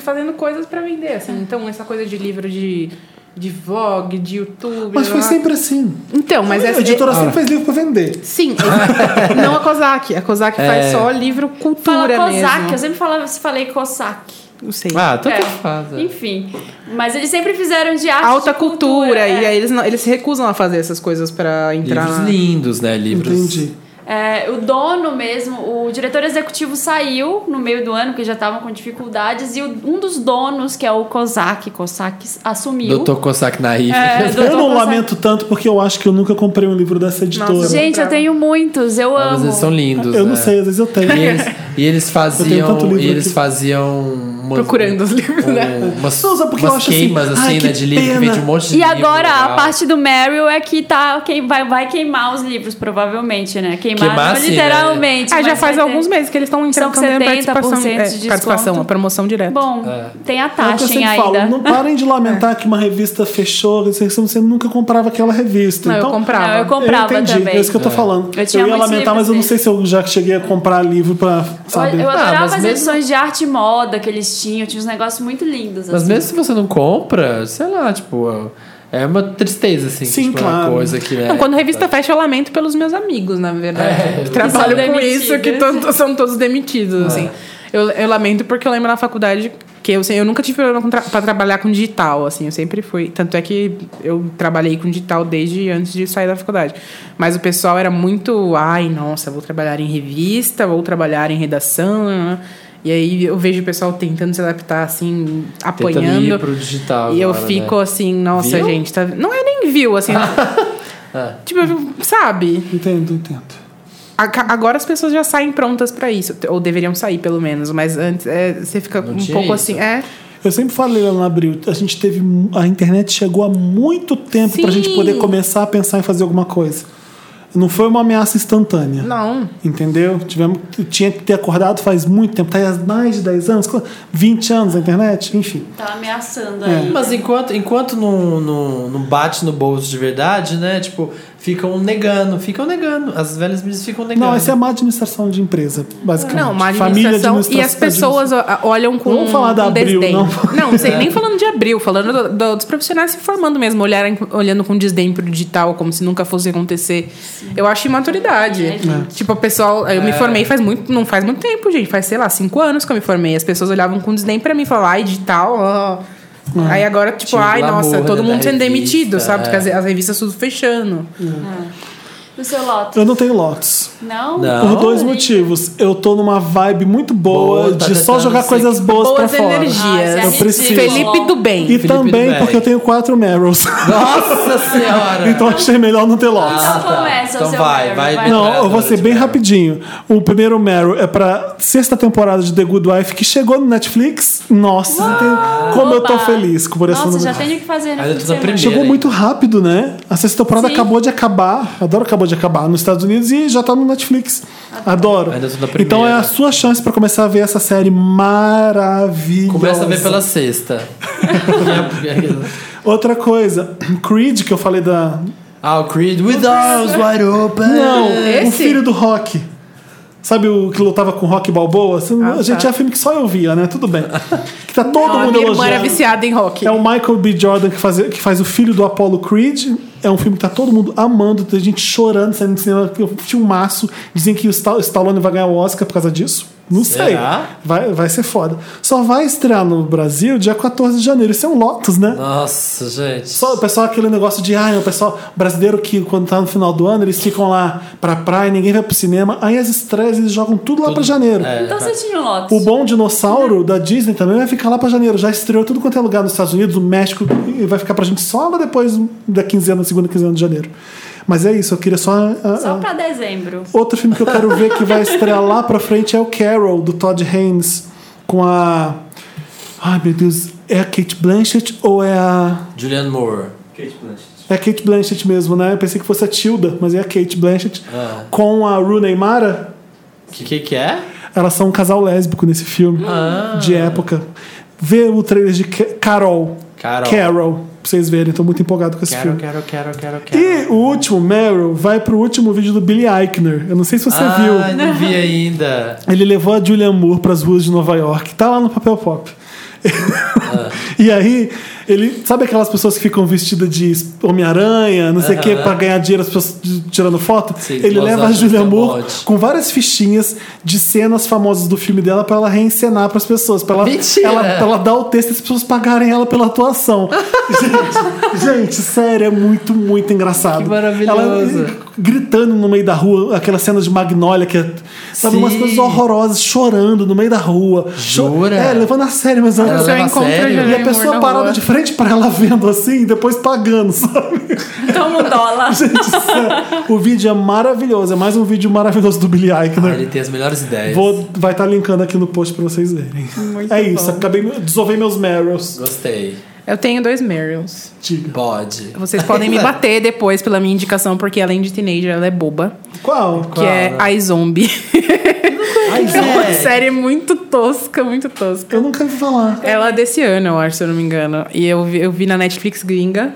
D: fazendo coisas pra vender, assim. Então, essa coisa de livro de, de Vogue, de YouTube.
A: Mas
D: blá,
A: foi
D: blá.
A: sempre assim.
D: Então, mas
A: a
D: essa.
A: editora
D: é-
C: Ah.
A: sempre faz livro pra vender.
D: Sim, exa- não a Kozak. A Kozak
A: É.
D: faz só livro
B: Fala
D: cultura
B: Cossack,
D: mesmo.
B: eu sempre falava, falei Cossack.
D: Não sei.
C: Ah, tanto
B: É.
C: faz. é.
B: Enfim. Mas eles sempre fizeram de arte.
D: Alta
B: de
D: cultura, e
B: é.
D: aí eles, não- eles se recusam a fazer essas coisas pra entrar.
C: Livros
D: na-
C: lindos, né? Livros.
A: Entendi.
B: É, o dono mesmo, o diretor executivo saiu no meio do ano, porque já estavam com dificuldades, e o- um dos donos, que é o Kozak, Kozak assumiu.
C: Doutor Cossack Naif.
B: É, Doutor
A: Eu não
B: Kozak.
A: lamento tanto porque eu acho que eu nunca comprei um livro dessa editora.
D: Nossa,
B: Gente, eu tenho muitos, eu
C: Ah, mas
B: amo.
C: eles são lindos.
A: eu não
C: né?
A: sei, às vezes eu tenho. É
C: E eles, e eles
A: Eu tenho tanto
C: faziam.
A: livro
C: E eles
A: aqui.
C: faziam. umas-
D: Procurando os livros,
C: um-
D: né?
C: Umas,
A: Não, sabe porque eu
C: umas
A: acho assim,
C: queimas, assim,
A: ai,
C: né?
A: que
C: De livro que
A: pena.
C: vende um monte de
B: E
C: livro
B: agora, a
C: legal.
B: parte do Meryl é que tá, quem vai, vai queimar os livros, provavelmente, né? Queimar,
C: Queimar,
B: não
C: sim,
B: literalmente.
D: Ah, já
B: mas
D: faz
B: vai ter-
D: alguns meses que eles estão entrando
B: São
D: em participação,
B: 70% de
D: é, participação,
B: desconto.
D: a promoção direta.
B: Bom, tem a
A: É o que eu
B: taxa
A: sempre
B: ainda.
A: falo, não parem de lamentar que uma revista fechou, você você nunca comprava aquela revista.
D: Não, eu
A: então,
D: comprava.
B: Não, eu comprava
A: eu entendi,
B: também.
A: é isso que eu tô falando.
B: Eu tinha
A: ia
B: muitos
A: lamentar,
B: livros
A: mas eu não
B: deles.
A: sei se eu já cheguei a comprar livro pra, sabe?
B: Eu, eu adorava
C: mas
B: as
C: mesmo-
B: edições de arte e moda que eles tinham, tinha uns negócios muito lindos.
C: Mas
B: assim.
C: mesmo se você não compra, sei lá, tipo. É uma tristeza, assim.
A: Sim,
C: tipo, Uma
A: claro.
C: coisa que.
D: Não,
C: é-
D: quando a revista fecha, eu lamento pelos meus amigos, na verdade.
C: É,
D: que assim.
B: que
D: trabalham
B: são
D: com
B: demitidos.
D: isso, que tanto- são todos demitidos,
C: É.
D: assim. Eu, eu lamento porque eu lembro na faculdade que eu, assim, eu nunca tive problema com tra pra trabalhar com digital, assim, eu sempre fui. Tanto é que eu trabalhei com digital desde antes de sair da faculdade. Mas o pessoal era muito, ai, nossa, vou trabalhar em revista, vou trabalhar em redação. né? E aí eu vejo o pessoal tentando se adaptar, assim,
C: Tentando ir
D: apanhando.
C: pro digital.
D: E eu
C: agora, né?
D: fico assim, nossa,
C: Viu? É.
D: gente, tá... não é nem viu, assim. Tipo, sabe?
A: Entendo, entendo.
D: Aca- Agora as pessoas já saem prontas pra isso, ou deveriam sair pelo menos, mas antes é, você fica
C: Não
D: um
C: tinha isso.
D: pouco assim, é.
A: Eu sempre falei lá no Abril, a gente teve. mu- A internet chegou há muito tempo pra
D: Sim.
A: gente poder começar a pensar em fazer alguma coisa. Não foi uma ameaça instantânea.
D: Não.
A: Entendeu? Tivemos, tinha que ter acordado faz muito tempo, tá aí há mais de 10 anos, 20 anos na internet, enfim.
B: Tá ameaçando
A: É.
B: aí.
C: Mas
B: né?
C: enquanto, enquanto não, não, não bate no bolso de verdade, né? Tipo, ficam negando, ficam negando. As velhas mídias ficam negando.
A: Não, essa é a má administração de empresa, basicamente.
D: Não, uma
A: Família
D: administração e as
A: administração-
D: pessoas ó, olham com
A: Vamos falar da
D: um
A: Abril,
D: desdém.
A: não. É.
D: Não, sei, nem falando de abril, falando do- do- dos profissionais se formando mesmo, olharem, olhando com desdém pro digital, como se nunca fosse acontecer. Eu acho imaturidade.
B: É, gente.
D: Tipo, o pessoal,
A: É.
D: eu me formei faz muito, não faz muito tempo, gente, faz, sei lá, cinco anos que eu me formei. As pessoas olhavam com desdém pra mim e falavam, ai, digital, ó.
A: É.
D: Aí agora, tipo,
C: Tinha o
D: ai,
C: glamour,
D: nossa,
C: né,
D: todo
C: da
D: mundo sendo
C: revista,
D: demitido, sabe? Porque
C: é.
D: as, as revistas tudo fechando.
B: No seu lote.
A: Eu não tenho lotes.
B: Não?
C: Não.
A: Por dois motivos. Eu tô numa vibe muito boa,
C: Boa, tá
A: de só
C: tentando
A: jogar
C: ser-
A: coisas boas,
D: Boas
A: pra fora.
D: energias.
B: Ah,
A: Eu preciso.
D: Felipe do
A: E
D: bem.
A: também
C: Neto.
A: porque eu tenho quatro Merrills.
C: Nossa senhora!
A: então achei melhor não ter lotes.
B: Então começa o
C: Então
B: seu
C: vai,
B: Meryl,
C: vai,
B: vai.
A: Não,
C: Metralhadora
A: eu vou ser
C: de
A: bem
C: ferro.
A: rapidinho. O primeiro Meryl é pra sexta temporada de The Good Wife, que chegou no Netflix. Nossa, não tem- como eu tô
B: Ah, Oba.
A: feliz por essa
B: Nossa, já
A: novidade.
B: tenho o que fazer no
C: Ainda
B: fim de
C: tô na
B: semana.
C: primeira.
A: Chegou
C: aí.
A: muito rápido, né? A sexta temporada
B: Sim.
A: acabou de acabar. Adoro acabou de acabar nos Estados Unidos e já tá no Netflix. Adoro.
C: Ainda tô na primeira.
A: Então é a sua chance pra começar a ver essa série maravilhosa.
C: Começa a ver pela sexta.
A: Outra coisa, Creed, que eu falei da.
C: ah, o Creed with arms wide open.
A: Não, o
D: esse?
A: filho do rock. Sabe o que lutava com o Rock Balboa? Assim,
D: Ah,
A: gente,
D: tá.
A: é filme que só eu via, né? Tudo bem. Que tá todo
D: Não, a
A: mundo
D: minha irmã
A: elogiando.
D: era viciada em rock.
A: É o Michael B. Jordan que faz, que faz o filho do Apollo Creed. É um filme que tá todo mundo amando, tem gente chorando, saindo do cinema, que eu tinha um maço. Dizem que o Sta- Stallone vai ganhar o Oscar por causa disso. Não
C: Será?
A: sei. Vai, vai ser foda. Só vai estrear no Brasil dia 14 de janeiro. Isso é um Lotus, né?
C: Nossa, gente.
A: Só o pessoal, aquele negócio de, ah, o pessoal brasileiro que quando tá no final do ano, eles ficam lá pra praia, ninguém vai pro cinema. Aí as estreias eles jogam tudo, lá pra janeiro.
C: É,
B: Então você tinha um lote.
A: O Bom Dinossauro da Disney também vai ficar lá pra janeiro. Já estreou tudo quanto é lugar nos Estados Unidos, o México, e vai ficar pra gente só lá depois da quinzena, segunda quinzena de janeiro. Mas é isso, eu queria só. ah,
B: Só
A: ah,
B: pra dezembro.
A: Outro filme que eu quero ver que vai estrear lá pra frente é o Carol, do Todd Haynes, com a. Ai meu Deus, é a Kate Blanchett ou é a.
C: Julianne Moore.
E: Kate Blanchett.
A: É a Kate Blanchett mesmo, né? Eu pensei que fosse a Tilda, mas é a Kate Blanchett.
C: Ah.
A: Com a Rooney Mara,
C: O que, que que é?
A: elas são um casal lésbico nesse filme,
C: Ah.
A: de época. Vê o trailer de Ca- Carol.
C: Carol.
A: Carol, pra vocês verem, tô muito empolgado com esse
C: Quero,
A: filme.
C: quero, quero, quero, quero.
A: E o último, Meryl, vai pro último vídeo do Billy Eichner. Eu não sei se você
C: ah,
A: viu.
C: não vi ainda.
A: Ele levou a
C: É.
A: Julianne Moore pras ruas de Nova York. Tá lá no papel pop. e aí, Ele sabe aquelas pessoas que ficam vestidas de Homem-Aranha, não sei o quê,
C: Aham.
A: pra ganhar dinheiro, as pessoas t- tirando foto?
C: Sim,
A: ele
C: nós
A: leva a
C: achamos
A: Julia
C: que é um
A: Moore
C: bode.
A: com várias fichinhas de cenas famosas do filme dela pra ela reencenar pras pessoas. Pra ela,
C: Mentira!
A: Ela, pra ela dar o texto e as pessoas pagarem ela pela atuação. gente, gente, sério, é muito, muito engraçado.
C: Que maravilhoso.
A: Ela, gritando no meio da rua, aquelas cenas de Magnólia que é, sabe, umas
C: Sim.
A: coisas horrorosas, chorando no meio da rua. Cho-
C: Jura?
A: É, levando a sério, mas
C: Ela
D: Você
C: leva a
D: encontra
C: sério?
D: Julia
A: E a
D: Moore
A: pessoa
D: na
A: parada
D: rua.
A: de frente pra ela vendo assim, e depois pagando, sabe?
B: Toma um dólar.
A: Gente, sério, o vídeo é maravilhoso, é mais um vídeo maravilhoso do Billy
C: Ah,
A: Eichner.
C: ele tem as melhores ideias.
A: Vou, vai estar linkando aqui no post pra vocês verem. é isso, acabei desovei meus Merrills.
C: Gostei.
D: Eu tenho dois Meryls.
A: Diga.
C: Pode.
D: Vocês podem me bater depois pela minha indicação, porque além de teenager, ela é boba.
A: Qual?
D: Que é I Zombie.
A: Ai,
D: É uma
A: Zé,
D: série muito tosca, muito tosca.
A: eu nunca vi falar.
D: Ela é desse ano, eu acho, se eu não me engano. E eu vi, eu vi na Netflix gringa.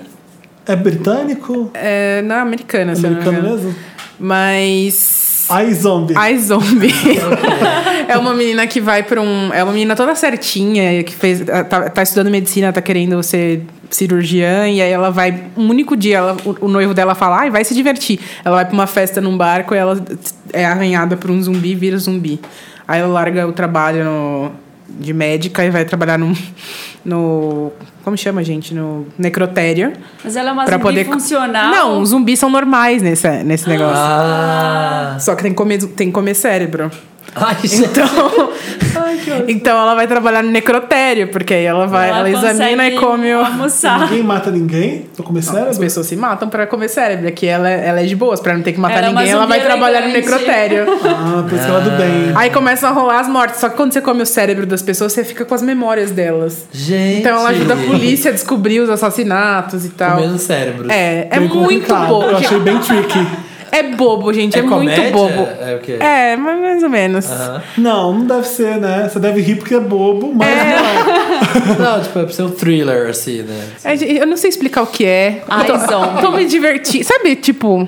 A: É britânico?
D: É, na americana, se eu não me
A: Americano
D: engano.
A: mesmo?
D: Mas.
A: Ai, zombie.
D: Ai, zombie. é uma menina que vai pra um. É uma menina toda certinha, que fez. Tá, tá estudando medicina, tá querendo ser cirurgiã, e aí ela vai. Um único dia, ela- o, o noivo dela fala, ai, vai se divertir. Ela vai pra uma festa num barco e ela é arranhada por um zumbi e vira zumbi. Aí ela larga o trabalho no- de médica e vai trabalhar num. No. Como chama, gente? No necrotério.
B: Mas ela é uma
D: Pra
B: zumbi
D: poder.
B: funcional.
D: Não, zumbis são normais nesse, nesse negócio.
C: Ah.
D: Só que tem que comer, tem que comer cérebro.
C: Ai, gente.
D: Então, então ela vai trabalhar no necrotério, porque aí ela vai, ela, examina e
B: consegue
D: come o...
B: Almoçar.
A: Ninguém mata ninguém? Tô começando?
D: As pessoas se matam pra comer cérebro, aqui ela, ela é de boas, pra não ter que matar
B: Ela é uma
D: ninguém, ela vai
B: zumbi
D: trabalhar
B: elegante.
D: no necrotério.
A: Ah, por isso que ela é do bem.
D: aí começam a rolar as mortes, só que quando você come o cérebro das pessoas, você fica com as memórias delas.
C: Gente.
D: Então ela ajuda a polícia a descobrir os assassinatos e tal.
C: Comendo cérebros.
D: É, é
A: Bem
D: muito
A: complicado.
D: bobo.
A: Eu achei bem tricky.
D: É bobo, gente, é,
C: É comédia?
D: muito bobo.
C: É o quê?
D: É, mas mais ou menos.
C: Aham.
A: Não, não deve ser, né? Você deve rir porque é bobo, mas não.
C: Não, tipo, é pra ser um thriller, assim, né?
D: É, gente, eu não sei explicar o que é.
B: Ai,
D: eu tô,
B: zombie.
D: tô me divertindo. Sabe, tipo,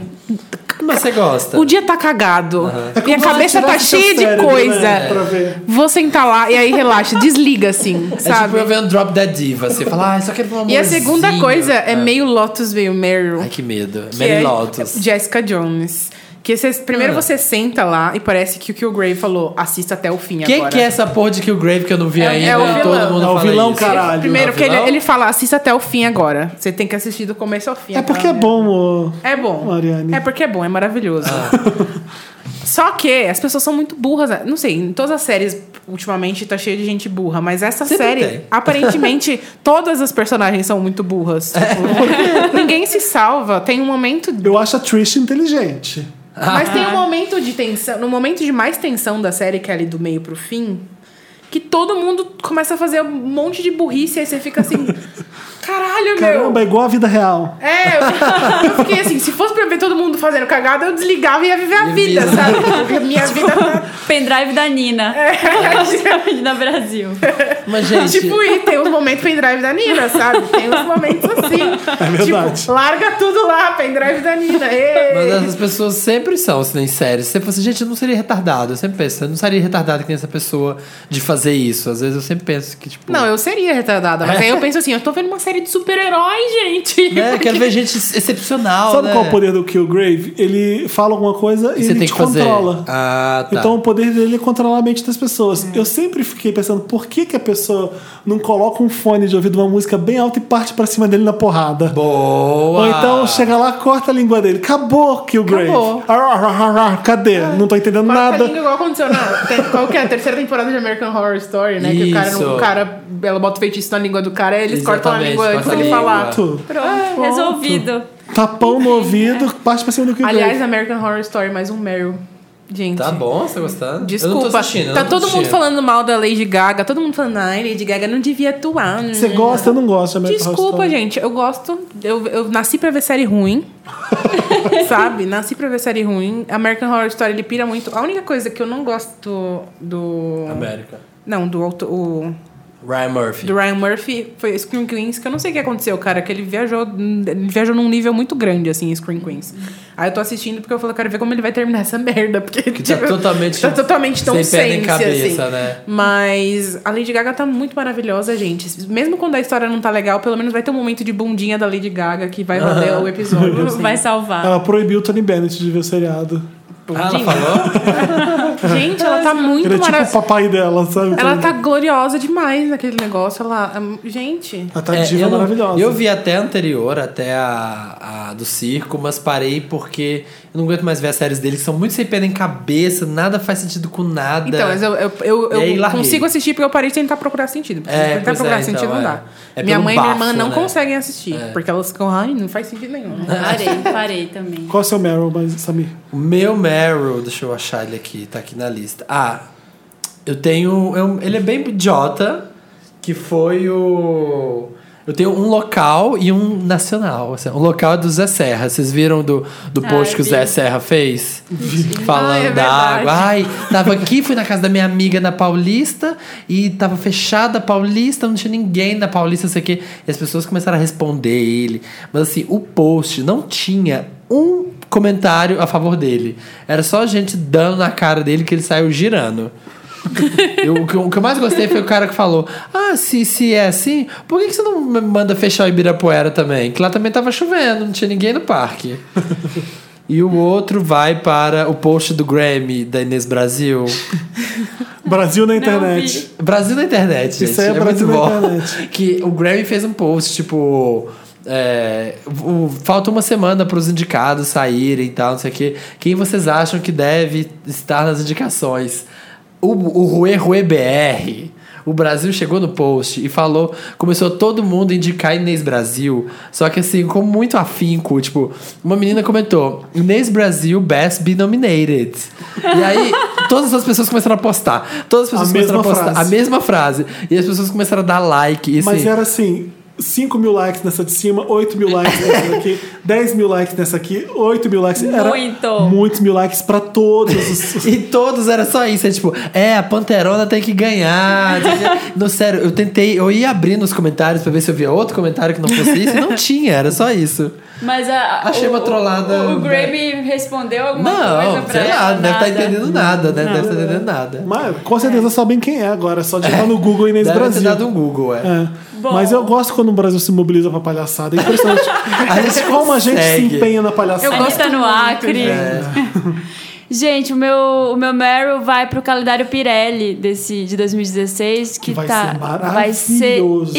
C: Mas você gosta.
D: o dia tá cagado.
A: É como
D: Minha
A: se
D: cabeça
A: você
D: tá
A: tivesse seu
D: cheia de
A: cérebro,
D: coisa.
A: Né? Pra ver.
D: Vou sentar lá e aí relaxa, desliga assim,
C: É tipo
D: sabe?
C: eu vendo Drop Dead Diva. Você fala, ah, só quero um
D: E a
C: amorzinho.
D: segunda coisa é,
C: Ah.
D: meio Lotus veio Meryl.
C: Ai, que medo.
D: que
C: Mary
D: é
C: Lotus.
D: Jessica Jones. Que você- primeiro
C: Ah.
D: você senta lá e parece que o Kilgrave falou, assista até o fim
C: Quem
D: agora.
C: que é essa porra de Killgrave que eu não vi
D: É o-
C: ainda?
D: é o
C: e todo
D: vilão.
C: mundo
A: É o
C: fala
A: vilão,
C: isso? É
A: caralho.
D: Primeiro, que ele,
C: Vilão?
D: ele fala, assista até o fim agora. Você tem que assistir do começo ao fim.
A: É porque é
D: agora.
A: bom, ô.
D: É bom.
A: Mariane.
D: É porque é bom, é maravilhoso. Só que as pessoas são muito burras. né? Não sei, em todas as séries ultimamente tá cheio de gente burra, mas essa
C: Sempre
D: série,
C: tem.
D: aparentemente, todas as personagens são muito burras. Tipo, Ninguém se salva. Tem um momento.
A: Eu acho a Trish inteligente.
D: Mas tem um momento de tensão. No momento de mais tensão da série, que é ali do meio pro fim, que todo mundo começa a fazer um monte de burrice, aí você fica assim. Caralho, meu!
A: Caramba, é igual a vida real.
D: É, eu, eu fiquei assim, se fosse pra ver todo mundo fazendo cagada, eu desligava e ia viver a
C: Ia
D: vida,
C: viver.
D: sabe? Porque a minha vida tá
B: Pendrive da Nina. Pendrive da Brasil.
C: Mas, gente...
D: tipo e tem os momentos pendrive da Nina, sabe? Tem uns momentos assim.
A: É verdade.
D: Tipo, larga tudo lá, pendrive da Nina. ê!
C: Mas essas pessoas sempre são, se nem sérias. Você fala assim, gente, eu não seria retardado. Eu sempre penso, eu não seria retardado que nem essa pessoa de fazer isso. Às vezes eu sempre penso que, tipo.
D: Não, eu seria retardada, mas aí eu penso assim, eu tô vendo uma série de super-heróis, gente.
C: né? Eu quero ver gente excepcional.
A: Sabe
C: né?
A: qual é o poder do Killgrave? Ele fala alguma coisa e,
C: E você
A: ele
C: tem
A: te
C: que fazer.
A: controla.
C: Ah, tá. É.
A: Então o poder dele é controlar a mente das pessoas. Eu sempre fiquei pensando por que, que a pessoa não coloca um fone de ouvido uma música bem alta e parte pra cima dele na porrada.
C: Boa!
A: Ou então chega lá, corta a língua dele. Acabou, Killgrave.
D: Acabou.
A: Ar, ar, ar, ar, ar. Cadê?
C: É.
A: Não tô entendendo
D: Nada.
A: nada.
D: Igual aconteceu na. Tem, qual que é a terceira temporada de American Horror Story, né? Que o cara, não-
C: Isso.
D: o cara. Ela bota o feitiço na língua do cara, eles cortam a
C: Exatamente,
D: língua antes
C: corta a
D: dele
C: língua.
D: falar.
A: Pronto.
B: Pronto. Resolvido.
A: Tapão Tá no ouvido, parte pra cima do Killgrave.
D: Aliás, American Horror Story, mais um Meryl. Gente.
C: Tá bom, você tá gostando?
D: Desculpa.
C: Eu não tô assistindo, eu
D: tá
C: não tô
D: todo mundo
C: assistindo.
D: falando mal da Lady Gaga, todo mundo falando, ai, Lady Gaga não devia atuar. né?"
A: Você gosta, eu não gosto. de American Horror
D: Desculpa,
A: Story.
D: gente, eu gosto. Eu, eu nasci pra ver série ruim. sabe? Nasci pra ver série ruim. American Horror Story, ele pira muito. A única coisa que eu não gosto do.
C: América.
D: Não, do, auto- o,
C: Ryan Murphy.
D: do Ryan Murphy foi Scream Queens, que eu não sei o que aconteceu, cara, que ele viajou, ele viajou num nível muito grande, assim, em Scream Queens. Aí eu tô assistindo porque eu falo, eu quero ver como ele vai terminar essa merda. Porque
C: Que tá totalmente-
D: Tá totalmente tão
C: sem pé nem
D: sense,
C: cabeça,
D: assim.
C: né?
D: Mas a Lady Gaga tá muito maravilhosa, gente. Mesmo quando a história não tá legal, pelo menos vai ter um momento de bundinha da Lady Gaga que vai valer o episódio. assim.
B: Vai salvar.
A: Ela proibiu o Tony Bennett de ver o seriado.
C: Ah, ela falou?
D: Gente, ela tá muito
A: Ele é tipo o
D: maravilhosa.
A: papai dela, sabe?
D: Ela tá gloriosa demais naquele negócio. Ela. hum, Gente.
A: Ela tá
C: É,
A: diva
C: eu, não-
A: maravilhosa.
C: eu vi até a anterior, até a, a do circo, mas parei porque eu não aguento mais ver as séries dele, que são muito sem pé nem cabeça, nada faz sentido com nada.
D: Então, mas eu, eu, eu,
C: E aí,
D: eu
C: larguei.
D: consigo assistir porque eu parei de tentar procurar sentido. Porque
C: É,
D: tentar
C: pois é,
D: procurar
C: então,
D: sentido não
C: é.
D: dá.
C: É
D: minha
C: pelo
D: mãe e minha irmã
C: bafo,
D: não
C: né?
D: conseguem assistir. Porque elas ficam, ai, não faz sentido nenhum.
B: Parei, parei também.
A: Qual é o seu Meryl, mas, Samir?
C: O meu Meryl, deixa eu achar ele aqui, tá aqui na lista. Ah, eu tenho. eu- ele é bem idiota, que foi o. Eu tenho um local e um nacional. assim. o local é do Zé Serra. Vocês viram do, do
B: Ah,
C: post
B: eu
C: que o
B: vi.
C: Zé Serra fez?
D: Ai, é
C: Falando da
D: verdade.
C: água. Ai, tava aqui, fui na casa da minha amiga na Paulista e tava fechada a Paulista, não tinha ninguém na Paulista, sei o quê. E as pessoas começaram a responder ele. Mas assim, o post não tinha um comentário a favor dele. Era só gente dando na cara dele que ele saiu girando. Eu- o, que, eu- o que eu mais gostei foi o cara que falou: Ah, se, se é assim, por que, que você não me manda fechar o Ibirapuera também? Que lá também tava chovendo, não tinha ninguém no parque. e o outro vai para o post do Grammy da Inês Brasil.
A: Brasil na
B: vi.
A: internet.
C: Brasil na internet, gente.
A: Isso aí é Brasil
C: muito
A: na
C: bom.
A: internet.
C: Que o Grammy fez um post, tipo. é, o- falta uma semana para os indicados saírem e tal, não sei o quê. Quem vocês acham que deve estar nas indicações? O, o Rue Rue BR. O Brasil chegou no post e falou, começou todo mundo a indicar Inês Brasil, só que assim, com muito afinco, tipo, uma menina comentou, Inês Brasil best be nominated. E aí, todas as pessoas começaram a postar. Todas as pessoas
A: A
C: começaram a
A: mesma
C: postar.
A: frase.
C: A mesma frase. E as pessoas começaram a dar like. E, assim,
A: Mas era assim: 5 mil likes nessa de cima, 8 mil likes nessa daqui, 10 mil likes nessa aqui, 8 mil likes. Era
B: Muito.
A: Muitos mil likes pra todos os.
C: E todos era só isso, é tipo, é, a Panterona tem que ganhar. não, sério, eu tentei, eu ia abrir nos comentários pra ver se eu via outro comentário que não fosse isso, e não tinha, era só isso.
B: Mas a,
C: Achei
B: o-
C: uma trollada. né?
B: O, o Grammy respondeu alguma coisa
C: Não,
B: pra
C: sei
B: ela?
C: lá, não deve estar
B: Nada.
C: entendendo nada, né? Deve estar entendendo nada.
A: Mas com certeza sabem quem é agora, é só digitar no Google Inês
C: Deve ter
A: Brasil.
C: dado um Google, é.
A: É.
B: Bom.
A: Mas eu gosto quando o Brasil se mobiliza pra palhaçada. É impressionante.
C: A gente
A: Como a gente se
C: consegue.
A: empenha na palhaçada.
D: Eu gosto
B: Anitta no
D: muito,
B: Acre.
C: É.
B: Gente, o meu, o meu Meryl vai pro calendário Pirelli desse, de 2016, que,
A: Que vai
B: tá.
A: ser
B: vai ser
A: maravilhoso.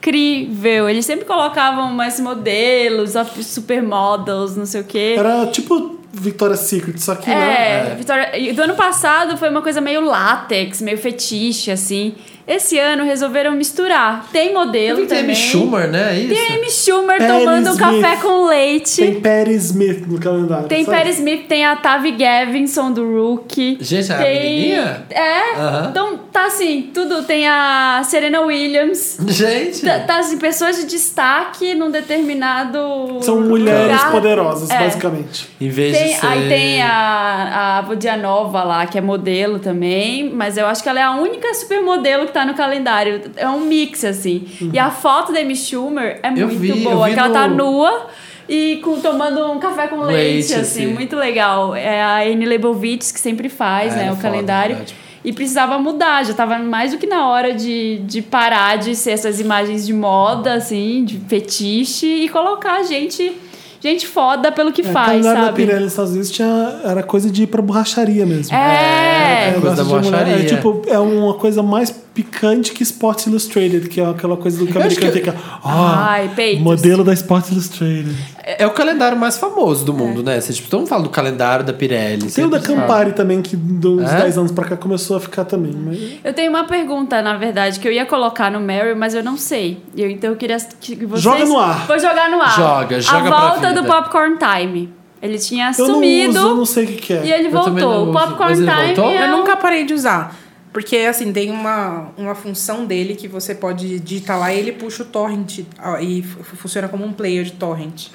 B: incrível. Eles sempre colocavam mais modelos, of- supermodels, não sei o quê.
A: Era tipo Victoria's Secret, só que né?
B: É, Vitória, e do ano passado foi uma coisa meio látex, meio fetiche, assim. Esse ano resolveram misturar. Tem
C: Eu
B: modelo
C: vi que tem Amy
B: também.
C: Schumer, né? É
B: Tem
C: isso.
B: Amy Schumer
A: Patti
B: tomando um
A: Smith.
B: café com leite.
A: tem Perry Smith no calendário.
B: Tem
A: sabe?
B: Perry Smith, tem a Tavi Gavinson do Rookie.
C: Gente, a
B: tem...
C: menininha?
B: É.
C: Aham.
B: Então, tá assim, tudo. Tem a Serena Williams.
C: Gente.
B: Tá, tá, assim, pessoas de destaque num determinado...
A: São mulheres
B: lugar.
A: poderosas,
B: É.
A: basicamente.
C: Em vez
B: Tem-
C: de ser...
B: aí tem a, a Vodianova lá, que é modelo também, mas eu acho que ela é a única supermodelo que tá no calendário. É um mix, assim. E a foto da Amy Schumer é
C: Uhum. Eu
B: muito
C: vi, eu
B: boa,
C: vi
B: que ela tá
C: no-
B: nua e com, tomando um café com leite,
C: Leite,
B: assim,
C: assim.
B: muito legal. É a Anne Leibovitz que sempre faz,
C: É,
B: né,
C: é
B: o
C: foda,
B: calendário.
C: verdade.
B: E precisava mudar, já tava mais do que na hora de, de parar de ser essas imagens de moda, assim, de fetiche, e colocar gente, gente foda pelo que
A: É, o
B: faz,
A: calendário da
B: sabe?
A: Pirelli nos Estados Unidos tinha, era coisa de ir pra borracharia mesmo.
B: É.
C: É. coisa da
A: negócio de mulher.
C: borracharia.
A: É, tipo, é uma coisa mais picante que Sports Illustrated, que é aquela coisa do que o
C: acho
A: americano
C: que-
A: fica. "Ah,
B: Ai, peitos."
A: modelo da Sports Illustrated.
C: É é o calendário mais famoso
B: É.
C: do mundo, né? Você, tipo, todo mundo fala do calendário da Pirelli.
A: Tem o da
C: sempre fala.
A: Campari também, que de uns
C: É?
A: 10 anos pra cá começou a ficar também. mas-
B: Eu tenho uma pergunta, na verdade, que eu ia colocar no Mary, mas eu não sei. E Eu, então eu queria que vocês...
A: Joga no ar.
B: Vou jogar no ar.
C: Joga, joga pra
B: A volta
C: vida.
B: do Popcorn Time. Ele tinha
A: Eu
B: sumido
A: não uso, não sei o que, que é.
B: e ele
C: Eu também não
B: voltou.
C: uso,
B: O
C: mas
B: Popcorn
C: ele
B: Time
C: voltou?
B: é
D: Eu
B: um-
D: nunca parei de usar. Porque, assim, tem uma, uma função dele que você pode digitar lá e ele puxa o torrent. ó, E fu- funciona como um player de torrent.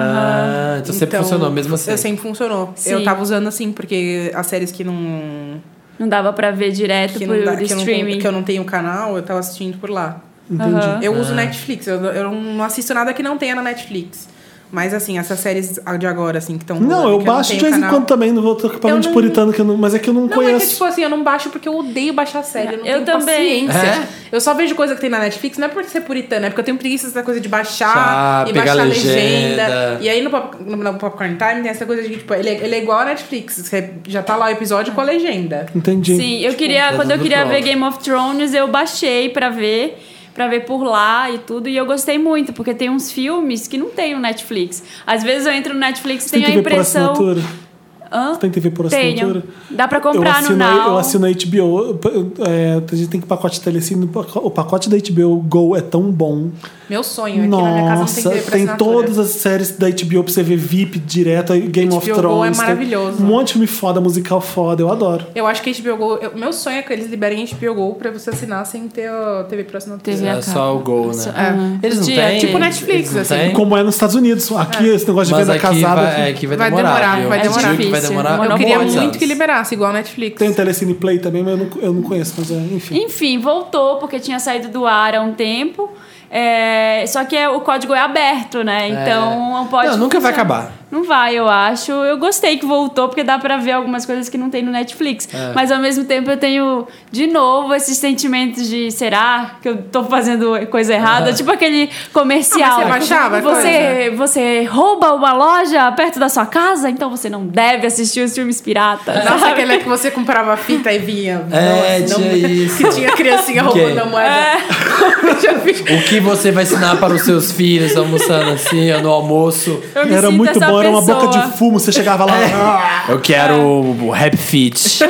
C: Ah, então sempre funcionou mesmo assim.
D: Eu sempre funcionou.
B: Sim.
D: Eu tava usando assim, porque as séries que não.
B: Não dava pra ver direto
D: Que,
B: É por
D: não dá- que, eu não,
B: streaming.
D: que eu não tenho canal, eu tava assistindo por lá.
A: Entendi.
B: Aham.
D: Eu uso Netflix, eu, eu não assisto nada que não tenha na Netflix. Mas assim, essas séries de agora, assim, que estão.
A: Não, eu baixo de vez em quando também, não vou ter equipamento
D: Eu não-
A: puritano, que eu não- mas é que eu não,
D: Não, é que,
A: conheço.
D: tipo assim, eu não baixo porque eu odeio baixar série. Eu não
B: Eu
D: tenho
B: também.
D: paciência.
C: É?
D: Eu só vejo coisa que tem na Netflix, não é por ser puritana, é porque eu tenho preguiça dessa coisa de baixar
C: Ah,
D: e
C: pegar
D: baixar a
C: a
D: legenda.
C: legenda.
D: E aí no, pop, no, no Popcorn Time tem essa coisa de que, tipo, ele, é- ele é igual a Netflix. Você já tá lá o episódio com a legenda.
A: Entendi.
B: tipo, Sim, eu queria.
C: tá
B: Quando eu
C: tudo
B: queria
C: pronto.
B: ver Game of Thrones, eu baixei pra ver. Pra ver por lá e tudo. E eu gostei muito, porque tem uns filmes que não tem no Netflix. Às vezes eu entro no Netflix e
A: Tem
B: tenho a
A: TV por
B: impressão.
A: assinatura?
B: Hã?
A: Tem TV por
B: Tenho.
A: assinatura?
B: Dá pra
A: eu
B: comprar
A: assino,
B: no
A: a-
B: Now.
A: eu assino a HBO. é, a gente tem que pacote telecine. o paco- O pacote da HBO Go é tão bom.
D: Meu sonho aqui na minha casa não tem
A: Nossa,
D: TV pra
A: tem
D: assinatura.
A: todas as séries da HBO pra você ver VIP direto, aí Game of
D: HBO Go é
A: Thrones. tem
D: maravilhoso.
A: Um monte de filme foda, musical foda, eu adoro.
D: Eu acho que HBO Go... eu- meu sonho é que eles liberem HBO Go pra você assinar sem ter a TV pra assinatura.
B: TV.
C: É só o gol, né?
B: Ah,
C: Eles não
B: dia-
C: têm.
D: Tipo Netflix,
C: eles não
D: assim.
C: têm?
A: Como é nos Estados Unidos. Aqui,
D: É.
A: esse negócio de
C: Mas
A: venda
C: aqui
A: casada.
C: vai, é,
A: aqui.
C: aqui vai
D: Vai
C: demorar.
D: demorar,
C: viu?
D: vai
C: É
D: demorar.
C: muito que vai
B: Difícil,
C: demorar.
D: Eu
B: monopólio.
D: queria
C: muitos
D: muito
C: anos.
D: que liberasse, igual a
C: é-
D: Netflix.
A: Tem o Telecine Play também, mas eu não, eu não conheço, mas é, enfim.
B: Enfim, voltou, porque tinha saído do ar há um tempo. É, Só que é- o código é aberto, né? Então não pode.
C: Não, nunca vai
B: funcionar.
C: acabar.
B: Não vai, eu acho. Eu gostei que voltou, porque dá pra ver algumas coisas que não tem no Netflix.
C: É.
B: Mas ao mesmo tempo eu tenho, de novo, esses sentimentos de será que eu tô fazendo coisa errada? Tipo aquele comercial.
D: Ah, mas você baixava a
B: você, você rouba uma loja perto da sua casa, então você não deve assistir os filmes piratas.
D: Nossa,
B: sabe?
D: aquela que você comprava a fita e vinha.
C: É,
D: Nossa,
C: tinha isso.
D: Que tinha criancinha roubando
C: Que-
D: a moeda. Já fiz-
C: O que você vai ensinar para os seus filhos almoçando assim, ó, no almoço?
B: Eu me
A: Era
B: sinto
A: muito
B: essa
A: bom, era uma
B: pessoa.
A: boca de fumo, você chegava lá.
C: Eu quero o Happy Fit.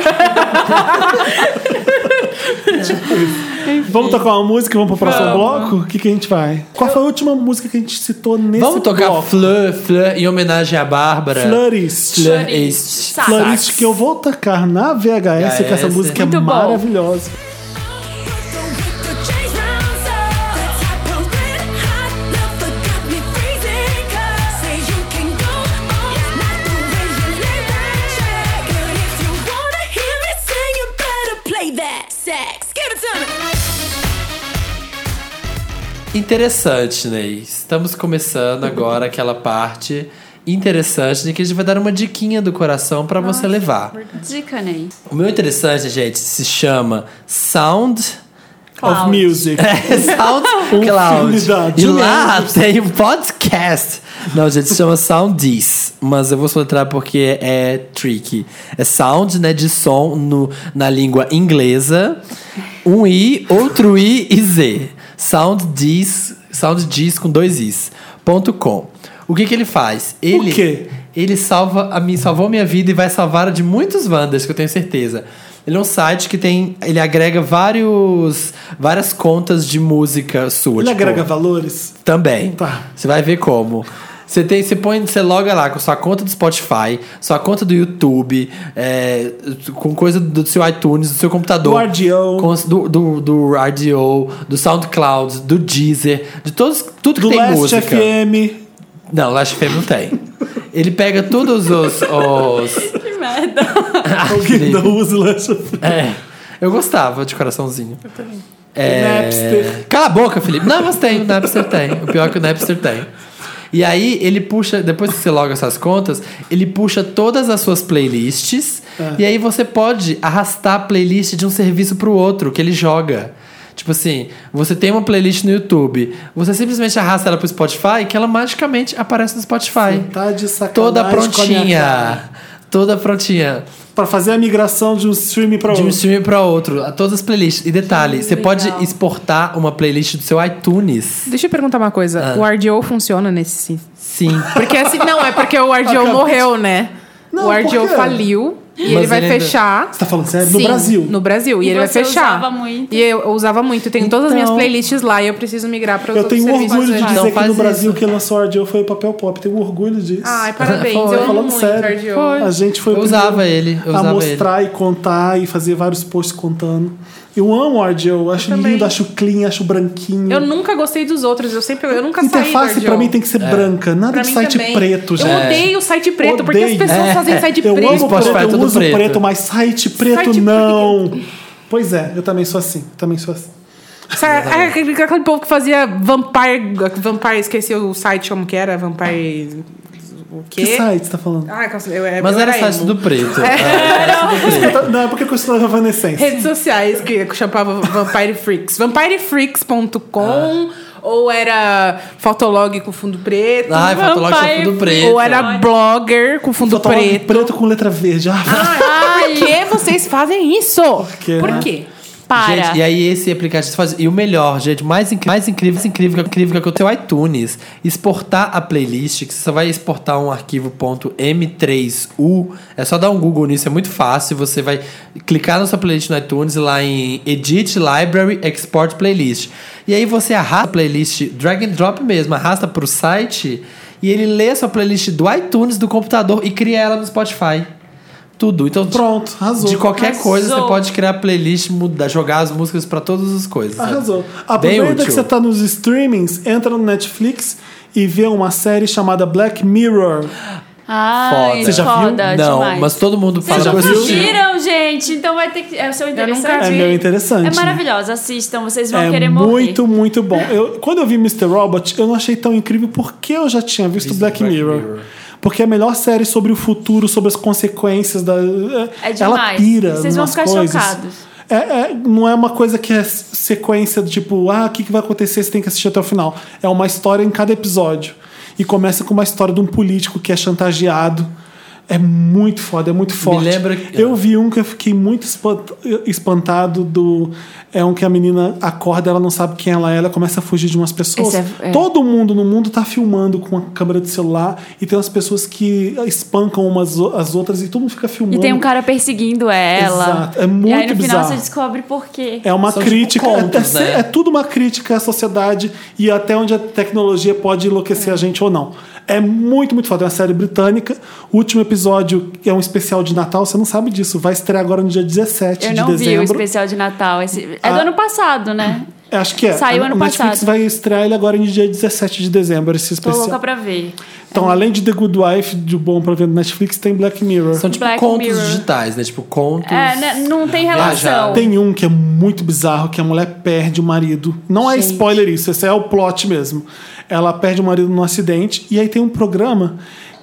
A: Vamos tocar uma música e vamos pro próximo
B: Vamos.
A: bloco? O que, que a gente vai? Qual foi a última música que a gente citou nesse
C: Vamos tocar
A: bloco?
C: Fleur, Fleur em homenagem à Bárbara.
A: Florist.
C: Fleur East.
B: Sax.
A: Florist, que eu vou tocar na VHS, que essa
C: VHS.
A: música é
B: Muito bom.
A: maravilhosa.
F: Sex, give it to me.
C: Interessante, Ney. Estamos começando agora aquela parte interessante de que a gente vai dar uma diquinha do coração para você levar.
B: Dica, Ney.
C: O meu interessante, gente, se chama Sound
A: Of
B: Cloud.
A: Music.
C: É
A: filme da
C: SoundCloud. E
A: Julie
C: lá tem um podcast. Não, gente, chama Soundies. Mas eu vou soletrar porque é tricky. É sound, né, de som no, na língua inglesa. Um I, outro I e Z. Soundies, soundies com dois Is. Ponto com. O que que ele faz? Ele,
A: quê?
C: ele salva a mim, salvou minha vida e vai salvar a de muitos Wanders, que eu tenho certeza. Ele é um site que tem, ele agrega vários, várias contas de música sua.
A: Ele
C: tipo,
A: agrega valores?
C: também.
A: Tá.
C: Você vai ver como. Você tem, você põe, você loga lá com sua conta do Spotify, sua conta do YouTube, é, com coisa do seu iTunes, do seu computador.
A: Do RDO.
C: Com, do, do, do RDO, do SoundCloud, do Deezer, de todos, tudo
A: Do
C: que tem
A: Last
C: música.
A: FM.
C: Não, Last FM não tem. Ele pega todos os. os...
B: Que merda.
A: Alguém não usa o Last FM.
C: É. Eu gostava de coraçãozinho. Eu também. É.
A: Napster.
C: Cala a boca, Felipe. Não, mas tem, o Napster tem. O pior é que o Napster tem. E aí ele puxa, depois que você loga essas contas, ele puxa todas as suas playlists.
A: É.
C: E aí você pode arrastar a playlist de um serviço pro outro que ele joga. Tipo assim, você tem uma playlist no YouTube, você simplesmente arrasta ela pro Spotify que ela magicamente aparece no Spotify.
A: Tá de sacanagem.
C: Toda
A: com a minha cara.
C: prontinha. Toda prontinha.
A: Pra fazer a migração de um stream pra
C: De
A: outro.
C: um stream pra outro. a Todas as playlists. E detalhe, você pode exportar uma playlist do seu iTunes.
D: Deixa eu perguntar uma coisa. O RDO funciona nesse sim?
C: Sim.
D: Porque assim, não, é porque o RDO morreu, né?
A: Não,
D: o
A: por
D: RDO
A: quê?
D: faliu e
C: Mas
D: ele vai
C: ele ainda-
D: fechar.
A: Você tá falando sério? No
D: Sim,
A: Brasil.
D: No Brasil. E,
B: E
D: ele vai
B: você
D: fechar.
B: usava muito.
D: E eu, eu usava muito. Eu tenho todas as minhas
C: Então-
D: playlists lá e eu preciso migrar para os
A: Eu tenho
D: outros serviços.
A: orgulho de
D: Mas-
C: Não
A: dizer que
C: faz
A: no Brasil
C: isso.
A: quem lançou o RDO foi o papel pop. Tenho orgulho disso.
D: Ai, parabéns.
C: Foi.
D: Eu amo
A: Falando
D: muito
A: sério,
D: RDO.
A: a gente foi
C: Eu
A: o
C: usava
A: primeiro
C: ele, eu
A: a
C: usava
A: mostrar e contar e fazer vários posts contando. Eu amo o RDO, acho
D: também.
A: lindo, acho clean, acho branquinho.
D: Eu nunca gostei dos outros. Eu sempre. Eu nunca saí do
A: Interface
D: RDO.
A: pra mim tem que
C: É.
A: ser branca, nada
D: Pra
A: de
D: mim
A: site
D: também.
A: preto, gente.
D: Eu odeio o site preto, porque as
A: Odeio.
D: pessoas
C: É.
D: fazem site
A: Eu
D: preto.
A: amo preto,
C: Spotify é
A: eu
C: tudo
A: uso preto.
C: preto,
A: mas site preto
D: Site
A: não. Pois é, eu também sou assim, eu também sou assim.
D: Sabe, é aquele, aquele povo que fazia Vampire. Vampire, esqueci o site como que era, Vampire. O quê?
A: Que site você tá falando?
D: Ah, eu, eu,
C: Mas
D: eu
C: era
D: emo.
C: site do preto.
D: Ah.
A: Não, é porque eu estou evanescência.
D: Redes sociais que chamava Vampire Freaks. VampireFreaks.com
C: Ah.
D: ou era Fotolog com fundo preto.
C: Ai, Ah, é Fotolog com
B: Vampire-
C: fundo preto.
D: ou era Blogger com fundo
A: Fotolog
D: preto.
A: preto com letra verde. Ah,
D: Por que vocês fazem isso? Por
A: quê, né?
B: Para.
C: Gente, e é aí esse aplicativo faz. E o melhor, gente, mais, inc- mais incrível, incrível, incrível que é o teu iTunes. Exportar a playlist, que você só vai exportar um arquivo ponto .m3u. É só dar um Google nisso, é muito fácil. Você vai clicar na sua playlist no iTunes lá em Edit Library Export Playlist. E aí você arrasta a playlist, drag and drop mesmo, arrasta pro site e ele lê a sua playlist do iTunes do computador e cria ela no Spotify. Tudo. Então,
A: Pronto, arrasou.
C: de qualquer
B: Arrasou.
C: coisa, você pode criar playlist, mudar, jogar as músicas pra todas as coisas. sabe?
A: Arrasou.
C: Ah. Bem
A: Aproveita
C: útil.
A: que você tá nos streamings, entra no Netflix e vê uma série chamada Black Mirror.
B: Ai, é
C: Foda. Você
A: já viu?
B: foda
C: Não,
B: demais.
C: mas todo mundo
B: Vocês
C: fala
B: não
A: já
C: coisa
A: viu?
C: assim.
B: assistiram, gente. Então vai ter que. É o seu interessante.
A: vi. É meu interessante, né?
B: É maravilhosa. Assistam, vocês vão
A: é
B: querer morrer.
A: muito, muito bom. Eu, quando eu vi Mr. Robot, eu não achei tão incrível porque eu já tinha visto
C: Visto
A: Black,
C: Black
A: Mirror.
C: Mirror.
A: Porque é a melhor série sobre o futuro, sobre as consequências da.
B: É
A: Ela
B: demais.
A: pira
B: Vocês vão
A: nas
B: ficar
A: coisas.
B: chocados.
A: É, é- não é uma coisa que é sequência do tipo, ah, o que, que vai acontecer, você tem que assistir até o final. É uma história em cada episódio. E começa com uma história de um político que é chantageado. É muito foda, é muito forte.
C: lembra que-
A: Eu vi um que eu fiquei muito espan- espantado do. É um que a menina acorda, ela não sabe quem ela é, ela começa a fugir de umas pessoas.
B: Esse é- é.
A: Todo mundo no mundo tá filmando com a câmera do celular e tem umas pessoas que espancam umas o- as outras e todo mundo fica filmando.
B: E tem um cara perseguindo ela.
A: Exato. É
B: E
A: muito
B: aí no final
A: bizarro.
B: você descobre por quê.
A: É uma
C: São tipo
A: crítica.
C: contos,
A: é, é-
C: né?
A: é tudo uma crítica à sociedade e até onde a tecnologia pode enlouquecer a gente ou não. É muito, muito foda. É uma série britânica. O último episódio é um especial de Natal. Você não sabe disso. Vai estrear agora no dia 17
B: Eu
A: de
B: não vi o
A: dezembro.
B: especial de Natal. Esse... É
A: Ah.
B: do ano passado, né?
A: Acho que é.
B: Saiu ano
A: o Netflix
B: passado.
A: vai estrear ele agora no dia 17 de dezembro, esse
B: Tô
A: especial.
B: louca pra ver.
A: Então, além de The Good Wife, de bom pra ver no Netflix, tem Black Mirror.
C: São tipo
B: Black
C: contos
B: Mirror.
C: digitais, né? Tipo contos.
B: É, né? não tem relação.
C: Viajado.
A: Tem um que é muito bizarro, que a mulher perde o marido. Não é spoiler isso, esse é o plot mesmo. Ela perde o marido num acidente, e aí tem um programa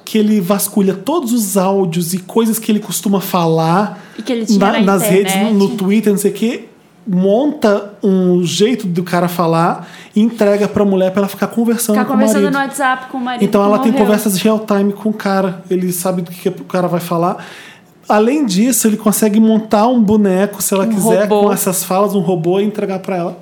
A: que ele vasculha todos os áudios e coisas que ele costuma falar
B: E que ele tinha na
A: nas
B: internet.
A: redes, no, no Twitter, não sei o quê. Monta um jeito do cara falar e entrega pra mulher pra ela ficar conversando
B: Ficar
A: com o
B: conversando
A: um marido.
B: no WhatsApp com o marido.
A: Então
B: que
A: ela tem
B: morreu.
A: conversas real time com o cara, ele sabe do que, que o cara vai falar. Além disso, ele consegue montar um boneco, se ela quiser,
B: robô.
A: com essas falas, um robô e entregar pra ela.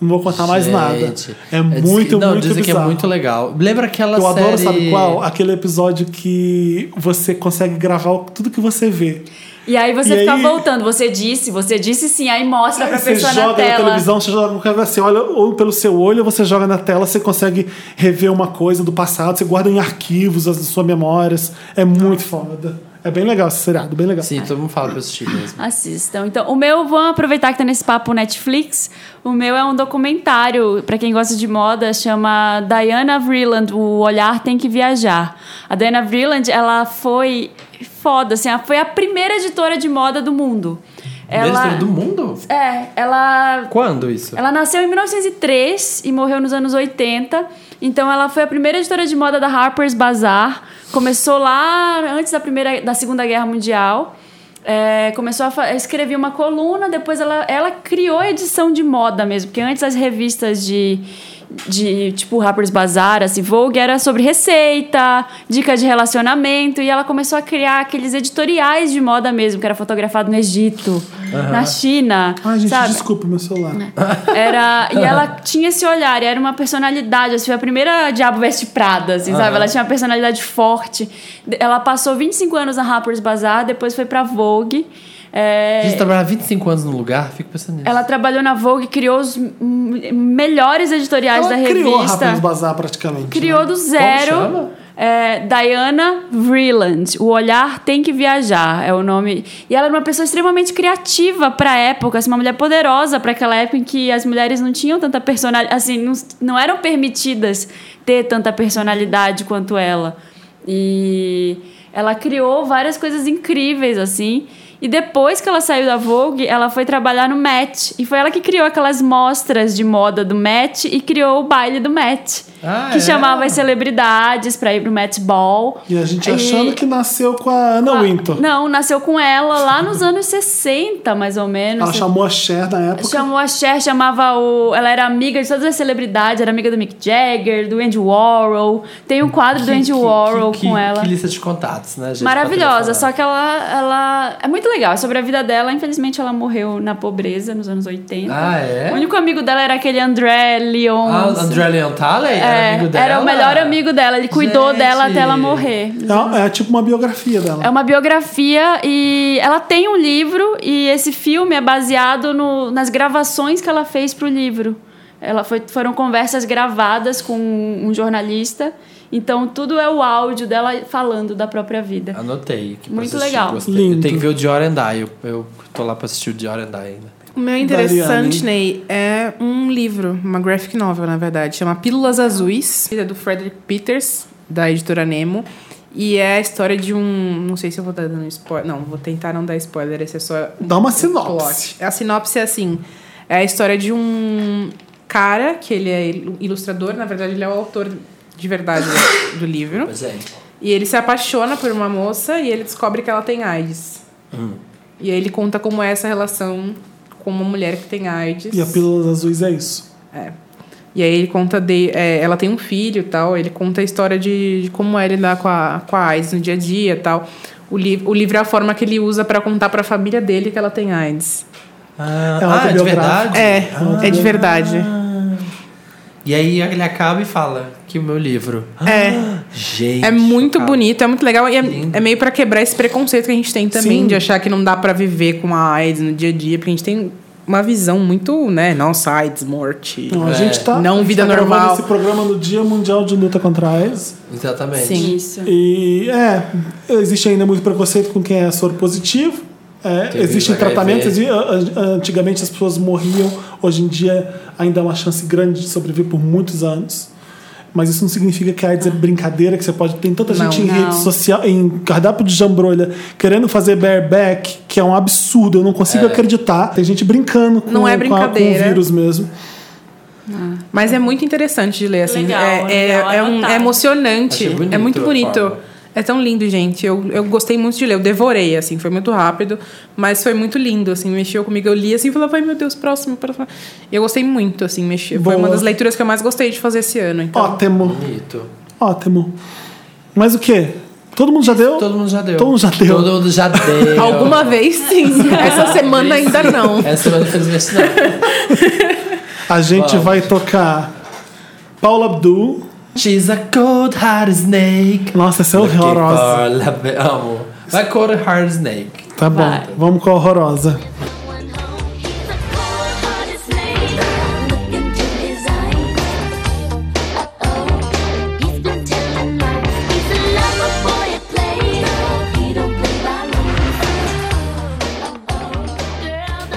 A: Não vou contar tá mais nada.
C: Gente,
A: É
C: diz-
A: muito,
C: Não,
A: muito
C: dizem que é
A: bizarro.
C: muito legal. Lembra aquela
A: Eu
C: série...
A: adoro, sabe qual? Aquele episódio que você consegue gravar tudo que você vê.
B: E aí você
A: E
B: fica
A: aí-
B: voltando. Você disse, você disse sim. Aí mostra pra
A: Você
B: pessoa
A: joga
B: na tela.
A: televisão, você joga qualquer coisa, você olha ou pelo seu olho, ou você joga na tela, você consegue rever uma coisa do passado, você guarda em arquivos as suas memórias. É muito foda. É bem legal esse seriado, bem legal.
C: Sim, todo mundo fala pra eu assistir mesmo.
B: Assistam. Então, o meu, vamos aproveitar que tá nesse papo Netflix. O meu é um documentário, pra quem gosta de moda, chama Diana Vreeland, O Olhar Tem Que Viajar. A Diana Vreeland, ela foi foda, assim, ela foi a primeira editora de moda do mundo.
C: Ela...
B: Ela,
C: do mundo?
B: é, ela
C: Quando isso?
B: ela nasceu em 1903 e morreu nos anos 80. Então ela foi a primeira editora de moda da Harper's Bazaar. Começou lá antes da primeira, da Segunda Guerra Mundial. É, começou a, fa- a escrever uma coluna. Depois ela, ela criou a edição de moda mesmo, porque antes as revistas de de tipo Harper's Bazaar, assim, Vogue era sobre receita, dica de relacionamento e ela começou a criar aqueles editoriais de moda mesmo, que era fotografado no Egito, na China,
A: Ai, gente,
B: sabe? Né?
A: desculpa meu celular.
B: Era, e ela tinha esse olhar, e era uma personalidade, assim, foi a primeira Diabo Veste Prada, assim, sabe? Ela tinha uma personalidade forte. De- Ela passou 25 anos na Harper's Bazaar, depois foi pra Vogue. É,
C: A gente trabalhava 25 anos num lugar, fico pensando nisso.
B: ela trabalhou na Vogue, criou os m- melhores editoriais
A: Ela
B: da
A: criou
B: revista.
A: Rapaz Bazar praticamente. né?
B: Criou do zero.
C: chama?
B: É, Diana Vreeland. O olhar tem que viajar é o nome. E ela era uma pessoa extremamente criativa para época, assim, uma mulher poderosa para aquela época em que as mulheres não tinham tanta personalidade, assim, não, não eram permitidas ter tanta personalidade quanto ela. E ela criou várias coisas incríveis assim. E depois que ela saiu da Vogue, ela foi trabalhar no Met. E foi ela que criou aquelas mostras de moda do Met e criou o baile do Met.
C: Ah,
B: que
C: é?
B: chamava as celebridades pra ir pro Met Ball.
A: E a gente achando que nasceu com a Anna Wintour.
B: Não, nasceu com ela lá nos anos 60, mais ou menos.
A: Ela chamou a Cher na época.
B: Chamou a Cher, chamava o. Ela era amiga de todas as celebridades, era amiga do Mick Jagger, do Andy Warhol. Tem um quadro do
C: Que-
B: Andy
C: que-
B: Warhol
C: que- que-
B: com ela.
C: Que lista de contatos, né, gente?
B: Maravilhosa, só que ela, ela. É muito legal, é sobre a vida dela. Infelizmente, ela morreu na pobreza nos anos 80.
C: Ah, é?
B: O único amigo dela era aquele André Leon.
C: Ah, o André Leontale era
B: É,
C: amigo dela?
B: era o melhor amigo dela, ele cuidou
C: Gente.
B: dela até ela morrer.
A: É, é tipo uma biografia dela.
B: É uma biografia e ela tem um livro e esse filme é baseado no- nas gravações que ela fez pro livro. Ela foi- foram conversas gravadas com um jornalista, então tudo é o áudio dela falando da própria vida.
C: Anotei. Que pra
B: Muito
C: assistir,
B: legal.
C: gostei. Eu
A: Lindo.
C: tenho que ver o Dior and I. Eu, eu tô lá pra assistir o Dior and I ainda.
D: O meu interessante, Ney, é um livro, uma graphic novel, na verdade, chama Pílulas Azuis, é do Frederick Peters, da editora Nemo. E é a história de um. Não sei se eu vou dar dando spoiler. Não, vou tentar não dar spoiler, esse é só
B: um
A: Dá uma
D: plot.
A: sinopse.
D: A sinopse é assim: é a história de um cara, que ele é ilu- ilustrador, na verdade, ele é o autor de verdade do- do livro.
C: Pois é.
D: E ele se apaixona por uma moça e ele descobre que ela tem AIDS. E aí ele conta como é essa relação com uma mulher que tem AIDS.
A: E a Pílulas Azuis é isso.
D: E aí ele conta de, é, ela tem um filho e tal, ele conta a história de, de como é lidar com a, com a AIDS no dia a dia e tal. O, li, o livro é a forma que ele usa pra contar pra família dele que ela tem AIDS.
C: Ah,
A: É
C: ah, é de
A: autobiográfico.
C: verdade?
D: É, é de verdade.
C: E aí ele acaba e fala que o meu livro. Ah,
D: É.
C: Gente.
D: É muito
C: chocado.
D: bonito, é muito legal e é,
C: Lindo.
D: é meio pra quebrar esse preconceito que a gente tem também
A: Sim.
D: de achar que não dá pra viver com a AIDS no dia a dia, porque a gente tem uma visão muito, né, nossa, AIDS, morte.
A: Então,
C: É.
A: a gente tá, a
D: Não
A: gente
D: vida
A: tá gravando
D: normal.
A: esse programa no Dia Mundial de Luta contra a AIDS.
C: Exatamente.
D: Sim.
B: Isso.
A: E é, existe ainda muito preconceito com quem é soro positivo. É,
C: Teve
A: existem
C: HIV.
A: tratamentos. e, a- a- Antigamente as pessoas morriam, hoje em dia ainda há uma chance grande de sobreviver por muitos anos. Mas isso não significa que a AIDS é brincadeira, que você pode. Tem tanta
D: Não,
A: gente em
B: não.
A: rede social, em cardápio de jambrolha, querendo fazer bareback, que é um absurdo, eu não consigo acreditar. Tem gente brincando com,
D: Não é
A: com a- com
D: brincadeira.
A: o vírus mesmo.
D: Mas é muito interessante de ler, assim.
B: Legal,
D: é, é,
B: legal,
D: é, um-
B: anotar.
D: é emocionante.
C: Achei bonito
D: é muito
C: a
D: bonito.
C: forma.
D: É tão lindo, gente. Eu, eu gostei muito de ler. Eu devorei, assim. Foi muito rápido, mas foi muito lindo, assim. Mexeu comigo. Eu li, assim, e falava, ai, meu Deus, próximo, próximo. E eu gostei muito, assim. Mexi. Foi
A: Boa.
D: uma das leituras que eu mais gostei de fazer esse ano. Então,
A: Ótimo,
C: Bonito.
A: ótimo. Mas o quê? Todo mundo já deu?
C: Todo mundo já deu.
A: Todo mundo já deu.
C: Todo mundo já deu.
D: alguma vez, sim. Essa semana ainda não.
C: Essa semana, infelizmente, não. é
A: A gente
C: Vamos.
A: vai tocar Paula Abdul.
C: She's a cold hard snake.
A: Nossa, essa é
C: Looking
A: horrorosa.
C: for love- Amo. Vai cold hard snake.
A: Tá bom,
B: Vai.
A: vamos com a horrorosa.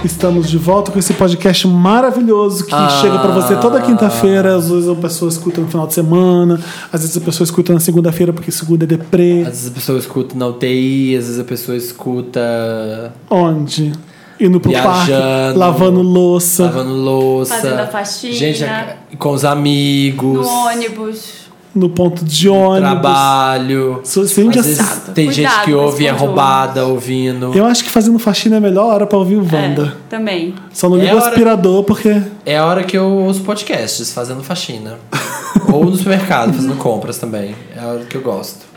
A: Estamos de volta com esse podcast maravilhoso que
C: Ah.
A: chega pra você toda quinta-feira. Às vezes a pessoa escuta no final de semana, às vezes a pessoa escuta na segunda-feira porque segunda é deprê.
C: Às vezes a pessoa escuta na UTI, às vezes a pessoa escuta
A: Onde? Indo pro parque,
C: Viajando.
A: lavando louça.
C: lavando louça.
B: Fazendo a faxina.
C: Gente, a- com os amigos.
B: No ônibus.
A: No ponto de ônibus.
C: Trabalho.
A: So- sempre
C: Às vezes
A: assim.
C: tem
B: Cuidado
C: gente que
B: com
C: ouve e é
B: esse ponto de
C: roubada ouvindo.
A: Eu acho que fazendo faxina é a melhor hora pra ouvir o Wanda.
B: É, também.
A: Só não
C: É
A: liga o
C: hora-
A: aspirador porque
C: É a hora que eu ouço podcasts fazendo faxina. Ou no supermercado, fazendo compras também. É a hora que eu gosto.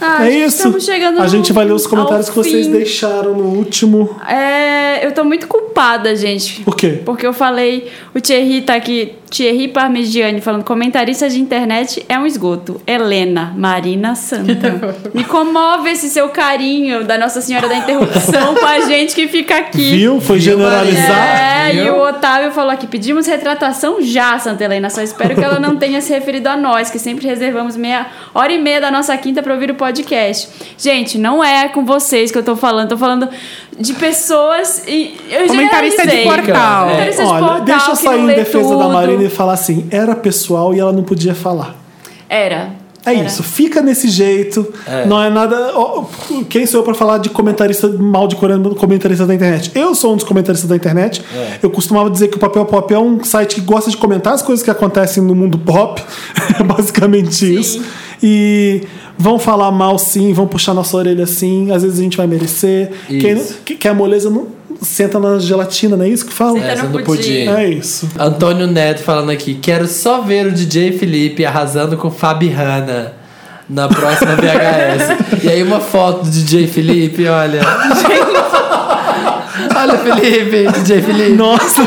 B: Ah,
A: É
B: gente,
A: isso.
B: Estamos chegando
A: A gente
B: no-
A: vai ler os comentários
B: ao
A: que vocês
B: fim.
A: deixaram no último.
B: É, eu tô muito culpada, gente.
A: Por quê?
B: Porque eu falei, o Thierry tá aqui, Thierry Parmigiani falando, comentarista de internet é um esgoto. Helena, Marina Santa. Me comove esse seu carinho da Nossa Senhora da Interrupção com a gente que fica aqui.
A: Viu? Foi
C: Viu,
A: generalizar.
C: Maria? Viu?
B: É, e o Otávio falou aqui: pedimos retratação já, Santa Helena. Só espero que ela não tenha se referido a nós, que sempre reservamos meia hora e meia da nossa quinta pra ouvir o podcast. Gente, não é com vocês que eu tô falando, tô falando de pessoas. E eu
D: Comentarista de
B: generalizei.
D: portal.
B: Comentarista de
A: Olha,
B: é portal
A: deixa eu
B: que não
A: sair em
B: lê
A: defesa
B: tudo.
A: da Marina e falar assim: era pessoal e ela não podia falar.
B: Era.
A: É isso, fica nesse jeito.
C: É.
A: Não é nada. ó, Quem sou eu pra falar de comentarista mal de coreano- comentarista da internet? Eu sou um dos comentaristas da internet.
C: É.
A: Eu costumava dizer que o Papel Pop é um site que gosta de comentar as coisas que acontecem no mundo pop. É basicamente isso. E vão falar mal sim, vão puxar nossa orelha sim. Às vezes a gente vai merecer.
C: Isso.
A: Quem, não- que- quer moleza não senta na gelatina, não é isso que fala?
B: Senta
C: Essa
B: no
C: do
B: pudim.
C: pudim.
A: É isso.
C: Antônio Neto falando aqui, quero só ver o DJ Felipe arrasando com Fabi Hanna na próxima VHS. e aí uma foto do DJ Felipe, olha. olha Felipe, DJ Felipe.
A: Nossa,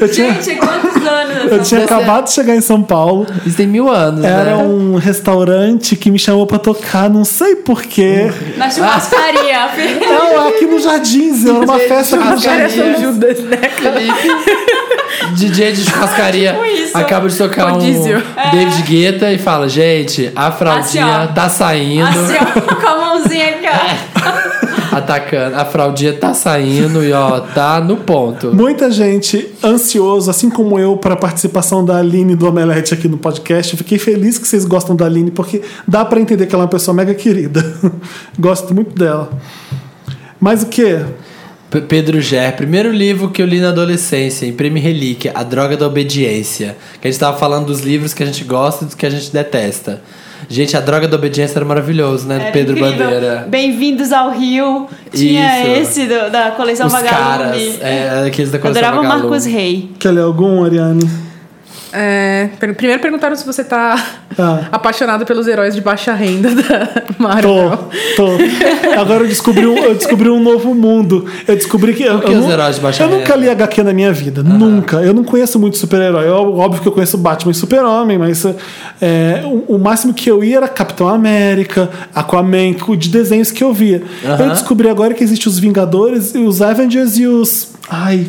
A: eu tinha,
B: Gente, quantos anos?
A: eu
B: essa-
A: tinha acabado de chegar em São Paulo.
C: Isso tem mil anos,
A: Era
C: né?
A: um restaurante que me chamou pra tocar, não sei porquê.
B: Na churrascaria. filho.
A: Não, aqui no Jardins, era uma festa aqui no
D: Cara,
A: Jardins.
D: São Judas, né?
C: Felipe, DJ de churrascaria
B: Tipo isso. É.
C: acaba de tocar um
D: Rodízio.
C: David Guetta e fala, gente, a fraldinha
B: Assim, ó.
C: tá saindo,
B: Assim, ó, com a mãozinha aqui, ó.
C: atacando, a fraldinha tá saindo e ó, tá no ponto.
A: Muita gente ansioso, assim como eu, pra participação da Aline do Omelete aqui no podcast. Eu fiquei feliz que vocês gostam da Aline, porque dá pra entender que ela é uma pessoa mega querida. Gosto muito dela. Mas o quê?
C: P- Pedro Ger, primeiro livro que eu li na adolescência, Imprime Relíquia, A Droga da Obediência. Que a gente tava falando dos livros que a gente gosta e dos que a gente detesta. Gente, A Droga da Obediência era maravilhoso, né? Do
B: Era
C: Pedro
B: incrível.
C: Bandeira.
B: Bem-vindos ao Rio. Tinha
C: Isso.
B: esse do- da coleção
C: Os
B: Vagalume.
C: caras, é, aqueles da coleção
B: Adorava
C: Magalu.
B: Marcos Rey.
A: Quer ler algum, Ariane?
D: É, per- primeiro perguntaram se você tá
A: Ah.
D: apaixonado pelos heróis de baixa renda da
A: Tô,
D: Marvel.
A: tô. Agora eu descobri um, eu descobri um novo mundo. Eu descobri que. Eu,
C: que é
A: eu
C: os
A: nu-
C: heróis de baixa
A: eu
C: renda?
A: nunca li HQ na minha vida. Nunca. Eu não conheço muito super-herói. Ó- Óbvio que eu conheço Batman e Super-Homem, mas é, o, o máximo que eu ia era Capitão América, Aquaman, que- de desenhos que eu via.
C: Aham.
A: Eu descobri agora que existem os Vingadores, e os Avengers e os. Ai.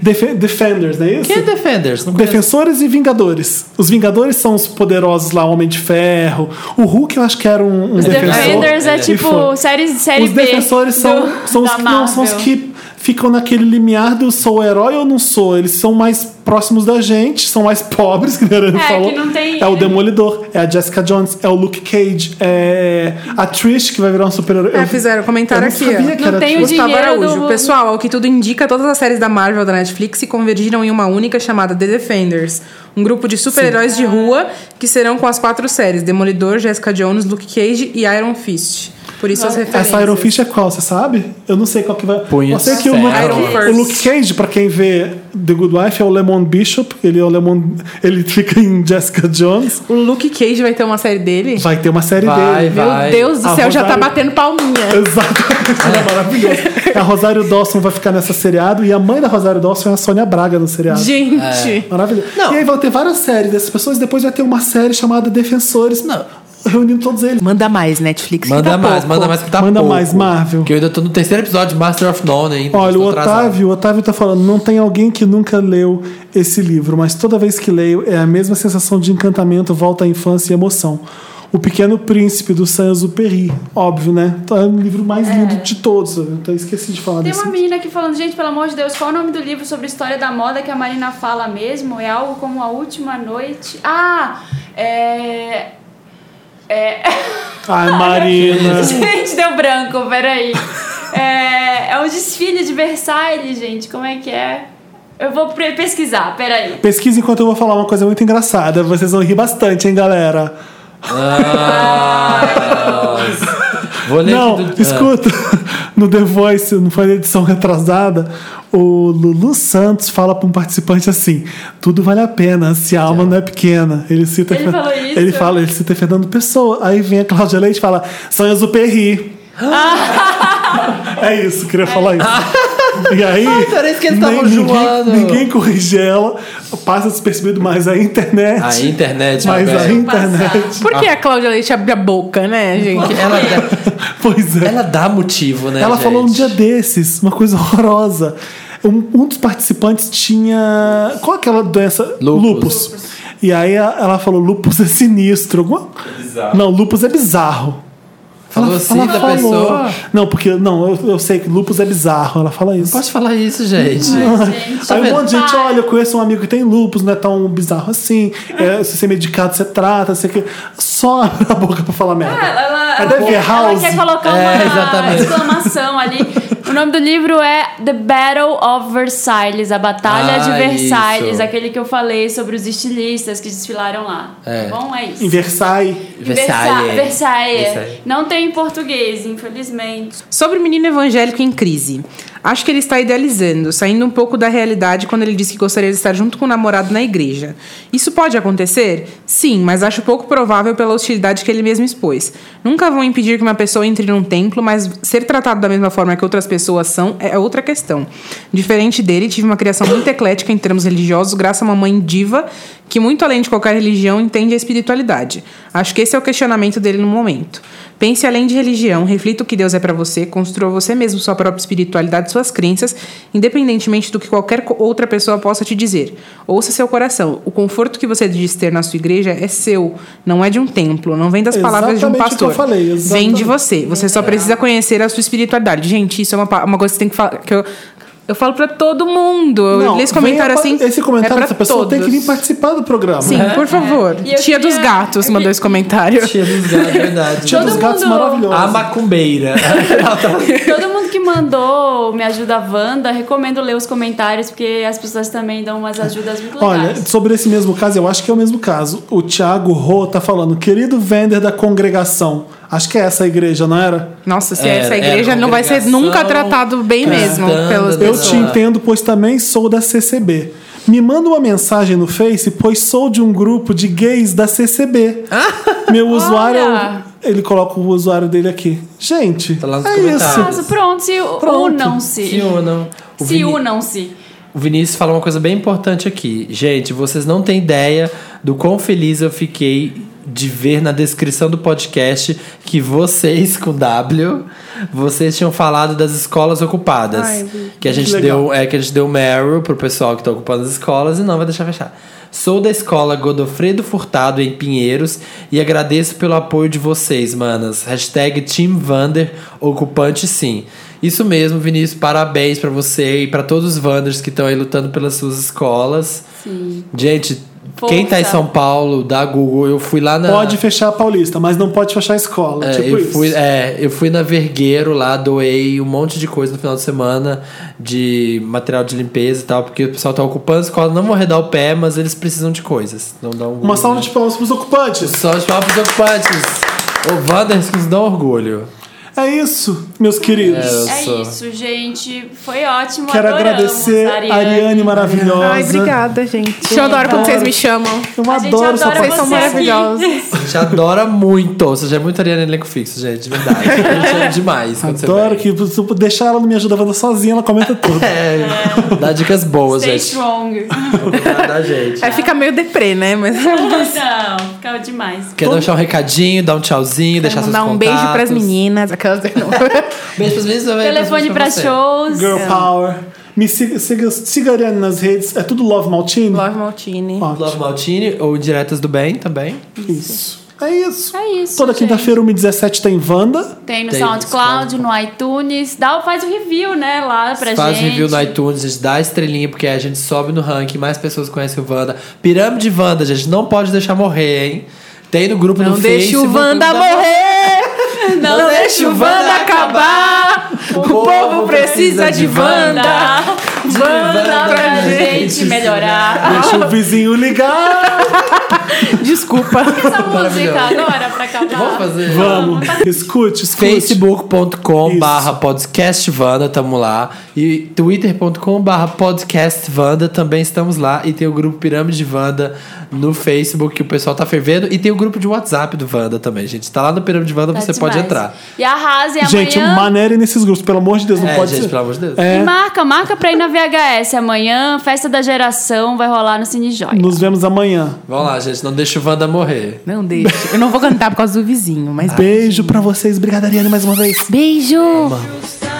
A: Defe- Defenders, não é isso?
C: Quem é Defenders? Não conheço.
A: Defensores e Vingadores. Os Vingadores são os poderosos lá, Homem de Ferro. O Hulk eu acho que era um, um
B: Os
A: defensor.
B: Defenders é
A: E foi.
B: tipo série, série
A: Os
B: B.
A: defensores são,
B: do-
A: são, os
B: da
A: que, não, são os
B: Marvel.
A: que ficam naquele limiar do sou herói ou não sou. Eles são mais próximos da gente, são mais pobres, que a Ariane
B: É,
A: falou.
B: que não tem-
A: É o Demolidor, é a Jessica Jones, é o Luke Cage, é a Trish, que vai virar um super-herói.
D: É, fizeram um comentário
A: eu não
D: aqui,
A: sabia
D: ó.
A: que
B: Não
A: era
B: tem o
A: Trish.
D: Gustavo
B: dinheiro do-
D: Araújo. Pessoal, ao que tudo indica, todas as séries da Marvel da Netflix se convergiram em uma única chamada The Defenders. Um grupo de super-heróis de rua que serão com as quatro séries: Demolidor, Jessica Jones, Luke Cage e Iron Fist. Por isso as referências.
A: Essa Iron Fist é qual, você sabe? Eu não sei qual que vai.
C: Punho
A: eu sei
C: de
A: que o
C: ferro.
A: Luke,
D: Iron
A: o
D: Fist.
A: Luke Cage, pra quem vê The Good Wife, é o Lemon Bishop. Ele é o Lemon. Ele fica em Jessica Jones.
D: O Luke Cage vai ter uma série dele?
A: Vai ter uma série
C: Vai,
A: dele.
C: vai.
D: Meu Deus do
A: A
D: céu, já tá
A: Rosário-
D: batendo palminha.
A: Exato. Ele é maravilhoso. A Rosário Dawson vai ficar nessa seriado e a mãe da Rosário Dawson é a Sônia Braga no seriado.
C: É.
D: Gente.
A: Maravilhoso.
C: Não.
A: E aí vão ter várias séries dessas pessoas e depois vai ter uma série chamada Defensores. Não. Reunindo todos eles.
D: Manda mais, Netflix. que
C: Manda
D: tá
C: mais,
D: pouco.
C: manda mais que tá
A: Manda
C: pouco.
A: mais, Marvel.
C: Que eu ainda tô no terceiro episódio de Master of None ainda.
A: Olha,
C: tô
A: o
C: atrasado.
A: Otávio, o Otávio tá falando, não tem alguém que nunca leu esse livro, mas toda vez que leio é a mesma sensação de encantamento, volta à infância e emoção. O Pequeno Príncipe do Saint-Exupéry, óbvio, né? Então, É o livro mais lindo de todos. Eu até esqueci de falar
B: Tem
A: disso.
B: uma menina aqui falando, gente, pelo amor de Deus, qual é o nome do livro sobre história da moda que a Marina fala mesmo? É algo como A Última Noite. Ah! É. É.
A: Ai, Marina.
B: gente, deu branco, peraí. É, é um desfile de Versailles, gente. Como é que é? Eu vou pre- pesquisar, peraí.
A: Pesquisa enquanto eu vou falar uma coisa muito engraçada. Vocês vão rir bastante, hein, galera?
C: Vou ler
A: não,
C: aqui do...
A: escuta. No The Voice, não foi na edição retrasada, o Lulu Santos fala para um participante assim: tudo vale a pena se a alma não é pequena. Ele cita.
B: Ele falou isso?
A: Ele fala, ele cita Fernando Pessoa. Aí vem a Cláudia Leite e fala: Sonha Zuperri. é isso, queria falar isso. E aí,
C: Ah, parece que eles
A: nem-
C: estavam
A: ninguém,
C: zoando.
A: ninguém corrige ela, passa despercebido, mas a internet.
C: Ah, A internet,
A: mas
C: meu
A: a
C: velho.
A: internet.
D: Por que a Cláudia Leite abre a boca, né, gente?
C: Ela,
A: Pois é.
C: ela dá motivo, né,
A: Ela
C: gente?
A: falou um dia desses, uma coisa horrorosa. Um, um dos participantes tinha. Qual é aquela doença?
C: Lupus.
A: E aí a- ela falou: lupus é sinistro. Alguma- Não, lupus é bizarro. Fala,
C: Falou
A: fala,
C: sim da
A: falou.
C: pessoa.
A: Não, porque, não, eu, eu sei que lupus é bizarro. Ela fala isso.
C: Pode falar isso, gente.
B: Gente,
C: Tá
A: Aí um
C: vendo?
A: monte de gente,
B: Para.
A: olha, eu conheço um amigo que tem lupus, não é tão bizarro assim. É, se você é medicado, você trata, sei que. Só abre a boca pra falar merda.
B: Ela, ela-
A: é
B: ela-
A: Dever
B: ela
A: House.
B: quer colocar uma
C: É, exatamente.
B: exclamação ali. O nome do livro é The Battle of Versailles, a Batalha
C: Ah,
B: de Versailles,
C: isso.
B: aquele que eu falei sobre os estilistas que desfilaram lá.
C: É.
B: Tá bom? É isso.
A: Em Versailles.
B: Versa- Versailles.
C: Versailles.
B: Não tem em português, infelizmente.
D: Sobre o menino evangélico em crise. Acho que ele está idealizando, saindo um pouco da realidade quando ele diz que gostaria de estar junto com o namorado na igreja. Isso pode acontecer? Sim, mas acho pouco provável pela hostilidade que ele mesmo expôs. Nunca vão impedir que uma pessoa entre num templo, mas ser tratado da mesma forma que outras pessoas são é outra questão. Diferente dele, tive uma criação muito eclética em termos religiosos, graças a uma mãe diva que, muito além de qualquer religião, entende a espiritualidade. Acho que esse é o questionamento dele no momento. Pense além de religião, reflita o que Deus é para você, construa você mesmo sua própria espiritualidade, suas crenças, independentemente do que qualquer co- outra pessoa possa te dizer. Ouça seu coração. O conforto que você diz ter na sua igreja é seu, não é de um templo, não vem das palavras de um
A: Exatamente o que
D: pastor.
A: eu falei,
D: vem
A: exatamente.
D: de
A: É.
D: você. Você só precisa conhecer a sua espiritualidade. Gente, isso é uma, pa- uma coisa que tem que falar. Que eu, eu falo para todo mundo. eu
A: Não,
D: li esse
A: vem
D: comentário
A: a-
D: assim.
A: Esse comentário
D: é pra
A: dessa pessoa tem que
D: todos.
A: vir participar do programa. É.
D: Sim, por favor.
B: É. E eu
D: Tia dos
B: queria-
D: gatos mandou esse comentário.
C: Tia dos gatos, é verdade.
A: Tia
B: Todo
A: dos gatos
B: mundo-
A: maravilhosa.
C: A macumbeira. assim,
B: Todo mundo que mandou Me Ajuda Wanda, recomendo ler os comentários, porque as pessoas também dão umas ajudas muito
A: Olha,
B: legais.
A: sobre esse mesmo caso, eu acho que é o mesmo caso. O Thiago Rô tá falando, querido vender da congregação. Acho que é essa a igreja, não era?
D: Nossa, se
C: É,
D: é, essa
C: é,
D: igreja não vai ser
C: congregação,
D: nunca tratado bem mesmo
C: cristã,
D: pelas
C: né?
A: Eu
D: pessoas.
A: te entendo, pois também sou da CCB. Me manda uma mensagem no Face, pois sou de um grupo de gays da CCB. Meu usuário. é o-
B: Olha!
A: Ele coloca o usuário dele aqui. Gente,
C: Tá lá nos
A: é
C: comentários.
A: isso.
B: Mas pronto, se
A: Pronto.
B: unam-se.
C: Se unam. O
B: Se
C: Vini-
B: unam-se.
C: O Vinícius fala uma coisa bem importante aqui. Gente, vocês não têm ideia do quão feliz eu fiquei de ver na descrição do podcast que vocês, com W, vocês tinham falado das escolas ocupadas.
D: Ai,
C: que a gente
A: Que legal.
C: deu, é que a gente deu Meryl pro pessoal que tá ocupando as escolas e não vai deixar fechar. Sou da escola Godofredo Furtado em Pinheiros e agradeço pelo apoio de vocês, manas. Hashtag Team Vander, ocupante sim. Isso mesmo, Vinícius, parabéns pra você e pra todos os Vanders que estão aí lutando pelas suas escolas.
B: Sim.
C: Gente,
B: Força.
C: quem tá em São Paulo, da Google, eu fui lá na.
A: Pode fechar a Paulista, mas não pode fechar a escola.
C: É,
A: tipo
C: eu
A: isso.
C: fui, é, eu fui na Vergueiro lá, doei um monte de coisa no final de semana de material de limpeza e tal, porque o pessoal tá ocupando a escola, não vão arredar o pé, mas eles precisam de coisas. Não dá um
A: Uma salva de palmas pros ocupantes.
C: Só os próprios ocupantes. O Wanders que nos dá orgulho.
A: É isso, meus queridos.
B: É
C: Nossa.
B: isso, gente. Foi ótimo.
A: Quero
B: adoramos,
A: agradecer a Ariane, maravilhosa.
D: Ai, obrigada, gente. Eu adoro quando vocês me chamam.
A: Eu
B: A gente
A: adoro sua
B: adora
D: Vocês
A: participação.
D: são
B: você aqui.
D: maravilhosos.
C: A gente adora muito. Você já é muito Ariana em elenco fixo, gente, de verdade. A gente ama demais. quando você
A: Adoro
C: vem.
A: que se eu deixar ela no Me Ajuda Wanda sozinha, ela comenta tudo.
C: É, dá dicas boas,
B: Stay
C: gente.
B: strong.
C: Dá, gente.
D: Aí É, fica meio deprê, né? Mas
B: Não, ficava demais.
C: Quer deixar um recadinho, dar um tchauzinho, deixar seus
D: dar um beijo
C: contatos.
D: pras meninas, aquelas. Não.
C: Beijo pras meninas também.
B: Telefone pra
C: pras meninas
B: shows.
A: Girl Power. Me siga, siga, siga a Ariane nas redes. É tudo Love Maltini?
D: Love Maltini.
A: Ó,
C: Love Maltini ou Diretas do Bem também.
A: Isso. É isso.
B: É isso,
A: Toda
B: gente.
A: quinta-feira, 1h17, tem Wanda.
B: Tem no
C: Tem no
B: SoundCloud, no iTunes. Dá, faz o review, né, lá pra
C: Faz
B: gente.
C: review no iTunes, a gente dá estrelinha, porque a gente sobe no ranking, mais pessoas conhecem o Wanda. Pirâmide Wanda, gente, não pode deixar morrer, hein? Tem no grupo
D: Não
C: no
D: deixe o
C: Facebook,
D: Wanda
C: não dá-
D: morrer!
B: Não,
D: Não
B: deixa
D: deixe o Wanda acabar! O povo precisa de Wanda!
B: Wanda pra gente melhorar.
A: Deixa o vizinho ligar.
D: Desculpa.
B: Essa música
C: Maravilhoso.
B: agora pra acabar.
C: Vamos fazer.
A: Vamos. Escute, escute.
C: facebook.com
A: Isso.
C: barra podcastvanda, tamo lá. E twitter.com barra podcastvanda, também estamos lá. E tem o grupo Pirâmide Vanda no Facebook, que o pessoal tá fervendo. E tem o grupo de WhatsApp do Vanda também, gente. Tá lá no Pirâmide Vanda,
B: Tá
C: você pode
B: demais.
C: entrar.
B: E arrasem
A: Gente, um
B: amanhã.
A: maneirem nesses grupos, pelo amor de Deus, não
C: É,
A: pode
C: gente,
A: ser.
C: pelo amor de Deus.
B: E
A: É,
B: marca, marca pra ir na VHS amanhã. Festa da geração vai rolar no Cine Joia.
A: nos vemos amanhã.
C: Vamos lá, gente, não deixa o Wanda morrer.
D: Não deixe. Eu não vou cantar por causa do vizinho, mas.
A: Beijo pra vocês. Obrigada, Ariane, mais uma vez.
D: Beijo!
B: Justa